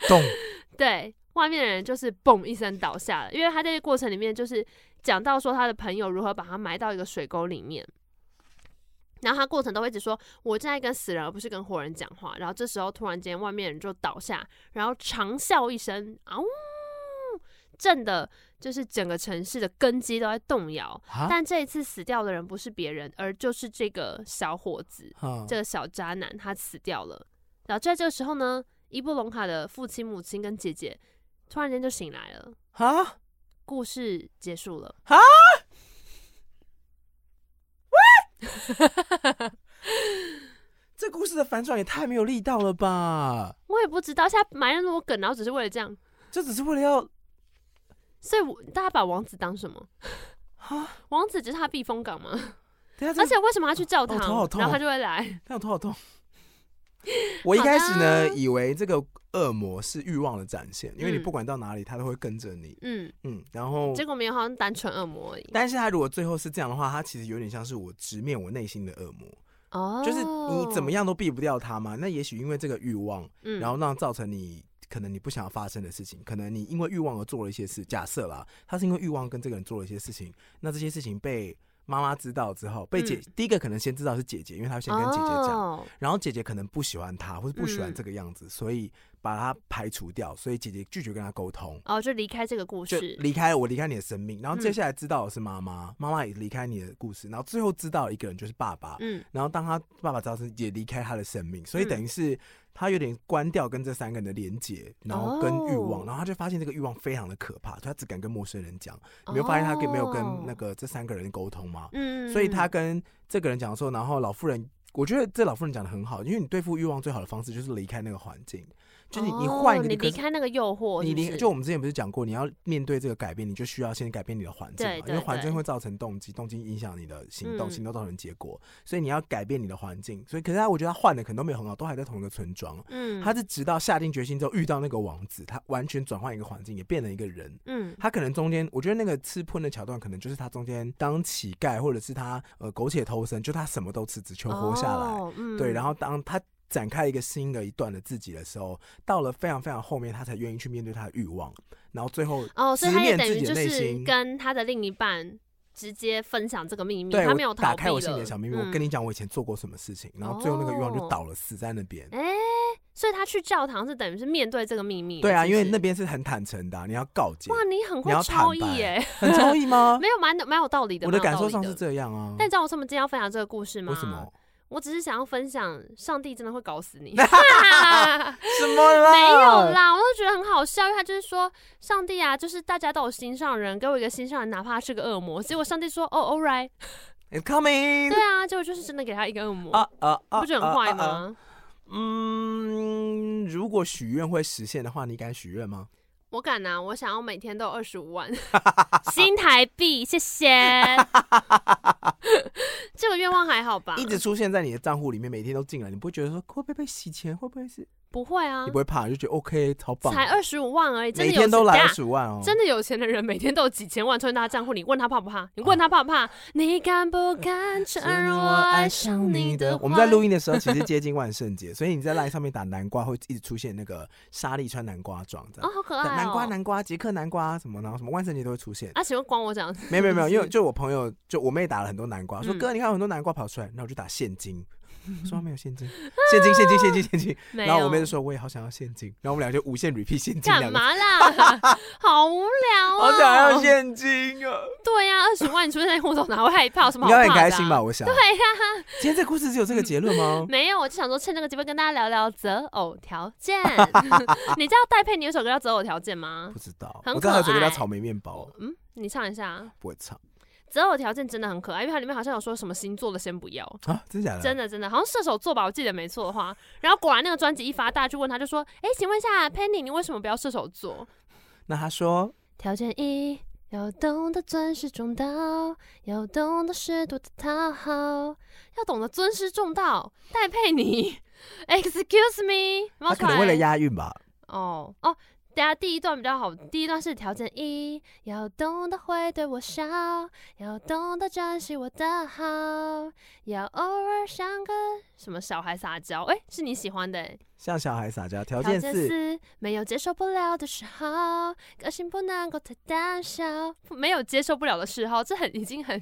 S2: 懂，
S3: 对，外面的人就是嘣一声倒下了，因为他在这个过程里面就是讲到说他的朋友如何把他埋到一个水沟里面。然后他过程都会一直说，我正在跟死人而不是跟活人讲话。然后这时候突然间外面人就倒下，然后长啸一声，啊呜，震的就是整个城市的根基都在动摇。
S2: 啊
S3: 但这一次死掉的人不是别人，而就是这个小伙子。
S2: 嗯
S3: 这个小渣男他死掉了。然后就在这个时候呢，伊布隆卡的父亲、母亲跟姐姐突然间就醒来了，
S2: 啊，
S3: 故事结束了。
S2: 啊这故事的反转也太没有力道了吧？
S3: 我也不知道，现在埋了那么多梗，然后只是为了这样，
S2: 这只是为了要
S3: 所以我大家把王子当什么？
S2: 啊，
S3: 王子只是他避风港嘛。
S2: 等一下这
S3: 而且为什么他去教堂，
S2: 哦头好痛
S3: 然后他就会来？
S2: 那有头好痛。 我一开始呢
S3: 好，的
S2: 以为这个恶魔是欲望的展现，因为你
S3: 嗯
S2: 不管到哪里，他都会跟着你。
S3: 嗯，
S2: 嗯，然后，
S3: 结果没有，好像单纯恶魔而已。
S2: 但是他如果最后是这样的话，他其实有点像是我直面我内心的恶魔，
S3: 哦，
S2: 就是你怎么，样都避不掉他嘛。那也许因为这个欲望，
S3: 嗯
S2: 然后让造成你可能你不想要发生的事情，可能你因为欲望而做了一些事。假设啦，他是因为欲望跟这个人做了一些事情，那这些事情被妈妈知道之后，被姐、第一个可能先知道是姐姐，因为她先跟姐姐讲，
S3: 嗯哦
S2: 然后姐姐可能不喜欢他，或是不喜欢
S3: 嗯
S2: 这个样子，所以把他排除掉，所以姐姐拒绝跟他沟通。
S3: 哦，就离开这个故
S2: 就
S3: 事。
S2: 离开我，离开你的生命，然后接
S3: 嗯
S2: 下来知道的是妈妈，妈妈也离开你的故事，然后最后知道一个人就是爸爸，
S3: 嗯，
S2: 然后当他爸爸知道是也离开他的生命，所以
S3: 嗯
S2: 等于是他有点关掉跟这三个人的连接，然后跟欲望，
S3: 哦
S2: 然后他就发现这个欲望非常的可怕，所以他只敢跟陌生人讲。你没有发现他跟没有跟那
S3: 哦，
S2: 个这三个人沟通吗？
S3: 嗯，
S2: 所以他
S3: 嗯
S2: 跟这个人讲说，然后老妇人，我觉得这老妇人讲的很好，因为你对付欲望最好的方式就是离开那个环境，就是你你
S3: 哦
S2: 换一个
S3: 你
S2: 地
S3: 离
S2: 方。
S3: 开那个诱惑是
S2: 你
S3: 不是，
S2: 离就我们之前不是讲过，你要面对这个改变，你就需要先改变你的环境嘛
S3: 对，
S2: 因
S3: 对
S2: 为环境
S3: 对
S2: 会造成动机，动机影响你的行动，
S3: 嗯
S2: 行动造成结果，所以你要改变你的环境。所以，可是他我觉得他换的可能都没有很好，都还在同一个村庄。
S3: 嗯，
S2: 他是直到下定决心之后遇到那个王子，他完全转换一个环境，也变了一个人。
S3: 嗯
S2: 他可能中间，我觉得那个吃喷的桥段，可能就是他中间当乞丐，或者是他呃苟且偷生，就他什么都吃，只求活下来。
S3: 哦、嗯
S2: 对，然后当他展开一个新的一段的自己的时候，到了非常非常后面，他才愿意去面对他的欲望，然后最后
S3: 哦，所以
S2: 直
S3: 他也
S2: 面
S3: 等
S2: 自
S3: 于
S2: 己
S3: 就
S2: 的内
S3: 是
S2: 心。
S3: 跟他的另一半直接分享这个秘密，
S2: 对，
S3: 他
S2: 我
S3: 没有逃避
S2: 打
S3: 了。嗯
S2: 开我心里的小秘密，我跟
S3: 你，
S2: 你讲我以前做过什么事情，然后最后那个欲望就
S3: 哦
S2: 倒了，死在那边。
S3: 哎、所以他去教堂是等于是面对这个秘密了。
S2: 对啊，
S3: 是
S2: 因
S3: 不
S2: 为
S3: 是
S2: 那边是很坦诚的啊、你要告解，
S3: 哇，你很
S2: 你
S3: 会
S2: 要坦
S3: 超意
S2: 白
S3: 哎、
S2: 很超意吗？
S3: 没有蛮蛮有道理的。
S2: 我的
S3: 蛮有
S2: 感
S3: 道
S2: 受
S3: 理
S2: 上是
S3: 的
S2: 这样啊。
S3: 但你知道为什么今天要分享这个故事吗？
S2: 为什么？？
S3: 我只是想要分享，上帝真的会搞 死你。
S2: 什么啦？
S3: 没有。啦，
S2: 嗯
S3: 我就觉得很好笑，因为他就是说，上帝啊，就是大家都有心上人，给我一个心上人，哪怕他是个恶魔。结果上帝说，哦 ，all right，
S2: It's coming
S3: 对啊，结果就是真的给他一个恶魔，
S2: 啊啊啊！
S3: 不觉得
S2: 啊
S3: 很
S2: 啊
S3: 坏？
S2: 啊
S3: 吗？
S2: 嗯，如果许愿会实现的话，你敢许愿吗？
S3: 我敢啊，我想要每天都有二十 五万新台币，谢谢。这个愿望还好吧？
S2: 一直出现在你的账户里面，每天都进来，你不会觉得说会不会被洗钱？会不会是？
S3: 不会啊
S2: 你不，会怕，你就觉得 OK，超棒。
S3: 才二十五万而已，真
S2: 每
S3: 的有
S2: 天都
S3: 钱
S2: 来
S3: 等
S2: 二
S3: 下
S2: 十万哦，
S3: 真的有钱的人每天都有几千万存到他账户里，问他怕不怕？你问他怕不怕？你敢不敢承认我爱上你的？
S2: 我们在录，音的 时候其实接近万圣节，所以你在 line 上面打南瓜会一直出现那个莎莉穿南瓜装这
S3: 哦，
S2: 样，
S3: 好可爱、哦！
S2: 南瓜南瓜杰克南瓜什么，然后什么万圣节都会出现。
S3: 啊，请问关我讲？
S2: 没有没有没有，因为就我朋友就我妹打了很多南瓜，说
S3: 嗯
S2: 哥你看有很多南瓜跑出来，那我就打现金， 说啊没有现金，现金现金现金现金，
S3: 没有。
S2: 然后我妹就说我也好想要现金，然后我们俩就无限 repeat 现金
S3: 干
S2: 两个字，
S3: 嘛 啦？好无聊
S2: 好
S3: 啊、
S2: 想要现金啊，
S3: 对呀、二十万你出现在我头哪会害 怕？有什么
S2: 应
S3: 好
S2: 该
S3: 怕的、
S2: 很开
S3: 啊？
S2: 心吧？？我想，
S3: 对呀、
S2: 今天这故事只有这个结论吗？
S3: 没有，我就想说趁这个机会跟大家聊聊择偶条 件。你知道戴佩妮有首歌叫《择偶条件》吗
S2: 不？知道，
S3: 嗯很
S2: 我知道还有首歌叫
S3: 可爱
S2: 草莓面包，
S3: 嗯，你唱一下。
S2: 不会唱
S3: 择偶条件真的很可爱，因为它里面好像有说什么星座的先不要，
S2: 啊，真假的？
S3: 真的真的，好像射手座吧，我记得没错的话。然后果然那个专辑一发，大家去问他，就说：“哎、请问一下，Penny，你为什么不要射手座
S2: 那他说？”
S3: 条件一，要懂得尊师重道，要懂得适度的讨好，要懂得尊师重道。戴佩妮 ，Excuse me，
S2: 他可能为了押韵吧。
S3: 哦哦，等下第一段比较好，第一段是条件一，要懂得会对我笑，要懂得珍惜我的好，要偶尔像个什么小孩撒娇，哎、是你喜欢的、欸。
S2: 向小孩撒娇，条
S3: 条
S2: 件
S3: 件
S2: 是
S3: 四，没有接受不了的嗜好，个性不能够太胆小，没有接受不了的嗜好，这很已经很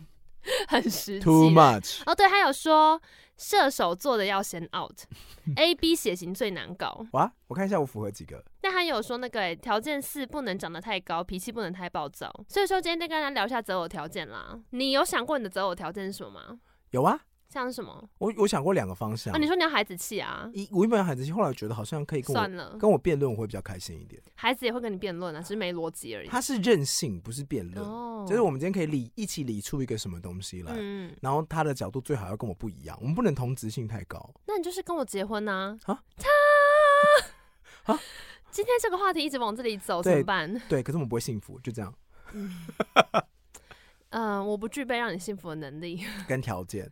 S3: 很实际
S2: too
S3: 了
S2: much。
S3: 哦，对，还有说射手座的要先 out，A B 血型最难搞。
S2: 哇，我看一下我符合几个。
S3: 但他有说那个、欸、条件四不能长得太高，脾气不能太暴躁。所以说今天就跟大家聊一下择偶条件啦。你有想过你的择偶条件是什么吗？
S2: 有啊，
S3: 像是什么？
S2: 我我想过两个方向。
S3: 啊，你说你要孩子气啊？
S2: 一，我原本有孩子气，后来觉得好像可以跟
S3: 算
S2: 我
S3: 了，
S2: 跟我辩论，我会比较开心一点。
S3: 孩子也会跟你辩论啊，只是没逻辑而已。
S2: 它是任性，不是辩论。
S3: 哦
S2: 就是我们今天可以理一起理出一个什么东西来，
S3: 嗯，
S2: 然后他的角度最好要跟我不一样，我们不能同质性太高。
S3: 那你就是跟我结婚呐、啊？
S2: 啊
S3: 他
S2: 啊
S3: 今天这个话题一直往这里走，怎
S2: 对
S3: 么办？
S2: 对，可是我们不会幸福，就这样。
S3: 嗯、我不具备让你幸福的能力。
S2: 跟条件、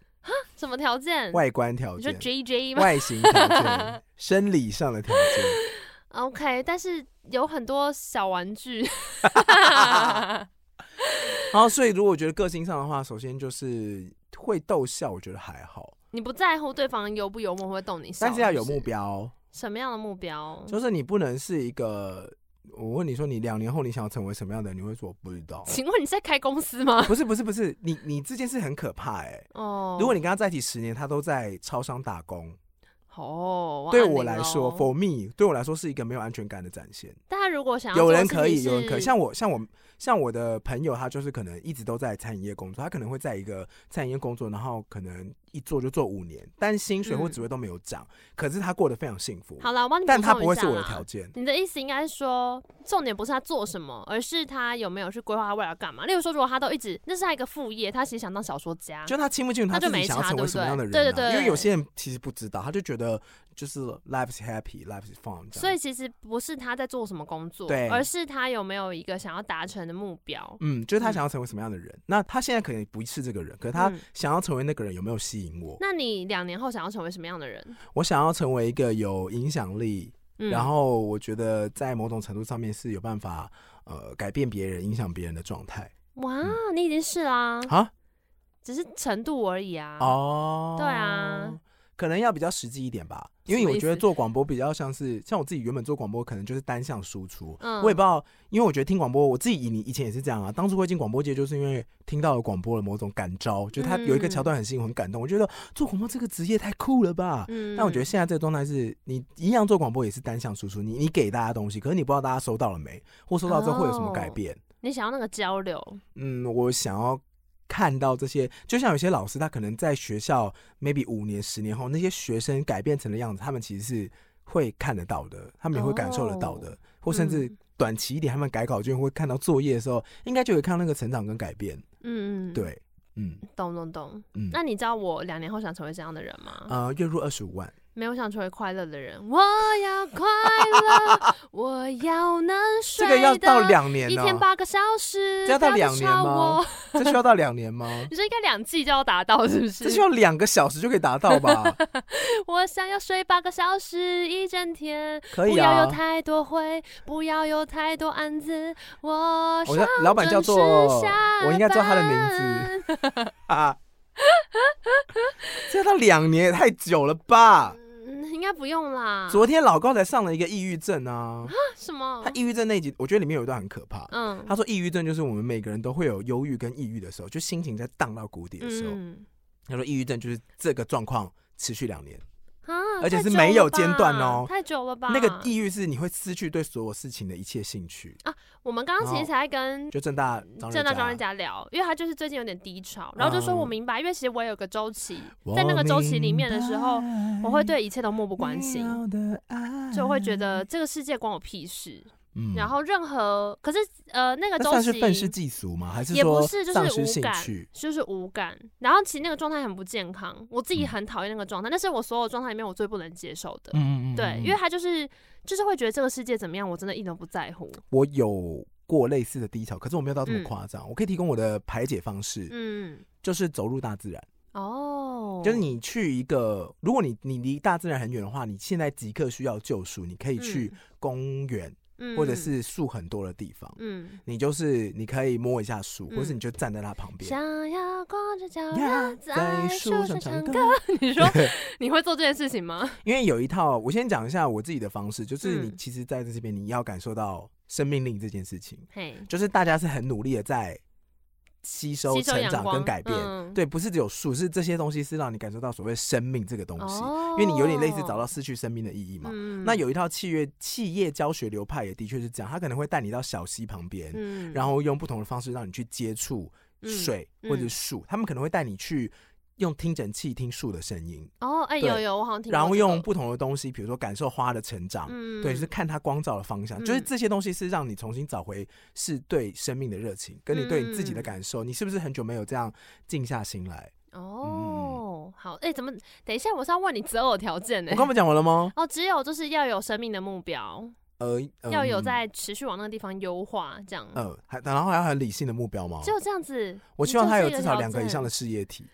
S3: 什么条件？
S2: 外观条
S3: 嗯你说
S2: 件、
S3: J J 吗
S2: 外形条 件、生理上的条件。
S3: ？OK，但是有很多小 玩具。
S2: 然后，所以如果觉得个性上的话，首先就是会逗笑，我觉得还好，
S3: 你不在乎对方幽不幽默，会逗你笑，
S2: 但是要有
S3: 不
S2: 目标，
S3: 什么样的目标？
S2: 就是你不能是一个。我问你说，你两年后你想要成为什么样的人？你会说我不知道。
S3: 请问你是在开公司吗？
S2: 不是不是不是，你你这件事很可怕哎、
S3: 哦，
S2: 如果你跟他在一起十年，他都在超商打工，
S3: 哦，
S2: 对
S3: 按
S2: 我
S3: 铃
S2: 来说
S3: 咯
S2: ，for me，对我来说是一个没有安全感的展现。
S3: 大家如果想要
S2: 有
S3: 做的
S2: 人
S3: 事
S2: 可
S3: 情
S2: 以，有人可以，
S3: 是
S2: 像我，像我，像我的朋友，他就是可能一直都在餐饮业工作，他可能会在一个餐饮业工作，然后可能一做就做五年，但薪水或
S3: 嗯
S2: 职位都没有涨，可是他过得非常幸福。
S3: 好了，我帮你
S2: 但
S3: 补
S2: 他
S3: 充
S2: 不
S3: 一
S2: 会是
S3: 下
S2: 我的
S3: 啦
S2: 条件，
S3: 你的意思应该是说，重点不是他做什么，而是他有没有去规划他未来要干嘛。例如说，如果他都一直那是他一个副业，他其实想当小说家，
S2: 就他清不清楚
S3: 啊那
S2: 他
S3: 就
S2: 自己
S3: 没
S2: 想要
S3: 差
S2: 成
S3: 对
S2: 为
S3: 不
S2: 什么样的
S3: 对
S2: 人、啊。
S3: 对对
S2: 因为
S3: 对
S2: 有些人其实不知道，他就觉得就是 life is happy, life is fun 这样。
S3: 所以其实不是他在做什么工作
S2: 对，
S3: 而是他有没有一个想要达成的目标。
S2: 嗯，就是他想要成为什么样的人，那他现在可能不是这个人，可是他
S3: 嗯
S2: 想要成为那个人有没有吸引我？
S3: 那你两年后想要成为什么样的人？
S2: 我想要成为一个有影响力，
S3: 嗯
S2: 然后我觉得在某种程度上面是有办法呃改变别人、影响别人的状态
S3: 哇，
S2: 嗯
S3: 你已经是啦、
S2: 啊
S3: 只是程度而已啊。
S2: 哦，
S3: 对啊。
S2: 可能要比较实际一点吧，因
S3: 什
S2: 为
S3: 么
S2: 我
S3: 意
S2: 觉得
S3: 思
S2: 做广播比较像是像我自己原本做广播，可能就是单向输出。
S3: 嗯
S2: 我也不知道，因为我觉得听广播，我自己以以前也是这样啊。当初会进广播界，就是因为听到了广播的某种感召，就是它
S3: 嗯
S2: 有一个桥段很吸引我，很感动。我觉得做广播这个职业太酷了吧！
S3: 嗯
S2: 但我觉得现在这个状态是你一样做广播也是单向输出，你你给大家东西，可是你不知道大家收到了没，或收到之后会有什么改
S3: 哦
S2: 变。
S3: 你想要那个交流，
S2: 嗯，我想要看到这些，就像有些老师，他可能在学校 maybe 五年、十年后，那些学生改变成的样子，他们其实是会看得到的，他们也会感受得到的，或甚至
S3: 嗯
S2: 短期一点，他们改考卷会看到作业的时候，应该就会看到那个成长跟改变。
S3: 嗯，嗯，
S2: 对，嗯
S3: 懂懂懂。
S2: 嗯，
S3: 那你知道我两年后想成为这样的人吗？
S2: 呃，月入二十五万，
S3: 没有想成为快乐的人，我要快 乐，我要能睡
S2: 这
S3: 得
S2: 个要到两年
S3: 一
S2: 呢、
S3: 天八个小时，
S2: 这要到
S3: 不
S2: 两
S3: 去
S2: 年
S3: 吵
S2: 吗
S3: 我
S2: 这需要到两年吗？
S3: 你说应该两季就要达到，是不
S2: 这
S3: 是？
S2: 需要两个小时就可以达到 吧？
S3: 我想要睡八个小时一整天，
S2: 可以
S3: 不要有
S2: 啊。
S3: 太多灰，不要有太多暗子。我
S2: 我
S3: 上
S2: 的老板叫
S3: 准
S2: 做，
S3: 时下
S2: 我应该知道他的名字。
S3: 字。
S2: 啊，这要到两年也太久了吧？
S3: 嗯，应该不用啦。
S2: 昨天老高才上了一个抑郁症啊，
S3: 什么
S2: 他？抑郁症那集，我觉得里面有一段很可怕。
S3: 嗯
S2: 他说，抑郁症就是我们每个人都会有忧郁跟抑郁的时候，就心情在荡到谷底的时候。
S3: 嗯
S2: 他说，抑郁症就是这个状况持续两年，
S3: 啊，
S2: 而且
S3: 太
S2: 是
S3: 久
S2: 没
S3: 了
S2: 有间
S3: 吧
S2: 断哦
S3: 太久了吧？
S2: 那个抑郁是你会失去对所有事情的一切兴趣。
S3: 我们刚刚其
S2: 然
S3: 实
S2: 后
S3: 才跟
S2: 就正大张
S3: 正大
S2: 张
S3: 庄人家聊，因为他就是最近有点低潮，然后就说我
S2: 嗯
S3: 明白，因为其实我也有个周期，
S2: 哦
S3: 在那个周期里面的时候，，我会对一切都漠不关心，
S2: 啊
S3: 就会觉得这个世界关我屁事。
S2: 嗯，
S3: 然后任何可是呃那个
S2: 那
S3: 周
S2: 算是愤世
S3: 期
S2: 嫉俗吗？还是
S3: 也不
S2: 说
S3: 是，就
S2: 丧
S3: 是
S2: 失
S3: 无
S2: 兴
S3: 感
S2: 趣？，
S3: 就是无感。然后其实那个状态很不健康，我自己
S2: 嗯
S3: 很讨厌那个状态，那是我所有状态里面我最不能接受的。
S2: 嗯嗯嗯
S3: 对，
S2: 嗯
S3: 因为他就是就是会觉得这个世界怎么样，我真的一点都不在乎。
S2: 我有过类似的低潮，可是我没有到这么
S3: 嗯
S2: 夸张。我可以提供我的排解方式，
S3: 嗯，
S2: 就是走入大自然。
S3: 哦，
S2: 就是你去一个，如果你你离大自然很远的话，你现在即刻需要救赎，你可以去公园、
S3: 嗯，
S2: 或者是树很多的地方。
S3: 嗯。
S2: 你就是你可以摸一下树，
S3: 嗯
S2: 或是你就站在它旁边，
S3: 想要光着脚
S2: 呀
S3: 丫
S2: 在
S3: 树
S2: 树上
S3: 唱
S2: 唱歌。。
S3: 你 说你会做这件事情吗？
S2: 因为有一套，我先讲一下我自己的方式，就是你
S3: 嗯
S2: 其实在这边你要感受到生命力这件事情，
S3: 嘿，
S2: 就是大家是很努力的在吸收、
S3: 吸收
S2: 成
S3: 阳
S2: 长跟
S3: 光
S2: 改变。
S3: 嗯
S2: 对，不是只有树，是这些东西是让你感受到所谓生命这个东西，
S3: 哦
S2: 因为你有点类似找到失去生命的意义嘛。
S3: 嗯
S2: 那有一套契约企业教学流派也的确是这样，他可能会带你到小溪旁边，
S3: 嗯
S2: 然后用不同的方式让你去接触
S3: 嗯
S2: 水
S3: 嗯
S2: 或者树，他们可能会带你去。用听诊器听树的声音，
S3: 哦，哎、
S2: 对
S3: 有有，我好像听过这个。
S2: 然后用不同的东西，比如说感受花的成长，
S3: 嗯，
S2: 对，就是看它光照的方向，就是
S3: 嗯
S2: 这些东西是让你重新找回是对生命的热情，跟你对你自己的
S3: 嗯
S2: 感受。你是不是很久没有这样静下心来？
S3: 哦，好，哎、怎么？等一下，我是要问你择偶条件呢、
S2: 我刚不讲完了吗？
S3: 哦，只有就是要有生命的目标，
S2: 呃，
S3: 要有
S2: 嗯
S3: 在持续往那个地方优化，这样。
S2: 呃，还然后还要很理性的目标吗
S3: 只？有这样子，
S2: 我
S3: 你
S2: 希望
S3: 就
S2: 他
S3: 是
S2: 有
S3: 一
S2: 至少
S3: 条
S2: 两个以
S3: 件
S2: 上的事业体。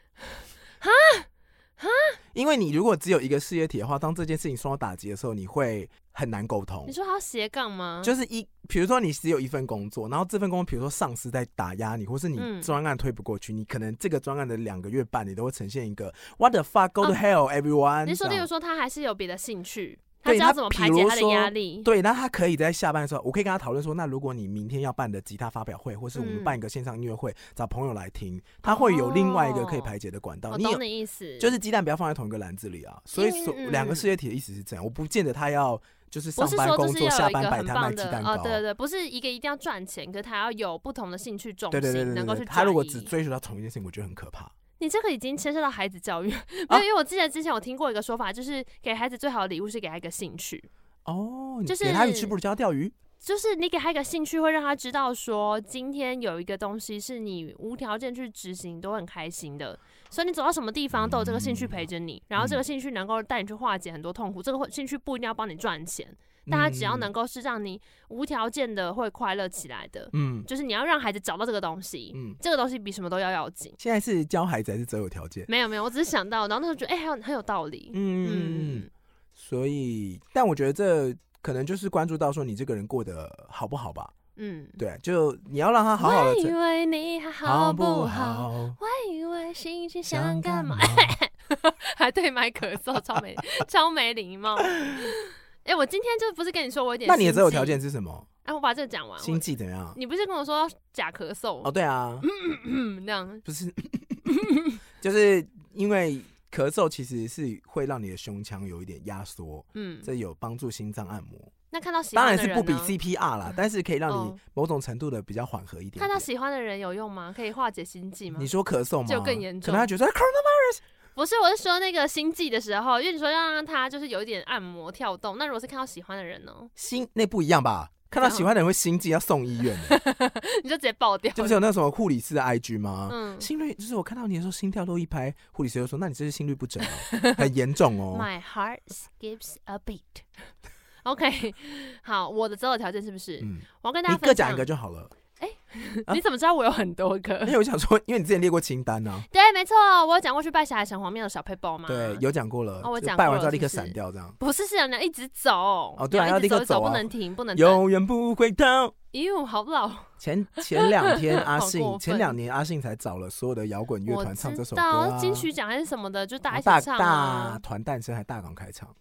S2: 因为你如果只有一个事业体的话，当这件事情受到打击的时候，你会很难沟通
S3: 你。说他要斜杠吗？
S2: 就是一，比如说你只有一份工作，然后这份工作，比如说上司在打压你，或是你
S3: 嗯
S2: 专案推不过去，你可能这个专案的两个月半，你都会呈现一个 What the fuck go to
S3: 哦
S2: hell everyone、
S3: 你说，
S2: 这
S3: 例
S2: 样
S3: 如说他还是有别的兴趣，他
S2: 对
S3: 知道
S2: 他
S3: 怎么
S2: 比
S3: 排解
S2: 如
S3: 他的
S2: 说
S3: 压力。
S2: 对，那他可以在下班的时候，我可以跟他讨论说，那如果你明天要办的吉他发表会，或是我们
S3: 嗯
S2: 办一个线上音乐会，找朋友来听，他会有另外一个可以排解的管道。
S3: 哦我
S2: 你有
S3: 懂你意思，
S2: 就是鸡蛋不要放在同一个篮子里啊。所以所
S3: 嗯嗯
S2: 两个
S3: 嗯
S2: 世界体的意思是这样，我不见得他要就是
S3: 不
S2: 上
S3: 是
S2: 班
S3: 说
S2: 工
S3: 就是
S2: 作，
S3: 要
S2: 下
S3: 有一
S2: 班
S3: 个
S2: 摆
S3: 很
S2: 摊卖
S3: 棒
S2: 鸡
S3: 的
S2: 蛋
S3: 哦，
S2: 糕。
S3: 对对对，不是一个一定要赚钱，可是他要有不同的兴趣重
S2: 对对对
S3: 心，
S2: 对
S3: 能够
S2: 对
S3: 去
S2: 对，他如果
S3: 转
S2: 只
S3: 移
S2: 追求到同一件事情，我觉得很可怕。
S3: 你这个已经牵涉到孩子教育， 没
S2: 啊
S3: 有，因为我记得之前我听过一个说法，就是给孩子最好的礼物是给他一个兴趣，
S2: 哦，你
S3: 就
S2: 给他鱼
S3: 是
S2: 吃不如教他钓鱼。
S3: 就是你给他一个兴趣，会让他知道说今天有一个东西是你无条件去执行，都很开心的。所以你走到什么地方都有这个兴趣陪着你，然后这个兴趣能够带你去化解很多痛苦，这个兴趣不一定要帮你赚钱，但它只要
S2: 嗯
S3: 能，够是让你无条件的会快乐起来的，
S2: 嗯
S3: 就是你要让孩子找到这个东西，
S2: 嗯，
S3: 这个东西比什么都要要紧。
S2: 现在是教孩子还是择偶条件？
S3: 没有没有，我只是想到，然后那时候觉得哎、很有很有道理。
S2: 嗯嗯
S3: 嗯
S2: 嗯。所以，但我觉得这可能就是关注到说你这个人过得好不好吧？
S3: 嗯，
S2: 对，就你要让他好好
S3: 我
S2: 的
S3: 以
S2: 成，
S3: 为你还好
S2: 不
S3: 好？
S2: 好？
S3: 我以为心情想干嘛？
S2: 嘛？
S3: 还对麦咳嗽，超没 超没礼貌。哎、我今天就不是跟你 说我有点，
S2: 那你的择偶条？件是什么？
S3: 哎、我把这个讲完。
S2: 经
S3: 我
S2: 济怎么样？
S3: 你不是跟我说要假咳嗽？
S2: 哦，对啊，
S3: 嗯，那样
S2: 不 是，就是因为咳嗽其实是会让你的胸腔有一点压缩，
S3: 嗯，
S2: 这有帮助心脏按摩。
S3: 那看到喜
S2: 当
S3: 欢
S2: 然
S3: 的
S2: 是
S3: 人
S2: 不比
S3: 呢
S2: CPR 啦，但是可以让你
S3: 哦
S2: 某种程度的比较缓和一点
S3: 看到
S2: 点。
S3: 喜欢的人有用吗？可以化解心悸吗
S2: 你？说咳嗽吗？
S3: 就更严
S2: 可能他觉得哎 corona
S3: 不是，我是说那个心悸的时候，因为你说要让他就是有一点按摩跳动。那如果是看到喜欢的人呢，
S2: 心那不一样吧？看到喜欢的人会心悸，要送医 院的。
S3: 你就直接爆掉。
S2: 这不是有那什么护理师的 IG 吗？
S3: 嗯，
S2: 心率就是我看到你的时候心跳都一拍，护理师就说：“那你这是心率不整哦，很严重 哦。
S3: My heart skips a beat 。OK，好， 我的择偶条件是不是？”
S2: 嗯，
S3: 我要跟大
S2: 你
S3: 家
S2: 各
S3: 分
S2: 讲
S3: 享
S2: 一个。就好 了。啊
S3: 你怎么知道我有很多个
S2: 因？为我想说，因为你之前列过清单 呢，
S3: 对，没错，我有讲过去拜霞海城隍庙的小配包嘛。
S2: 对，有讲过了。
S3: 哦我
S2: 就
S3: 讲
S2: 拜
S3: 过
S2: 完
S3: 了
S2: 之后立刻
S3: 是不是
S2: 闪掉，这样
S3: 不是是要一直走哦
S2: 对啊要
S3: 一
S2: 立
S3: 直
S2: 刻
S3: 走，一直走，
S2: 走啊
S3: 不能停，不能等。
S2: 永远不回头。
S3: 哟，好老，
S2: 前前两 天阿
S3: 好
S2: 信
S3: 过，
S2: 前
S3: 分
S2: 两年阿信才找了所有的摇滚 乐
S3: 我
S2: 团唱这
S3: 知
S2: 首歌啊
S3: 道，金曲奖还是什么的，就大
S2: 然后
S3: 家
S2: 大
S3: 一起唱
S2: 大
S3: 啊。
S2: 团诞生还大港开场，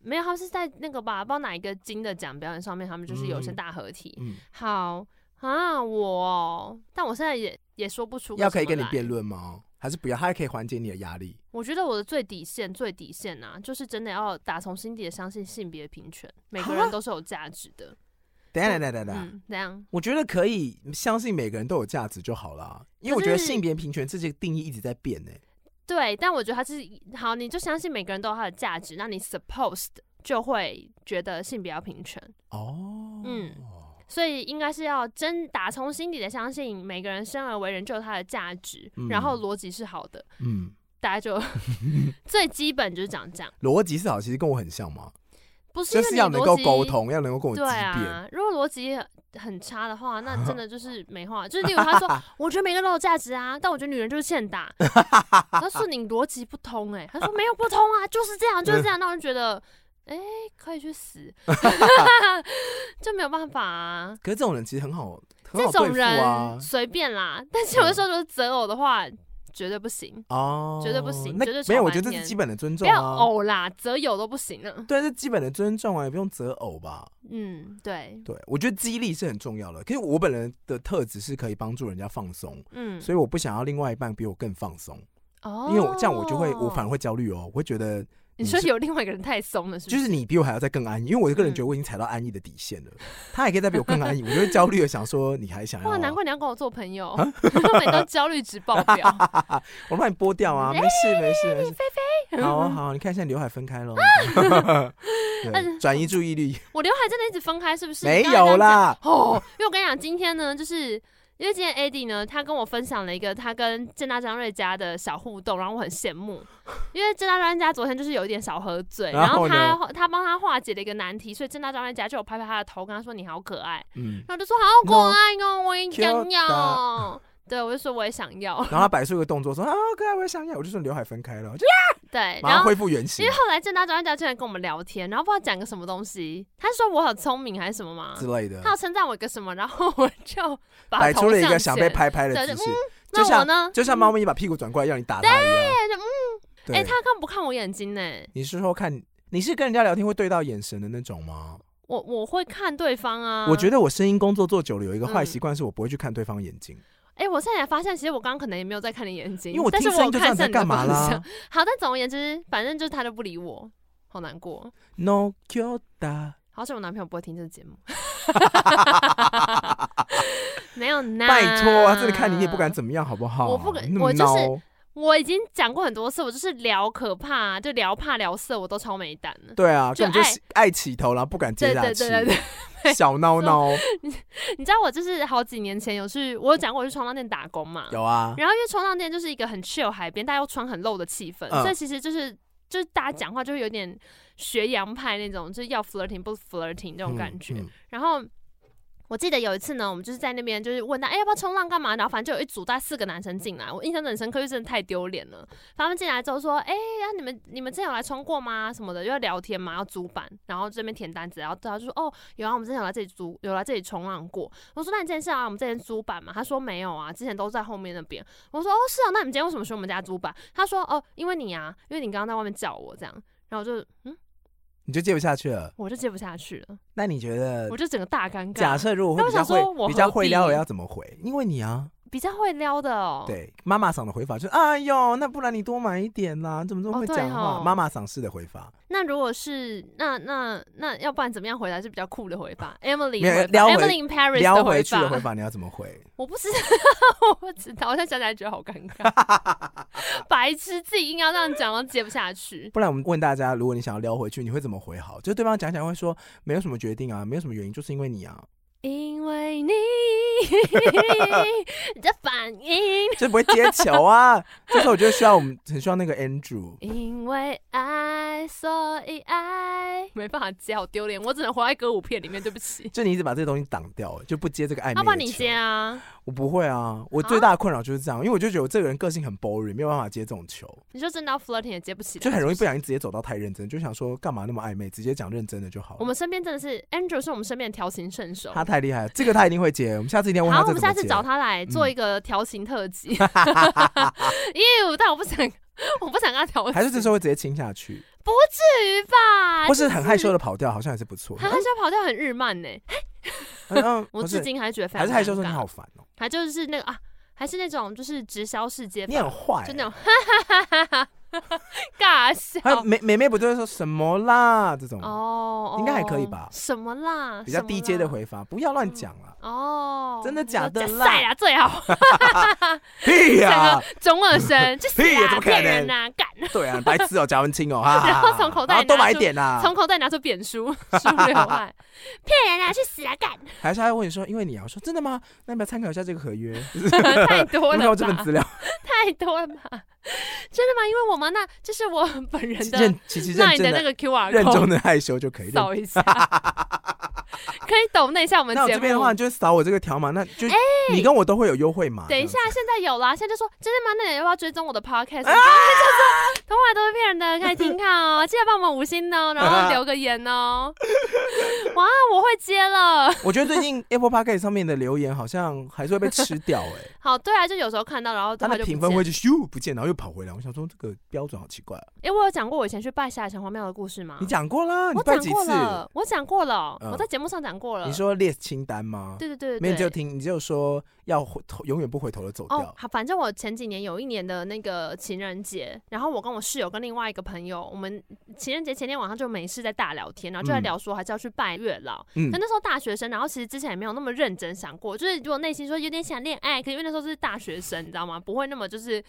S3: 没有，他们是在那个吧，不知道哪一个金的奖表演上面，他们就是有一些
S2: 嗯
S3: 大合体。
S2: 嗯，
S3: 好啊，我哦，但我现在也也说不出。
S2: 要可以跟你辩。论吗？哦还是不要？它还可以缓解你的压力。
S3: 我觉得我的最底线，最底线啊，就是真的要打从心底的相信性别平权，每个人都是有价值的。
S2: 等一下，等一下，等一下等一下，
S3: 嗯，那样
S2: 我觉得可以相信每个人都有价值就好了，啊因为我觉得
S3: 可是
S2: 性别平权这些定义一直在变欸呢、
S3: 对，但我觉得他是好，你就相信每个人都有他的价值，那你 supposed 就会觉得性别要平权。
S2: 哦，
S3: 嗯所以应该是要真打从心底的相信每个人生而为人就有他的价值，
S2: 嗯
S3: 然后逻辑是好的，
S2: 嗯，
S3: 大家就 最基本就是长这样，
S2: 逻辑是好，其实跟我很像嘛，
S3: 不是因
S2: 就
S3: 为
S2: 是
S3: 你
S2: 要能够
S3: 逻辑
S2: 沟通，要能够跟我激
S3: 对
S2: 辩。
S3: 啊，如果逻辑很差的话，那真的 就是没话。就是例如他说，我觉得每个人都有价值啊，但我觉得女人就是欠打。他说你逻辑不通哎、欸，他说没有不通啊，就是这样， 就是这样。那我就觉得，哎、可以去死，就没有办法啊。
S2: 可是这种人其实很好，很
S3: 这
S2: 好对
S3: 种
S2: 付啊
S3: 人，随便啦，但是有的时候就是择偶的话，绝对不行，
S2: 哦，
S3: 绝对不行
S2: 那
S3: 绝对
S2: 没有，
S3: 吵
S2: 我觉得
S3: 翻
S2: 这是
S3: 天
S2: 基本的尊
S3: 不
S2: 重
S3: 要
S2: 啊。
S3: 偶啦，择友都不行了。
S2: 对，是基本的尊重啊，也不用择偶吧。
S3: 嗯，对，
S2: 对，我觉得激励是很重要的。可是我本人的特质是可以帮助人家放松，
S3: 嗯，
S2: 所以我不想要另外一半比我更放松，
S3: 哦，
S2: 因为我这样我就会，我反而会焦虑哦，我会觉得
S3: 你
S2: 你
S3: 说
S2: 是
S3: 有另外一个人太松了，是不？
S2: 就是是你比我还要再更安逸，因为我个人
S3: 嗯
S2: 觉得我已经踩到安逸的底线了，他还可以再比我更安逸，我就会焦虑的想说你还想要、
S3: 哇，
S2: 啊，
S3: 难怪你要跟我做朋友， 每都焦虑值爆表。
S2: 我帮你拨掉啊，没事没事没事，菲菲，好啊好啊，你看现在刘海分开喽， 对转移注意力
S3: 我刘海真的一直分开，是嗯不是？
S2: 没
S3: 你刚才这
S2: 有
S3: 样讲
S2: 啦，
S3: 哦，因为我跟你讲，今天呢，就是因为今天 Eddie 呢，他跟我分享了一个他跟郑大张瑞家的小互动，然后我很羡 慕，因为郑大张瑞家昨天就是有一点小喝醉，
S2: 然
S3: 然
S2: 后
S3: 后
S2: 呢
S3: 他他帮他化解了一个难题，所以郑大张瑞家就有拍拍他的头，跟他说你好可爱，
S2: 嗯，
S3: 然后我就说好可爱哦，我也想
S2: Cute
S3: 要，对我就说我也想要，
S2: 然后他摆出一个动作说啊可爱，我也想要，我就说刘海分开了，就
S3: 对，
S2: 马
S3: 然
S2: 上
S3: 后
S2: 恢复原形
S3: 因为后来郑大张瑞家竟然跟我们聊天，然后不知道讲个什么东西，他说我很聪明还是什么嘛
S2: 之。类的
S3: 他，有称赞我一个什么，然后我 就把
S2: 摆出
S3: 头
S2: 了一
S3: 向
S2: 个想被
S3: 前
S2: 拍拍的
S3: 对
S2: 姿势，
S3: 就
S2: 就
S3: 那我
S2: 像
S3: 呢？
S2: 就像猫咪把屁股转过来要你打它一样，
S3: 对就嗯，
S2: 对
S3: 哎、他，看不看我眼睛呢、
S2: 你是说看你是跟人家聊天会对到眼神的那种吗？
S3: 我我会看对方啊。
S2: 我觉
S3: 得，
S2: 得我声音工作做久了有一个坏
S3: 嗯
S2: 习惯，是我不会去看对方眼睛，
S3: 哎、我现在才发现，其实我刚刚可能也没有在看你眼睛，
S2: 因为我
S3: 但
S2: 听
S3: 是
S2: 声音
S3: 我
S2: 就知道
S3: 看
S2: 你
S3: 向
S2: 在
S3: 你
S2: 干嘛
S3: 的方
S2: 啦
S3: 向。。好，但总而言之，反正就是他就不理我，好难过。
S2: No Kyoda，
S3: 好像我男朋友不会听这个节目， 没有呢。
S2: 拜托啊，这里看你也不敢。怎么样，好不好？啊
S3: 我不敢
S2: 那么
S3: 我就是
S2: 孬
S3: 我已经讲过很多次，我就是聊可怕，就聊怕聊色，我都超没胆的。
S2: 对啊，
S3: 就
S2: 根本就
S3: 爱
S2: 是爱起头，然后不敢接
S3: 对
S2: 下
S3: 对对对
S2: 去，
S3: 对，
S2: 小孬孬
S3: 你知道我就是好几年前有去，我有讲过我去冲浪店打工嘛，
S2: 有啊，
S3: 然后因为冲浪店就是一个很 chill 海边，大家又穿很露的气氛，
S2: 嗯
S3: 所以其实就是就是大家讲话就会有点
S2: 嗯
S3: 学洋派那种，就是要 flirting 不 flirting 这
S2: 这
S3: 种感觉。然后我记得有一次呢，我们就是在那边就是问他，哎、要不要冲浪干嘛？然后反正就有一组大概四个男生进来，我印象很深刻，就真的太丢脸了。他们进来之后说，哎、呀、你们你们之前有来冲过吗？什么的，就要聊天嘛，要租板，然后这边填单子，然后他就说，哦，有啊，我们之前有来这里租，有来这里冲浪过。我说那你之前是来我们这边租板嘛？他说没有啊，之前都在后面那边。我说哦是啊，那你们今天为什么去我们家租板？他说哦，因为你啊，因为你刚刚在外面叫我这样，然后我就嗯，
S2: 你就接不下去了。
S3: 我就接不下去了，
S2: 那你觉得
S3: 我，就整个大尴尬。
S2: 假设如果会
S3: 那我
S2: 比较
S3: 想说
S2: 会
S3: 我
S2: 比较
S3: 何
S2: 会撩的
S3: 必
S2: 要怎么回？因为你啊，
S3: 比较会撩的哦，，
S2: 对妈妈嗓的回法就是，哎呦，那不然你多买一点啦，怎么这么
S3: 哦
S2: 会
S3: 对
S2: 讲话？
S3: 吼
S2: 妈妈嗓式的回法，
S3: 那如果是那那那，要不然怎么样回答是比较酷的回 答？Emily
S2: 没有
S3: 回
S2: 撩
S3: 答
S2: 回
S3: ，Emily in Paris
S2: 撩
S3: 的
S2: 回
S3: 回
S2: 去的回
S3: 答，
S2: 法你要怎么 回？
S3: 我不知道，我不知道，我现在想起来觉得好尴尬， 白痴自己硬要这样讲，然后接不下去。
S2: 不然我们问大家，如果你想要撩回去，你会怎么回好？就对方讲讲会说没有什么决定啊，没有什么原因，就是因为你啊，
S3: 因为你 的反应，
S2: 就不会接球啊。这时候我觉得需要我们很需要那个 Andrew，
S3: 因为爱，所以爱，没办法接，好丢脸，我只能活在歌舞片里面，对不起。
S2: 就你一直把这个东西挡掉，就不接这个暧昧的
S3: 要
S2: 球。
S3: 不然你接啊？
S2: 我不会啊，我最大的困扰就是这样，因为我就觉得我这个人个性很 boring，没有办法接这种球，
S3: 你说真的要 flirting 也接不起来，
S2: 就很容易
S3: 是
S2: 不小心直接走到太认真，就想说干嘛那么暧昧，直接讲认真的就好
S3: 我
S2: 了。
S3: 们身边真的是 Andrew 是我们身边的调情圣手。
S2: 他太厉害了，这个他一定会接。我们下次一定要问他
S3: 好，我
S2: 这
S3: 们
S2: 怎么嗯
S3: 下
S2: 接
S3: 次。找他来做一个调情特 辑。因为但我不想，我不想跟他调情，
S2: 还是这时候会直接亲下去，
S3: 不至于吧？
S2: 或是很害羞的跑掉，好像也是不错。
S3: 他害羞跑掉很日漫呢、
S2: 嗯 嗯，
S3: 我
S2: 不
S3: 至
S2: 是，
S3: 今还觉得非常
S2: 还是害羞说你
S3: 尴尬
S2: 好，烦哦，
S3: 还就是那个啊，还是那种就是直销世界
S2: 你
S3: 法，
S2: 很坏欸
S3: 就。那种哈哈哈哈哈尬笑。
S2: 还有妹妹妹不都会说什么啦这种，
S3: 哦，
S2: 应该还
S3: 哦
S2: 可以吧
S3: 什么啦？
S2: 比较
S3: 什么
S2: 低阶的
S3: 啦
S2: 回法，不要乱讲啊，
S3: 哦，
S2: 真的假的啦
S3: 晒啦啊最好，
S2: 屁
S3: 嗯整
S2: 呀
S3: 个，中二生， 去死
S2: 啊屁呀
S3: 啊
S2: 怎么可
S3: 骗
S2: 能
S3: 人呐，干！
S2: 对啊，白 痴哦，贾文清哦，哈哈
S3: 然后从口袋
S2: 啊多
S3: 拿
S2: 买一
S3: 出
S2: 点啦，
S3: 从口袋拿出扁书，书流 汗，骗人啊！去死啊！干！
S2: 还是他会问你说，因为你啊，我说真的吗？那你们参考一下这个合约， 就是
S3: 太多
S2: 有没
S3: 了
S2: 有这份
S3: 吧，
S2: 资料？
S3: 太多了吧？真的吗？因为我们那这是我本人的
S2: 认其实
S3: 那
S2: 认
S3: 你的
S2: 真
S3: 那
S2: 的
S3: 个 QR
S2: 认
S3: code
S2: 真的害羞就可以。认
S3: 扫一下，可以抖那一下我们
S2: 那我
S3: 节
S2: 这边的
S3: 目哎
S2: 话，。你就扫我这个条码，那就你跟我都会有优惠码。
S3: 等一
S2: 这
S3: 下
S2: 样，
S3: 现在有啊啦，现在就说真的吗？那你要不要追踪我
S2: 啊
S3: 的 podcast？然后他就说童话都是骗人的，可以听看哦，记得帮我们五星哦，然后留个言 哦。哇，我会接了。
S2: 子，我觉得最近 Apple Podcast 上面的留言好像还是会被吃掉， 哎，
S3: 好，对啊，就有时候看到，然后
S2: 它
S3: 它
S2: 的
S3: 就不
S2: 评分
S3: 见
S2: 会就咻不见，然后又跑回来。我想说这个标准好奇怪啊，
S3: 哎、我有讲过我以前去拜下城隍庙的故事吗？
S2: 你讲过啦，你
S3: 啊我
S2: 拜
S3: 讲
S2: 几
S3: 过
S2: 次？
S3: 了，我讲过了，哦
S2: 嗯
S3: 我在节目上讲过了。
S2: 你说列清单吗？
S3: 对对对对
S2: 没有，你就听，你就说要回头永远不回头的走
S3: 哦
S2: 掉。，
S3: 好反正我前几年有一年的那个情人节，然后我跟我室友跟另外一个朋友，我们情人节前天晚上就没事在大聊天，然后就在
S2: 嗯
S3: 聊说还是要去拜月老。
S2: 嗯
S3: 可，那时候大学生，然后其实之前也没有那么认真想过，就是如果内心说有点想恋爱，可因为那时候是大学生，你知道吗？不会那么就是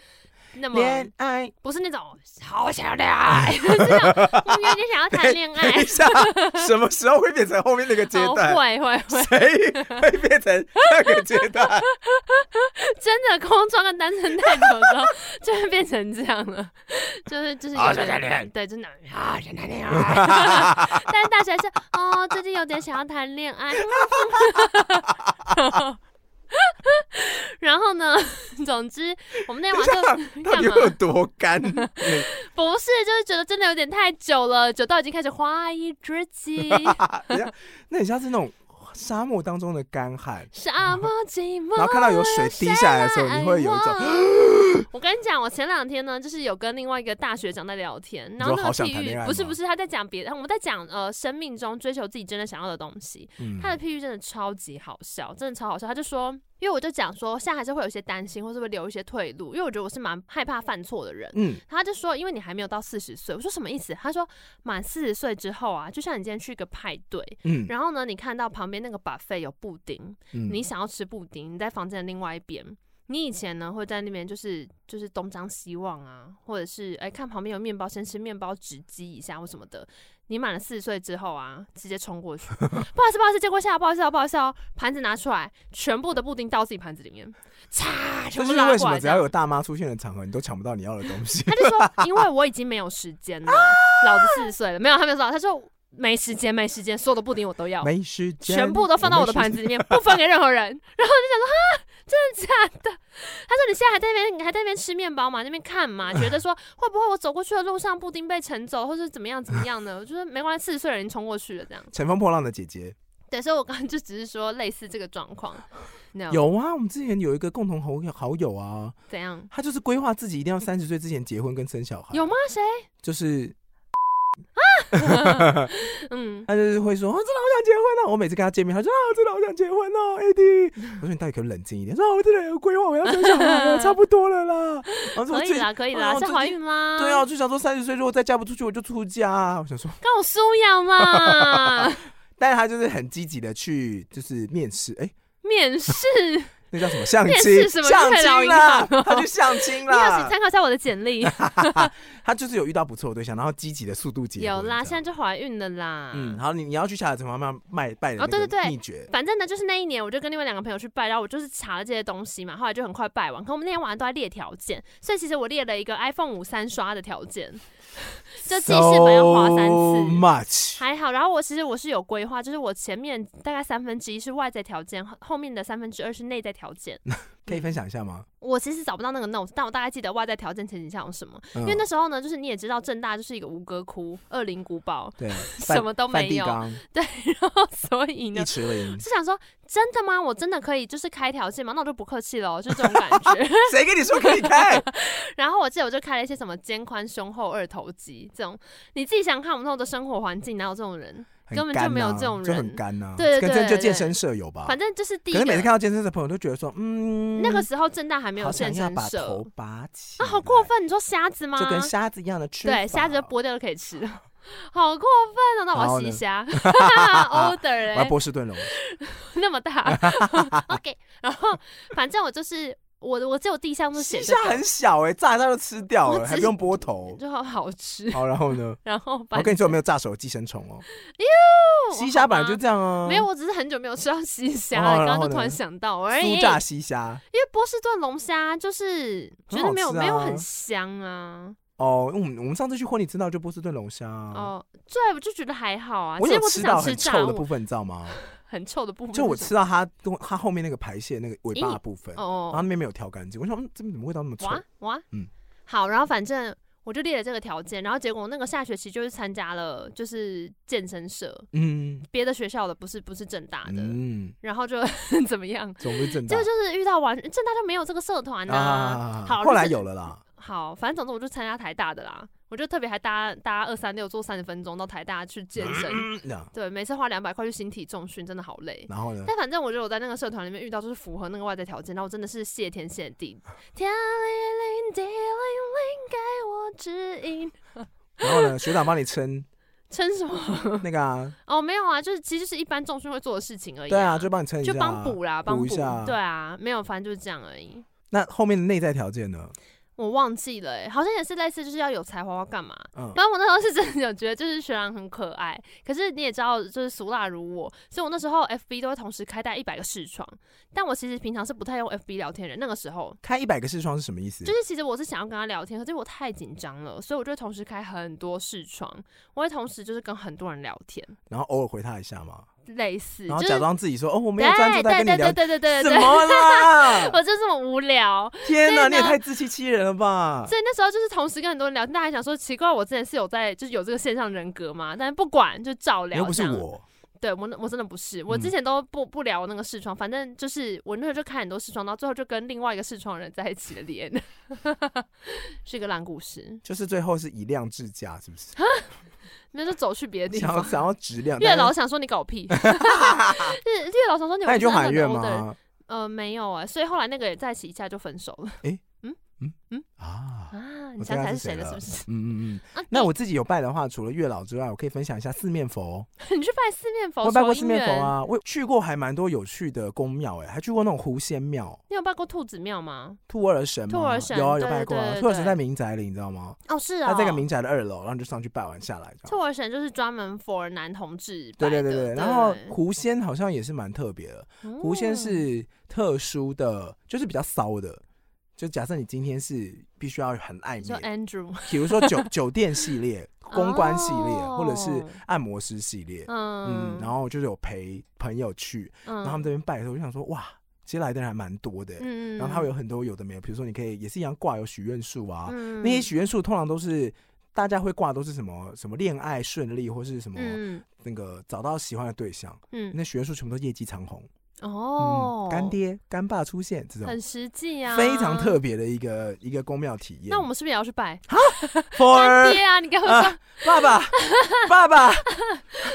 S3: 那么
S2: 恋爱
S3: 不是那种好啊想要恋 爱，就是那种嗯有点想要谈恋爱
S2: 等一。下，什么时候会变成后面那个阶
S3: 好
S2: 段？
S3: 会会会，
S2: 谁会变成那个阶段？
S3: 真的空窗跟单身太久的时候，就会变成这样了， 就是就是有
S2: 想谈恋爱
S3: 点对，真的啊，想谈恋爱， 但是大学生哦，最近有点想要谈恋爱， 然后呢， 总之我们那天晚上就
S2: 到
S3: 干
S2: 底
S3: 嘛
S2: 会？有多干？
S3: 不是，就是觉得真的有点太久了，久到已经开始怀疑自 己，
S2: 等一下， 那很像是那种沙漠当中的干旱，
S3: 沙漠寂寞。
S2: 然后看到有水滴下来的时
S3: 啊
S2: 候，你会有一种
S3: 哎 我跟你讲，我前两天呢，就是有跟另外一个大学长在聊天，然后那
S2: 好
S3: 个
S2: 想
S3: 譬
S2: 谈恋爱
S3: 喻不是
S2: 吗
S3: 不是他在讲别的，我们在讲呃生命中追求自己真的想要的东西。
S2: 嗯
S3: 他的譬喻真的超级好笑，真的超好笑。他就说，因为我就讲说，现在还是会有一些担心，或是会留一些退路，因为我觉得我是蛮害怕犯错的人。
S2: 嗯，
S3: 他就说，因为你还没有到四十岁，我说什么意思？他说满四十岁之后啊，就像你今天去一个派对，
S2: 嗯
S3: 然后呢，你看到旁边那个 buffet 有布丁，
S2: 嗯，
S3: 你想要吃布丁，你在房间的另外一边。你以前呢会在那边就是就是东张西望啊，或者是哎、看旁边有面包，先吃面包直击一下或什么的。你满了四十岁之后啊，直接 冲过去，不好意思不好意思，借过下，不好意思哦不好意思哦，盘子拿出来，全部的布丁倒自己盘子里面，嚓，
S2: 这
S3: 全
S2: 就
S3: 部
S2: 是
S3: 拉
S2: 为什
S3: 过
S2: 么
S3: 来
S2: 只
S3: 这
S2: 要
S3: 样。
S2: 有大妈出现的场合，你都抢不 到你要的东西。
S3: 他就说，因为我已经没有时间了，老子四十岁了，没有他没有说，他说没时间，没时间，所有的布丁我都要，
S2: 没时间，
S3: 全部都放到我的盘
S2: 子。
S3: 子里面，不分给任何人。 然后我就想说，哈，真的假的？他说你现在还在那边，你还在那边吃面包嘛？那边看嘛？觉得说会不会我走过去的路上布丁被盛走，或是怎么样怎么样呢？我觉得没关系，四十岁的人冲过去了这样。
S2: 乘风破浪的姐姐
S3: 对，所以我刚刚就只是说类似这个状况。No,
S2: 有啊，我们之前有一个共同好友好友啊，
S3: 怎样？
S2: 他就是规划自己一定要三十岁之前结婚跟生小孩，
S3: 有吗？谁？
S2: 就是
S3: 嗯，
S2: 他就是会说，啊、真的好想结婚哦、我每次跟他见面，他说啊，真的好想结婚哦、a d 我说你到底可不可以冷静一点？说、啊、我真的有规划，我要生小孩 了，差不多了啦。然后说
S3: 可以
S2: 最
S3: 啦，可以
S2: 啊
S3: 啦，
S2: 我
S3: 是
S2: 最
S3: 怀
S2: 近
S3: 孕啦。
S2: 对啊，我，就想说三十岁如果再嫁不出去，我就出家、啊。我想说，
S3: 跟我苏 养嘛，
S2: 但是他就是很积极的去就是面试，哎、
S3: 面试。
S2: 那叫什么相
S3: 面
S2: 亲？
S3: 试什么
S2: 相
S3: 月老
S2: 亲
S3: 银
S2: 啦，
S3: 行哦
S2: 他去相亲
S3: 你要请
S2: 啦。
S3: 参考一下我的 简历。
S2: 他就是有遇到不错的对象，然后积极的速度结婚
S3: 有
S2: 这
S3: 啦，
S2: 样
S3: 现在就怀孕了啦。
S2: 嗯，好，你你要去查怎么慢卖拜的
S3: 哦对
S2: 那
S3: 对
S2: 个
S3: 对
S2: 秘诀，
S3: 反正呢，就是那一年，我就跟另外两个朋友去拜，然后我就是查了这些东西嘛，后来就很快拜完。可我们那天晚上都在列条件，所以其实我列了一个 iPhone 五三刷的条件， 就记事本要划三
S2: So
S3: 次。
S2: much，
S3: 还好，然后我其实我是有规划，就是我前面大概三分之一是外在条件，后后面的三分之二是内在条件。
S2: 嗯可以分享一下吗？
S3: 我其实找不到那个 note，但我大概记得外在条件前几项有什么。
S2: 因
S3: 因为那时候呢，就是你也知道，正大就是一个吴哥窟、恶灵古 堡，
S2: 对
S3: 什么都
S2: 梵
S3: 没
S2: 蒂
S3: 有。
S2: 冈
S3: 对，然后所以呢
S2: 一，池 林，
S3: 是想说真的吗？我真的可以就是开条件吗？那我就不客气了，就这种感觉。
S2: 谁跟你说可以开？
S3: 然后我记得我就开了一些什么肩宽胸厚二头肌这种，你自己想想看，我们那种的生活环境哪有这种人？
S2: 很
S3: 根本就
S2: 干
S3: 没有
S2: 呐
S3: 这种
S2: 就很
S3: 人
S2: 干呐。
S3: 对对
S2: 跟
S3: 对
S2: 这就
S3: 对
S2: 健
S3: 对
S2: 身社有吧？
S3: 反正就是第一
S2: 可
S3: 个
S2: 是每，次看到健身社的朋友都觉得说，嗯，
S3: 那个时候正大还没有
S2: 好想
S3: 健
S2: 要
S3: 身
S2: 把头
S3: 社
S2: 拔起
S3: 啊，好
S2: 来
S3: 过，分！你说瞎子吗？
S2: 就跟瞎子一样的吃法，
S3: 对，虾子就剥掉就可以吃， 好过分哦！那
S2: 然后
S3: 我要
S2: 呢啊
S3: 吸虾，order
S2: 我
S3: 嘞
S2: 要，波士顿龙，
S3: 哎那 么大，OK。然后反正我就是我，我只有第一项就写
S2: 西
S3: 这
S2: 虾
S3: 个，
S2: 很小哎，炸一炸就吃掉
S3: 我
S2: 了，还
S3: 只
S2: 不用剥 头。
S3: 就好好吃。
S2: 好，然后呢？
S3: 然后
S2: 我
S3: 反
S2: 跟你说，我没有炸手寄生虫 哦。
S3: 我
S2: 西
S3: 好
S2: 虾本来
S3: 吗
S2: 就这样啊，
S3: 没有，我只是很久没有吃到西虾
S2: 哦
S3: 了，
S2: 然
S3: 刚刚
S2: 后
S3: 就突然
S2: 呢
S3: 想到而已。
S2: 酥
S3: 因
S2: 炸
S3: 为
S2: 西虾
S3: 波士顿龙虾就是
S2: 很
S3: 觉得
S2: 好
S3: 没有
S2: 吃
S3: 没有
S2: 啊
S3: 很香啊，
S2: 哦。我们我们上次去婚礼吃到就波士顿龙虾啊，
S3: 哦，对，我就觉得还好啊。其
S2: 我
S3: 实
S2: 有
S3: 我只
S2: 吃
S3: 想
S2: 到
S3: 吃
S2: 很
S3: 炸
S2: 臭的
S3: 物
S2: 部，分，你知道 吗？
S3: 很臭的部分是什
S2: 就
S3: 么。
S2: 我吃到它东它后面那个排泄那个尾巴的部分，然后
S3: 哦
S2: 那边没有挑干净，我想嗯这边怎么味道那么臭？
S3: 哇哇，
S2: 啊嗯
S3: 好，然后反正我就列了这个条件，然后结果那个下学期就是参加了就是健身社，
S2: 嗯
S3: 别的学校的不是不是正大的，
S2: 嗯，啊
S3: 然后就 怎么样？
S2: 总归正
S3: 结
S2: 大啊
S3: 果就是遇到完正大就没有这个社团啊呐、好，
S2: 后
S3: 就
S2: 来
S3: 是
S2: 有了啦。
S3: 好，反正总之我就参加台大的啦，我就特别还搭搭二三六坐三十分钟到台大去健身，
S2: 嗯那
S3: 对，每次花两百块去形体重训，真的好累。
S2: 然后呢？
S3: 但反正我觉得我在那个社团里面遇到就是符合那个外在条件，然后我真的是谢天谢地，天灵灵地灵灵给我指引，
S2: 然后呢？学长帮你 称
S3: 撑什么？
S2: 那个啊，
S3: 哦，没有啊，就是其实就是一般重训会做的事情而已、
S2: 对啊，就帮你称一下
S3: 就
S2: 啊，
S3: 帮补啦，帮
S2: 补一下。
S3: 对，啊，没有，反正就是这样而已。
S2: 那后面的内在条件呢？
S3: 我忘记了、欸，好像也是类似，就是要有才华要干嘛。
S2: 嗯，
S3: 反正我那时候是真的有觉得，就是学长很可爱，可是你也知道，就是俗辣如我，所以我那时候 FB 都会同时开带一百个视窗，但我其实平常是不太用 FB 聊天的人。那个时候，
S2: 开一百个视窗是什么意思？
S3: 就是其实我是想要跟他聊天，可是我太紧张了，所以我就会同时开很多视窗，我会同时就是跟很多人聊天，
S2: 然后偶尔回他一下嘛，
S3: 类似，
S2: 然后
S3: 就是
S2: 假
S3: 对
S2: 装自己说哦，我没有专注
S3: 对
S2: 在
S3: 对
S2: 跟你聊
S3: 对对对对
S2: 什
S3: 对，
S2: 么啊啦？
S3: 我就这么无聊，
S2: 天哪，
S3: 所以呢
S2: 你也太自欺欺人了吧！
S3: 所以那时候就是同时跟很多人聊天，大家还想说奇怪，我之前是有在就是有这个线上人格嘛，但是不管就照
S2: 你
S3: 聊。
S2: 又不是，我，
S3: 对我那我真的不是，我
S2: 嗯
S3: 之前都不不聊那个视窗，反正就是我那时候就看很多视窗，到最后就跟另外一个视窗的人在一起了恋， 是一个烂故事，
S2: 就是最后是以量制价，是不是？
S3: 那就走去别的地
S2: 想要
S3: 方。
S2: 想要质量，
S3: 啊月
S2: 但是
S3: 老想说你 搞屁，就是月老想说你有
S2: 那你就
S3: 真的
S2: 还
S3: 很
S2: 愿
S3: old 的人？
S2: 吗？
S3: 呃，没有啊，所以后来那个也在一起一下就分手了
S2: 啊，
S3: 啊。
S2: 我
S3: 你
S2: 知道
S3: 想起来
S2: 是
S3: 是
S2: 谁
S3: 谁
S2: 了
S3: 了是不 是？
S2: 嗯嗯嗯。
S3: 啊
S2: 那我自己有拜的话，除了月老之外，我可以分享一下四面佛。
S3: 你去拜四面佛，
S2: 我有拜过
S3: 求
S2: 四
S3: 姻
S2: 面佛
S3: 缘，
S2: 啊，我去过还蛮多有趣的宫庙，哎，还去过那种狐仙庙。
S3: 你有拜过兔子庙吗？
S2: 兔儿神吗，
S3: 兔儿神
S2: 有啊有
S3: 对
S2: 拜过
S3: 对
S2: 啊，
S3: 对
S2: 兔儿神
S3: 对
S2: 在民宅里，你知道吗？
S3: 哦，是啊、
S2: 他在一个民宅的二楼，然后你就上去拜完下来这样。
S3: 兔儿神就是专门 for 男同志
S2: 对对
S3: 拜
S2: 对
S3: 的
S2: 对，然后狐仙好像也是蛮特别的，狐
S3: 哦
S2: 仙、是特殊的，就是比较骚的。就假设你今天是必须要很爱
S3: 你说哎
S2: 面，
S3: Andrew
S2: 比如说酒酒店系列，公关系列，或者是
S3: 哦
S2: 按摩师系列，嗯
S3: 嗯，
S2: 然后就是有陪朋友去，
S3: 嗯
S2: 然后他们这边拜的时候，我就想说哇，其实来的人还蛮多的、
S3: 嗯
S2: 然后它会有很多有的没的，比如说你可以也是一样挂有许愿树啊，
S3: 嗯
S2: 那些许愿树通常都是大家会挂的都是什么什么恋爱顺利或是什么
S3: 嗯
S2: 那个找到喜欢的对象，
S3: 嗯
S2: 那许愿树全部都业绩长虹，
S3: 哦
S2: 嗯，，干爹干爸出现这种
S3: 很实际啊，
S2: 非常。特别的啊一个一个宫庙体验。
S3: 那我们是不是也要 去拜干
S2: for
S3: 爹啊？你干嘛？
S2: 啊，爸爸 爸爸，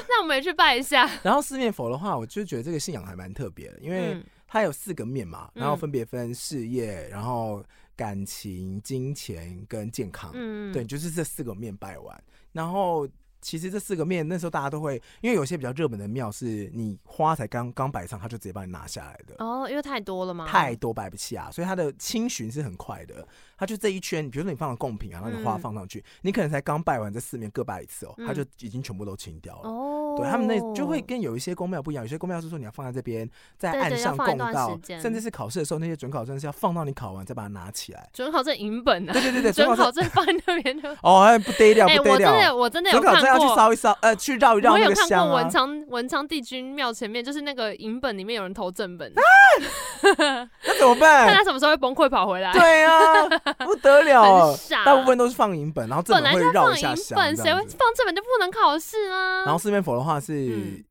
S3: 那我们也去拜一下。
S2: 然后四面佛的话，我就觉得这个信仰还蛮特别的，因为、
S3: 嗯
S2: 它有四个面嘛，然后
S3: 嗯
S2: 分别分事业，然后感情、金钱跟健康。
S3: 嗯，
S2: 对，，就是这四个面拜完。然后其实这四个面那时候大家都会，因为有些比较热门的庙是你花才刚刚摆上，他就直接帮你拿下来的。
S3: 哦，因为太多了嘛，
S2: 太多摆不下，所以它的清巡是很快的。它就这一圈，比如说你放了贡品啊，然后你花
S3: 嗯
S2: 放上去，你可能才刚拜完这四面各拜一次哦，它
S3: 嗯
S2: 就已经全部都清掉了。
S3: 哦，
S2: 对他们那就会跟有一些公庙不一样，有些公庙是说你要放在这边，在
S3: 对
S2: 岸
S3: 对要
S2: 上
S3: 放一
S2: 供
S3: 段
S2: 到
S3: 时，间
S2: 甚至是考试的时候，那些准考证是要放到你考完再把它拿起来。
S3: 准考证银本啊，
S2: 对对对对，准
S3: 准
S2: 考
S3: 考
S2: 证
S3: 证放在那 边就。
S2: 哦，哎不得了
S3: 哎，
S2: 不得
S3: 我真
S2: 了，
S3: 的我真的有
S2: 准考
S3: 看
S2: 证要去
S3: 过。
S2: 烧一烧，呃，去绕一绕
S3: 我
S2: 那
S3: 有
S2: 个
S3: 看
S2: 香
S3: 过文
S2: 啊。
S3: 昌文昌帝君庙前面，就是那个银本里面有人投正
S2: 哎
S3: 本，
S2: 那怎么
S3: 看
S2: 办？
S3: 他什么时候会崩溃跑回来。
S2: 对 啊，不得了
S3: 很
S2: 哦。
S3: 傻。
S2: 大部分都是放银本，然后这
S3: 本
S2: 本
S3: 来
S2: 会
S3: 就
S2: 绕
S3: 放
S2: 一
S3: 银
S2: 下香
S3: 本，
S2: 这
S3: 谁
S2: 样
S3: 会
S2: 子
S3: 放正本就不能考试啊？
S2: 然后四面佛的话是
S3: 嗯，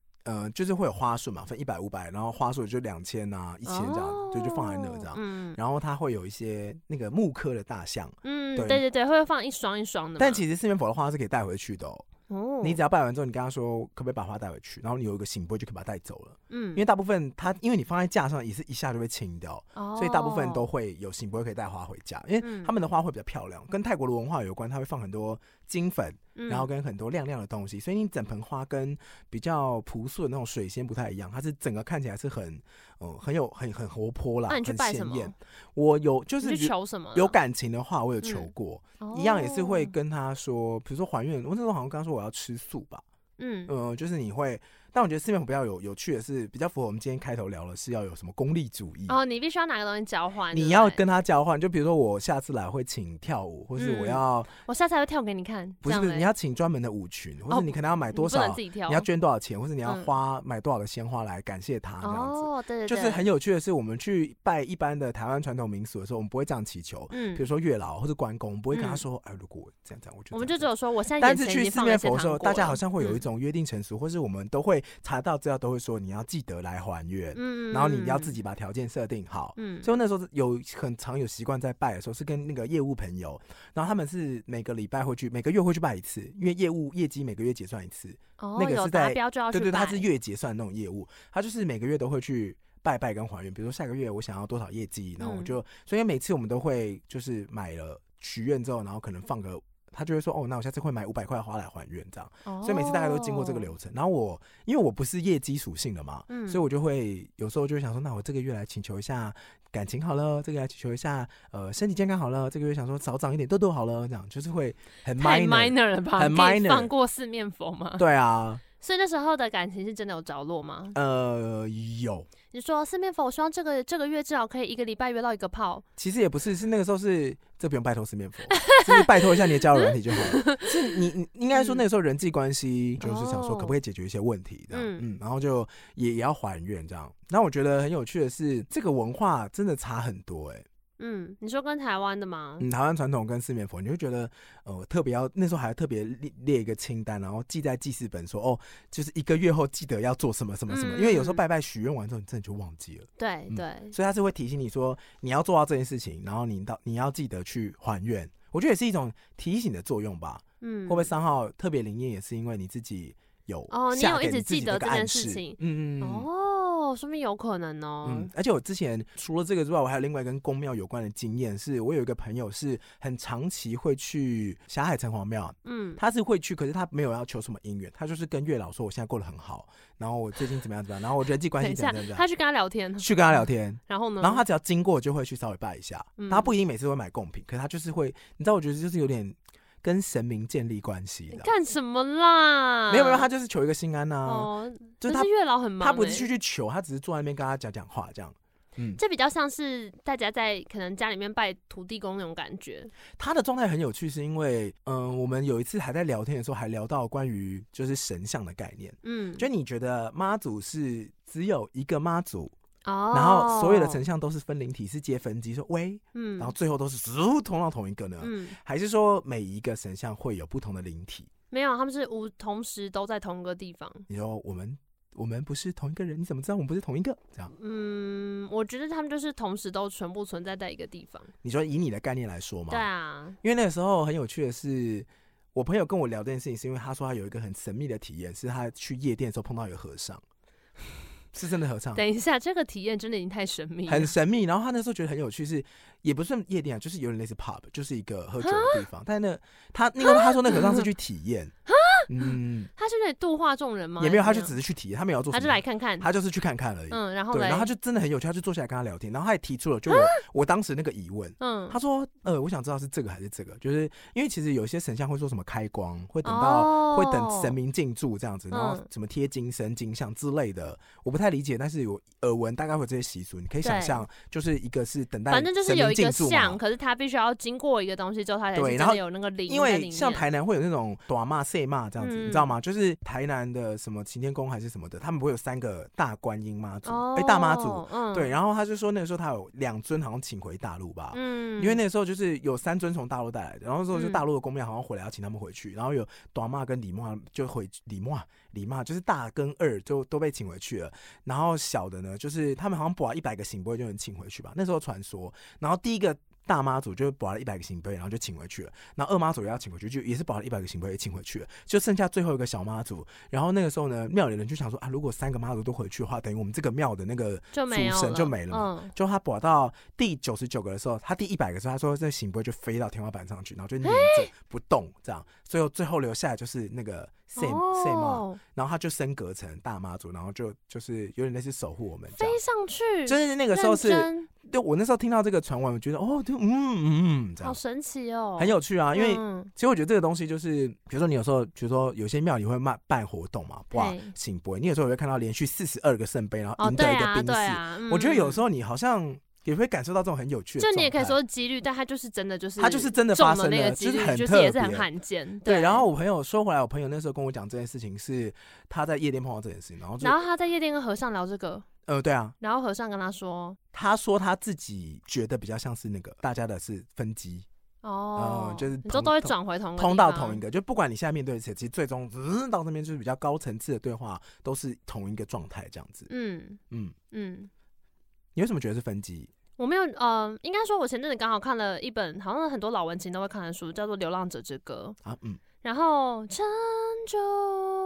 S2: 呃，就是会有花顺嘛，分一百、五百，然后花顺就两千啊、一千这样，对，就放在那
S3: 哦
S2: 这样。
S3: 嗯
S2: 然后它会有一些那个木刻的大象，
S3: 嗯，
S2: 对
S3: 对对对，会放一双一双的嘛。
S2: 但其实四面佛的话是可以带回去的哦。
S3: 嗯哦，
S2: 你只要拜完之后，你跟他说可不可以把花带回去，然后你有一个醒钵就可以把它带走了。
S3: 嗯
S2: 因为大部分它因为你放在架上也是一下就被清掉，
S3: 哦
S2: 所以大部分都会有醒钵可以带花回家。因为
S3: 嗯
S2: 他们的花会比较漂亮，跟泰国的文化有关，它会放很多金粉，
S3: 嗯
S2: 然后跟很多亮亮的东西，所以你整盆花跟比较朴素的那种水仙不太一样，它是整个看起来是很，嗯，很有很很活泼啦，
S3: 啊那你去
S2: 很
S3: 拜什
S2: 鲜
S3: 么
S2: 艳。我有就
S3: 你
S2: 是
S3: 去
S2: 有
S3: 求什么啊？
S2: 有感情的话，我有求
S3: 嗯
S2: 过，一样也是会
S3: 哦
S2: 跟他说，比如说还愿，我那时候好像刚说我要吃素吧，
S3: 嗯
S2: 嗯、就是你会，但我觉得四面佛比较有有趣的是，比较符合我们今天开头聊的是要有什么功利主义。
S3: 哦，你必须要拿个东西交换。对
S2: 你
S3: 不
S2: 要
S3: 对
S2: 跟他交换，就比如说我下次来会请跳舞，或是我
S3: 嗯
S2: 要、
S3: 我下次还会跳给你看。
S2: 不是
S3: 这
S2: 不
S3: 样
S2: 是
S3: 嘞
S2: 你要请专门的舞群，或
S3: 哦
S2: 是你可能要买
S3: 你
S2: 多
S3: 不能
S2: 少
S3: 自己跳，
S2: 你要捐多少钱，或是你要
S3: 嗯
S2: 花买多少的鲜花来感谢他这样子。
S3: 哦，对对，
S2: 就是
S3: 对
S2: 很有趣的是，我们去拜一般的台湾传统民俗的时候，我们不会这样祈求，比
S3: 嗯
S2: 如，说月老或者关公，我们不会跟他
S3: 嗯
S2: 说，哎，如果我这样这样，我就
S3: 我们
S2: 这
S3: 就
S2: 样
S3: 只有说我现在
S2: 但
S3: 眼
S2: 是
S3: 前已
S2: 去
S3: 经
S2: 四
S3: 放了
S2: 面
S3: 一些
S2: 佛的时候，
S3: 糖果
S2: 大家
S3: 了
S2: 好像会有一
S3: 嗯
S2: 种约定成熟，或是我们都会查到资料，都会说你要记得来还愿，
S3: 嗯，
S2: 然后你要自
S3: 己
S2: 己把条件设定好，
S3: 嗯
S2: 所以我那时候有很常有习惯在拜的时候，是跟那个业务朋友，然后他们是每个礼拜会去，每个月会去拜一次，因为业务业绩每个月结算一次。
S3: 哦
S2: 那个
S3: 有
S2: 是
S3: 达
S2: 在
S3: 标就要
S2: 对
S3: 去
S2: 对，他
S3: 拜
S2: 是月结算那种业务，他就是每个月都会去拜拜跟还愿，比如说下个月我想要多少业绩，然后我
S3: 嗯
S2: 就，所以每次我们都会就是买了许愿之后，然后可能放个。他就会说哦，那我下次会买五百块花来还愿这样，所以每次大概都经过这个
S3: 哦
S2: 流程。然后我因为我不是业绩属性的嘛，
S3: 嗯
S2: 所以我就会有时候就会想说，那我这个月来请求一下感情好了，这个来请求一下呃身体健康好了，这个月想说少长一点痘痘好了，这样就是会很
S3: 太
S2: minor
S3: minor 了吧？
S2: 很
S3: 你可以
S2: minor
S3: 放过四面佛吗？
S2: 对啊，
S3: 所以那时候的感情是真的有着落吗？
S2: 呃有，
S3: 你说四面佛，我希望这个这个月至少可以一个礼拜约到一个炮，
S2: 其实也不是，是那个时候是这不用拜托四面佛， 就是拜托一下你的交友软体就好 了。是你你应该说那个时候人际关系就是想说
S3: 哦
S2: 可不可以解决一些问题这样，
S3: 嗯
S2: 嗯，然后就也也要还愿这样。然后我觉得很有趣的是，这个文化真的差很多哎、欸
S3: 嗯，你说跟台湾的吗？
S2: 嗯，台湾传统跟四面佛，你会觉得呃特别要那时候还特别列列一个清单，然后记在记事本说哦，就是一个月后记得要做什么什么什么，
S3: 嗯
S2: 因为有时候
S3: 嗯
S2: 拜拜许愿完之后，你真的就忘记了。
S3: 对
S2: 嗯
S3: 对，
S2: 所以他是会提醒你说你要做到这件事情，然后你到你要记得去还愿。我觉得也是一种提醒的作用吧。
S3: 嗯，
S2: 会不会三号特别灵验，也是因为你自己有
S3: 哦你
S2: 下
S3: 有
S2: 给
S3: 一直
S2: 自己
S3: 记
S2: 这
S3: 得
S2: 个
S3: 这件
S2: 暗
S3: 事
S2: 示
S3: 情
S2: 嗯嗯嗯
S3: 哦，说明有可能
S2: 嗯
S3: 哦。
S2: 嗯。而且我之前除了这个之外，我还有另外一个跟宫庙有关的经验，是我有一个朋友是很长期会去霞海城隍庙，
S3: 嗯，
S2: 他是会去，可是他没有要求什么姻缘，他就是跟月老说我现在过得很好，然后我最近怎么样怎么样，然后我人际关
S3: 等
S2: 系
S3: 一
S2: 怎
S3: 下
S2: 么样怎，么
S3: 他
S2: 样，
S3: 去跟他聊天，
S2: 去跟他聊天，
S3: 然后呢？
S2: 然后他只要经过就会去稍微拜一下，
S3: 嗯
S2: 他不一定每次会买贡品，可是他就是会，你知道，我觉得就是有点跟神明建立关系
S3: 你
S2: 的。
S3: 干什么啦？
S2: 没有没有，他就是求一个心安呐、啊
S3: 哦，
S2: 就是
S3: 可
S2: 他
S3: 是月老很忙欸，
S2: 他不是去去求，他只是坐在那边跟他讲讲话这样。嗯
S3: 这比较像是大家在可能家里面拜土地公那种感觉。
S2: 他的状态很有趣，是因为，嗯，我们有一次还在聊天的时候，还聊到关于就是神像的概念。
S3: 嗯，
S2: 就你觉得妈祖是只有一个妈祖，
S3: 哦，
S2: 然后所有的神像都是分灵体，是接分机，说喂，
S3: 嗯，
S2: 然后最后都是直通到同一个呢？
S3: 嗯，
S2: 还是说每一个神像会有不同的灵体？
S3: 没有，他们是无同时都在同一个地方。
S2: 你说我们我们不是同一个人，你怎么知道我们不是同一个？这样，
S3: 嗯，我觉得他们就是同时都全部存在在一个地方。
S2: 你说以你的概念来说嘛，
S3: 对啊，
S2: 因为那个时候很有趣的是，我朋友跟我聊这件事情，是因为他说他有一个很神秘的体验，是他去夜店的时候碰到一个和尚， 是真的和尚，
S3: 等一下，这个体验真的已经太神秘了
S2: 很。神秘。然后他那时候觉得很有趣是，也不算夜店啊，就是有点类似 pub，就是一个喝酒的地方。但那他那个他说那和尚是去体验，
S3: 啊
S2: 嗯，
S3: 他是在度化众人吗？
S2: 也没有，他
S3: 还是
S2: 就
S3: 怎
S2: 只是去体验，他没有要做
S3: 样他
S2: 什
S3: 就来
S2: 么，
S3: 看看，
S2: 他就是去看看而已。
S3: 嗯，然后
S2: 对，
S3: 嘞，
S2: 然后他就真的很有趣，他就坐下来跟他聊天，然后他也提出了就我我当时那个疑问，
S3: 啊嗯，
S2: 他说：“呃，我想知道是这个还是这个，就是因为其实有些神像会说什么开光，会等到、
S3: 哦
S2: 会等神明进驻这样子，然后
S3: 嗯
S2: 什么贴金身、金像之类的，我不太理解，但是有耳闻大概会有这些习俗，你可以想
S3: 对
S2: 象，就是一个是等待
S3: 哦反正就是
S2: 神
S3: 有
S2: 明
S3: 一个
S2: 进驻嘛
S3: 像，可是他必须要经过一个东西之后，他才是
S2: 对
S3: 真
S2: 然后
S3: 的有那个灵
S2: 因
S3: 在里
S2: 为像
S3: 面。
S2: 台南会有那种短骂、碎骂这样子，
S3: 嗯
S2: 你知道吗？就是台南的什么擎天宫还是什么的，他们不会有三个大观音妈祖，哎、
S3: 哦，
S2: 大妈祖，，
S3: 嗯，
S2: 对。然后他就说那个时候他有两尊好像请回大陆吧，
S3: 嗯，
S2: 因为那个时候就是有三尊从大陆带来的，然后之后就
S3: 嗯
S2: 大陆的公庙好像回来要请他们回去，然后有短骂跟李骂就回李骂李骂就是大跟二就都被请回去了，然后小的呢就是他们好像补了一百个醒杯就能请回去吧，那时候传说，然后第一个。大妈祖就补了一百个醒杯，然后就请回去了。然后二妈祖也要请回去，就也是补了一百个醒杯，也请回去了。就剩下最后一个小妈祖。然后那个时候呢，庙里人就想说啊，如果三个妈祖都回去的话，等于我们这个庙的那个
S3: 就没有
S2: 主神就没了嘛
S3: 嗯，
S2: 就他补到第九十九个的时候，他第一百个时候，他说这醒波就飞到天花板上去，然后就粘着不动，这样，最后最后留下来就是那个 same、same，
S3: 哦，
S2: 然后他就升格成大妈祖，然后就就是有点类似守护我们这样
S3: 飞。上去，
S2: 就是那个时候
S3: 认
S2: 是，
S3: 真
S2: 对我那时候听到这个传闻，我觉得哦，就嗯嗯嗯，这
S3: 好
S2: 样
S3: 神奇哦，
S2: 很有趣啊。因为
S3: 嗯
S2: 其实我觉得这个东西就是，比如说你有时候，比如说有些庙里会办办活动嘛，哇
S3: 对，
S2: 醒波，你有时候也会看到连续四十二个圣杯，然后
S3: 哦，
S2: 赢
S3: 对
S2: 得一个
S3: 啊，
S2: 兵
S3: 对
S2: 士，
S3: 啊，
S2: 我觉得有
S3: 候
S2: 时候你好像也会感受到这种很有趣的
S3: 就
S2: 状态，
S3: 你也可以说几率，但它就是真的就是
S2: 它就是真的
S3: 中
S2: 发
S3: 了
S2: 生
S3: 那
S2: 了，
S3: 个几
S2: 是
S3: 率，
S2: 很
S3: 就
S2: 特
S3: 是
S2: 别。
S3: 也是很罕见，
S2: 对，然后我朋友说回来，我朋友那时候跟我讲这件事情是他在夜店碰到这件事情，然后就
S3: 然后他在夜店跟和尚聊这个，
S2: 呃对啊，
S3: 然后和尚跟他说，
S2: 他说他自己觉得比较像是那个大家的是分机，
S3: 哦，
S2: 嗯就是
S3: 你
S2: 同
S3: 都都会
S2: 同
S3: 转回同个
S2: 通
S3: 地
S2: 到
S3: 方
S2: 同一个，就不管你现在面对的谁，其实最终嗯到那边就是比较高层次的对话都是同一个状态这样子。
S3: 嗯
S2: 嗯，
S3: 嗯，
S2: 你为什么觉得是分机？
S3: 我没有，呃，应该说，我前阵子刚好看了一本，好像很多老文青都会看的书，叫做《流浪者之歌》。
S2: 啊，嗯，
S3: 然后撑住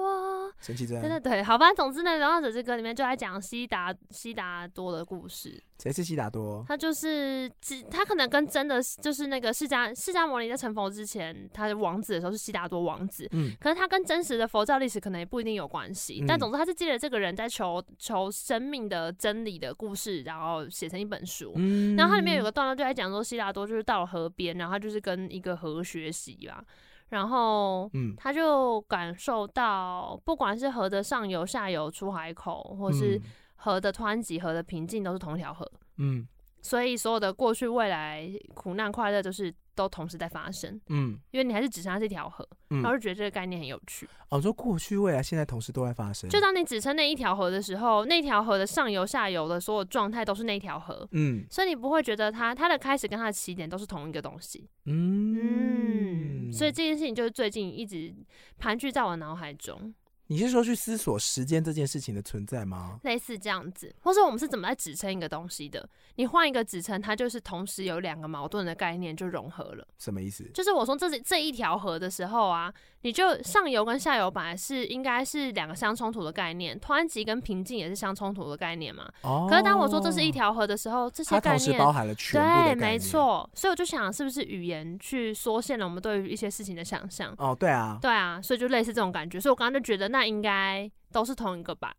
S3: 我，
S2: 神奇真
S3: 对对对，好吧。总之呢，《流浪者之歌》里面就在讲西达西达多的故事。
S2: 谁是悉达多？
S3: 他就是只他可能跟真的就是那个释迦释迦牟尼在成佛之前，他的王子的时候是悉达多王子，
S2: 嗯，
S3: 可是他跟真实的佛教历史可能也不一定有关系，
S2: 嗯
S3: 但总之他是借着这个人在求求生命的真理的故事，然后写成一本书。
S2: 嗯
S3: 然后它里面有个段落就在讲说，悉达多就是到了河边，然后他就是跟一个河学习吧，然后
S2: 嗯
S3: 他就感受到，不管是河的上游、下游、出海口，或是河的湍急、河的平静，都是同一条河，
S2: 嗯
S3: 所以所有的过去、未来、苦难、快乐，就是都同时在发生，
S2: 嗯
S3: 因为你还是只剩下这条河，
S2: 嗯
S3: 然后就觉得这个概念很有趣。
S2: 哦，你说过去、未来、现在同时都在发生，
S3: 就当你只撑那一条河的时候，那条河的上游、下游的所有状态都是那条河，
S2: 嗯
S3: 所以你不会觉得它它的开始跟它的起点都是同一个东西。嗯，
S2: 嗯，
S3: 所以这件事情就是最近一直盘踞在我脑海中，
S2: 你是说去思索时间这件事情的存在吗？
S3: 类似这样子，或者我们是怎么在支撑一个东西的？你换一个支撑，它就是同时有两个矛盾的概念就融合了。
S2: 什么意思？
S3: 就是我说这是这一条河的时候啊，你就上游跟下游本来是应该是两个相冲突的概念，湍急跟平静也是相冲突的概念嘛。
S2: 哦，
S3: 可是当我说这是一，条河的时候，这些
S2: 它
S3: 概
S2: 同时
S3: 念
S2: 包含了全部的
S3: 对，
S2: 概
S3: 没
S2: 念。
S3: 错。所以我就想，是不是语言去缩限了我们对于一些事情的想象？
S2: 哦，对啊，
S3: 对啊，所以就类似这种感觉。所以我刚刚就觉得，那应该都是同一个吧？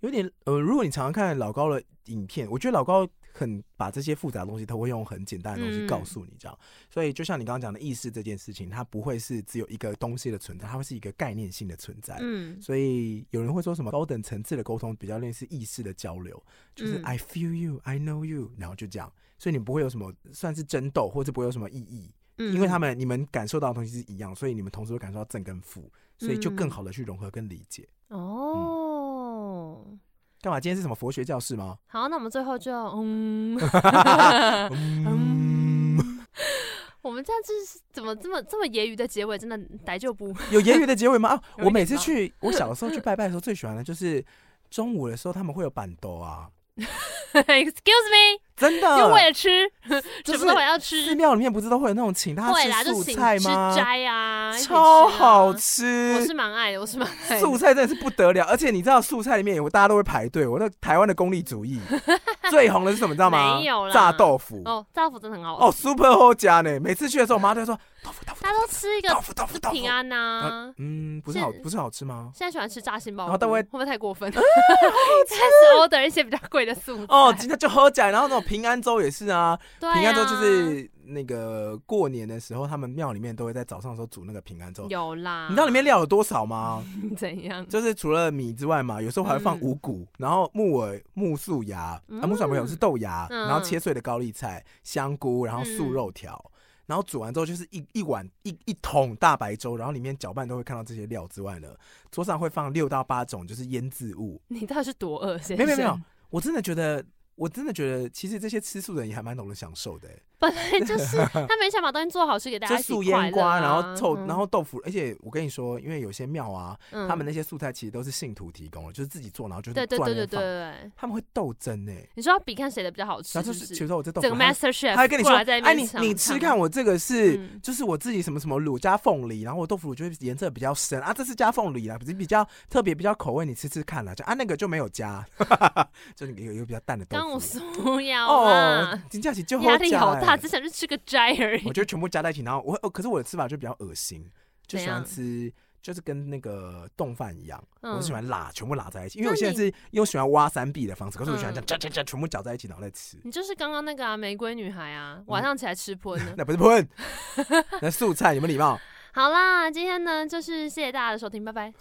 S2: 有点呃，如果你常常看老高的影片，我觉得老高很把这些复杂的东西，他会用很简单的东西告诉你，这
S3: 嗯
S2: 样。所以就像你刚刚讲的意识这件事情，它不会是只有一个东西的存在，它会是一个概念性的存在。
S3: 嗯，
S2: 所以有人会说什么高等层次的沟通比较类似意识的交流，就是
S3: 嗯
S2: I feel you, I know you，然后就这样。所以你不会有什么算是争斗，或者不会有什么异议，
S3: 嗯
S2: 因为他们你们感受到的东西是一样，所以你们同时会感受到正跟负，所以就
S3: 嗯
S2: 更好的去融合跟理解。
S1: 哦。
S2: 干嘛？今天是什么佛学教室吗？
S1: 好，那我们最后就 嗯，
S3: 呃
S2: 嗯，
S3: 我们这样就是怎么这么这么揶揄的结尾，真的逮就不
S2: 有言语的结尾吗？啊，
S3: 有
S2: 我每
S3: 一点
S2: 次
S3: 吧
S2: 去，我小时候 去拜拜的时候，最喜欢的就是中午的时候他们会有板豆啊，
S3: ，excuse
S2: 真
S3: me，又为
S2: 的，
S3: 了吃，
S2: 呃 就
S3: 什
S2: 是
S3: 么都要
S2: 寺
S3: 吃，
S2: 庙里面不是都会有那种请大
S3: 会啦，
S2: 家吃
S3: 就
S2: 素
S3: 请
S2: 菜
S3: 吃
S2: 吗？
S3: 斋啊，一起吃啊
S2: 超好
S3: 我
S2: 吃
S3: 是。蛮爱的，我是蛮爱的
S2: 素。菜真的是不得了，而且你知道素菜里面有大家都会排队。我那台湾的功利主 义最红的是什么，你知道吗？
S3: 没有啦
S2: 炸豆腐
S3: 哦，豆腐真的很好吃，
S2: 哦，super 好加呢。每次去的时候，我妈都会说豆腐豆腐
S3: 大家都吃一个
S2: 豆腐豆腐豆腐
S3: 平。安呐、
S2: 嗯，不是好不是好吃吗？
S3: 现在喜欢吃炸杏鲍菇，
S2: 然后但我
S3: 会不会太过 分？
S2: 啊
S3: 开始 order 一些比较贵的素菜
S2: 哦，今天就喝假，然后那种平安粥也是啊，
S3: 对啊，
S2: 平安粥就是那个过年的时候，他们庙里面都会在早上的时候煮那个平安粥。
S3: 有啊啦。
S2: 你知道里面料有多少吗？
S3: 怎样？
S2: 就是除了米之外嘛，有时候还会放五谷，然后木耳、木素芽，
S3: 嗯
S2: 啊，木薯没有是豆芽，
S3: 嗯
S2: 然后切碎的高丽菜、香菇，然后素肉条，然后煮完之后就是一一碗一一桶大白粥，然后里面搅拌都会看到这些料之外呢，桌上会放六到八种就是腌制物，
S3: 你到底是多饿？先生
S2: 没有没有没有，，我真的觉得，我真的觉得，其实这些吃素的人也还蛮懂得享受的、欸，
S3: 本来 就是他们想把东西做好吃给大家
S2: 就
S3: 一起
S2: 素
S3: 快
S2: 腌
S3: 乐啊
S2: 瓜，然后臭，
S3: 嗯
S2: 然后豆腐，而且我跟你说，因为有些庙啊，
S3: 嗯
S2: 他们那些素菜其实都是信徒提供的，就是自己做，然后就是
S3: 对对
S2: 断
S3: 对
S2: 了
S3: 对对
S2: 放，
S3: 对，
S2: 他们会斗争呢、
S3: 你说要比看谁的比较好吃，
S2: 然后
S3: 是
S2: 就
S3: 不
S2: 是，
S3: 是
S2: 比如说我这豆腐，
S3: 整个
S2: 他
S3: Master Chef
S2: 他会跟你说，
S3: 过来在那
S2: 哎，
S3: 边
S2: 你
S3: 尝
S2: 你吃看，我这个是。
S3: 嗯
S2: 就是我自己什么什么卤加凤梨，然后我豆腐乳就是颜色比较深啊，这是加凤梨啦，比比较特别比较口味，你吃吃看啦，就啊那个就没有加， 就有一个比较淡的豆
S3: 刚
S2: 腐
S3: 我。 苏瑶
S2: 哦
S3: 啊，，
S2: 金假期就
S3: 压
S2: 好
S3: 力
S2: 假
S3: 好
S2: 欸
S3: 大，只想去吃个斋而已
S2: 我。觉得全部加在一起，然后我哦，可是我的吃法就比较恶心，就
S3: 怎
S2: 喜欢
S3: 样
S2: 吃。就是跟那个冻饭一样，我喜
S3: 嗯
S2: 欢拉，全部拉在一起，因为
S3: 那
S2: 我现在
S3: 你
S2: 是又喜欢挖三壁的方式，可是我喜欢这
S3: 嗯
S2: 样加加加全部搅在一起，然后再吃。
S3: 你就是刚刚那个啊，玫瑰女孩
S2: 嗯
S3: 啊，晚上起来吃喷的。
S2: 那不是 喷，那素菜有没有礼貌？
S3: 好啦，今天呢，就是谢谢大家的收听，拜拜。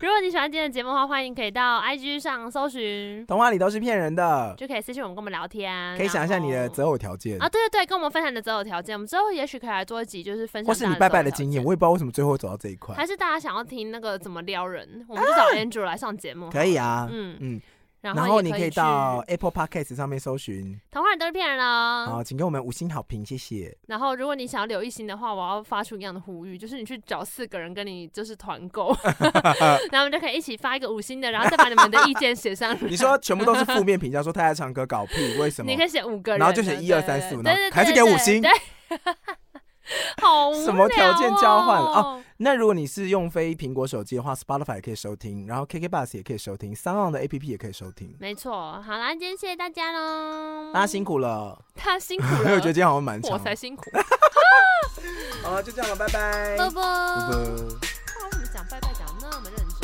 S3: 如果你喜欢今天的节目的话，欢迎可以到 IG 上搜寻，
S2: 童话里都是骗人的，
S3: 就可以私信我们跟我们聊天。
S2: 可以想一下你的
S3: 然后
S2: 择偶条件
S3: 啊，，对对对，跟我们分享你的择偶条件，我们之后也许可以来做一集，就是分享
S2: 或是
S3: 大
S2: 你
S3: 家
S2: 拜拜的
S3: 择偶
S2: 经验，
S3: 条
S2: 我也不知道为什么最后走到这一块
S3: 件，。还是大家想要听那个怎么撩人，我们就找 Andrew 来上节目。
S2: 可以啊，
S3: 嗯，
S2: 嗯，
S3: 然
S2: 然后你
S3: 也
S2: 可
S3: 可
S2: 以
S3: 去嗯
S2: 到 Apple Podcast 上面搜寻，
S3: 童话人都是骗人了。
S2: 好，请给我们五星好评，谢 谢。
S3: 然后，如果你想要留一星的话，我要发出一样的呼吁，就是你去找四个人跟你就是 团购， 然后我们就可以一起发一个五星的，然后再把你们的意见 写上来。
S2: 你说全部都是负面评价，说他在唱歌搞屁，为什么
S3: 你可？以写五个人的，
S2: 然后就写一
S3: 对
S2: 二三四五，
S3: 对
S2: 然
S3: 对
S2: 后
S3: 对
S2: 还是给
S3: 对
S2: 五星
S3: 对。好无
S2: 什么条件交换
S3: 聊
S2: 了
S3: 哦？
S2: 那如果你是用非苹果手机的话，Spotify 也可以收听，然后 KK Bus 也可以收听，三浪的 APP 也可以收听。
S3: 没错，好啦，今天谢谢大家喽，
S2: 大家 辛苦了，
S3: 大家 辛苦
S2: 因为
S3: 了，
S2: 我觉得今天好像蛮
S3: 我
S2: 长的。
S3: 才辛苦，
S2: 好了，就这样了，拜拜。
S3: 啵
S2: 拜
S3: 啵。
S2: 拜
S3: 那为什么讲拜拜讲得那么认真？啊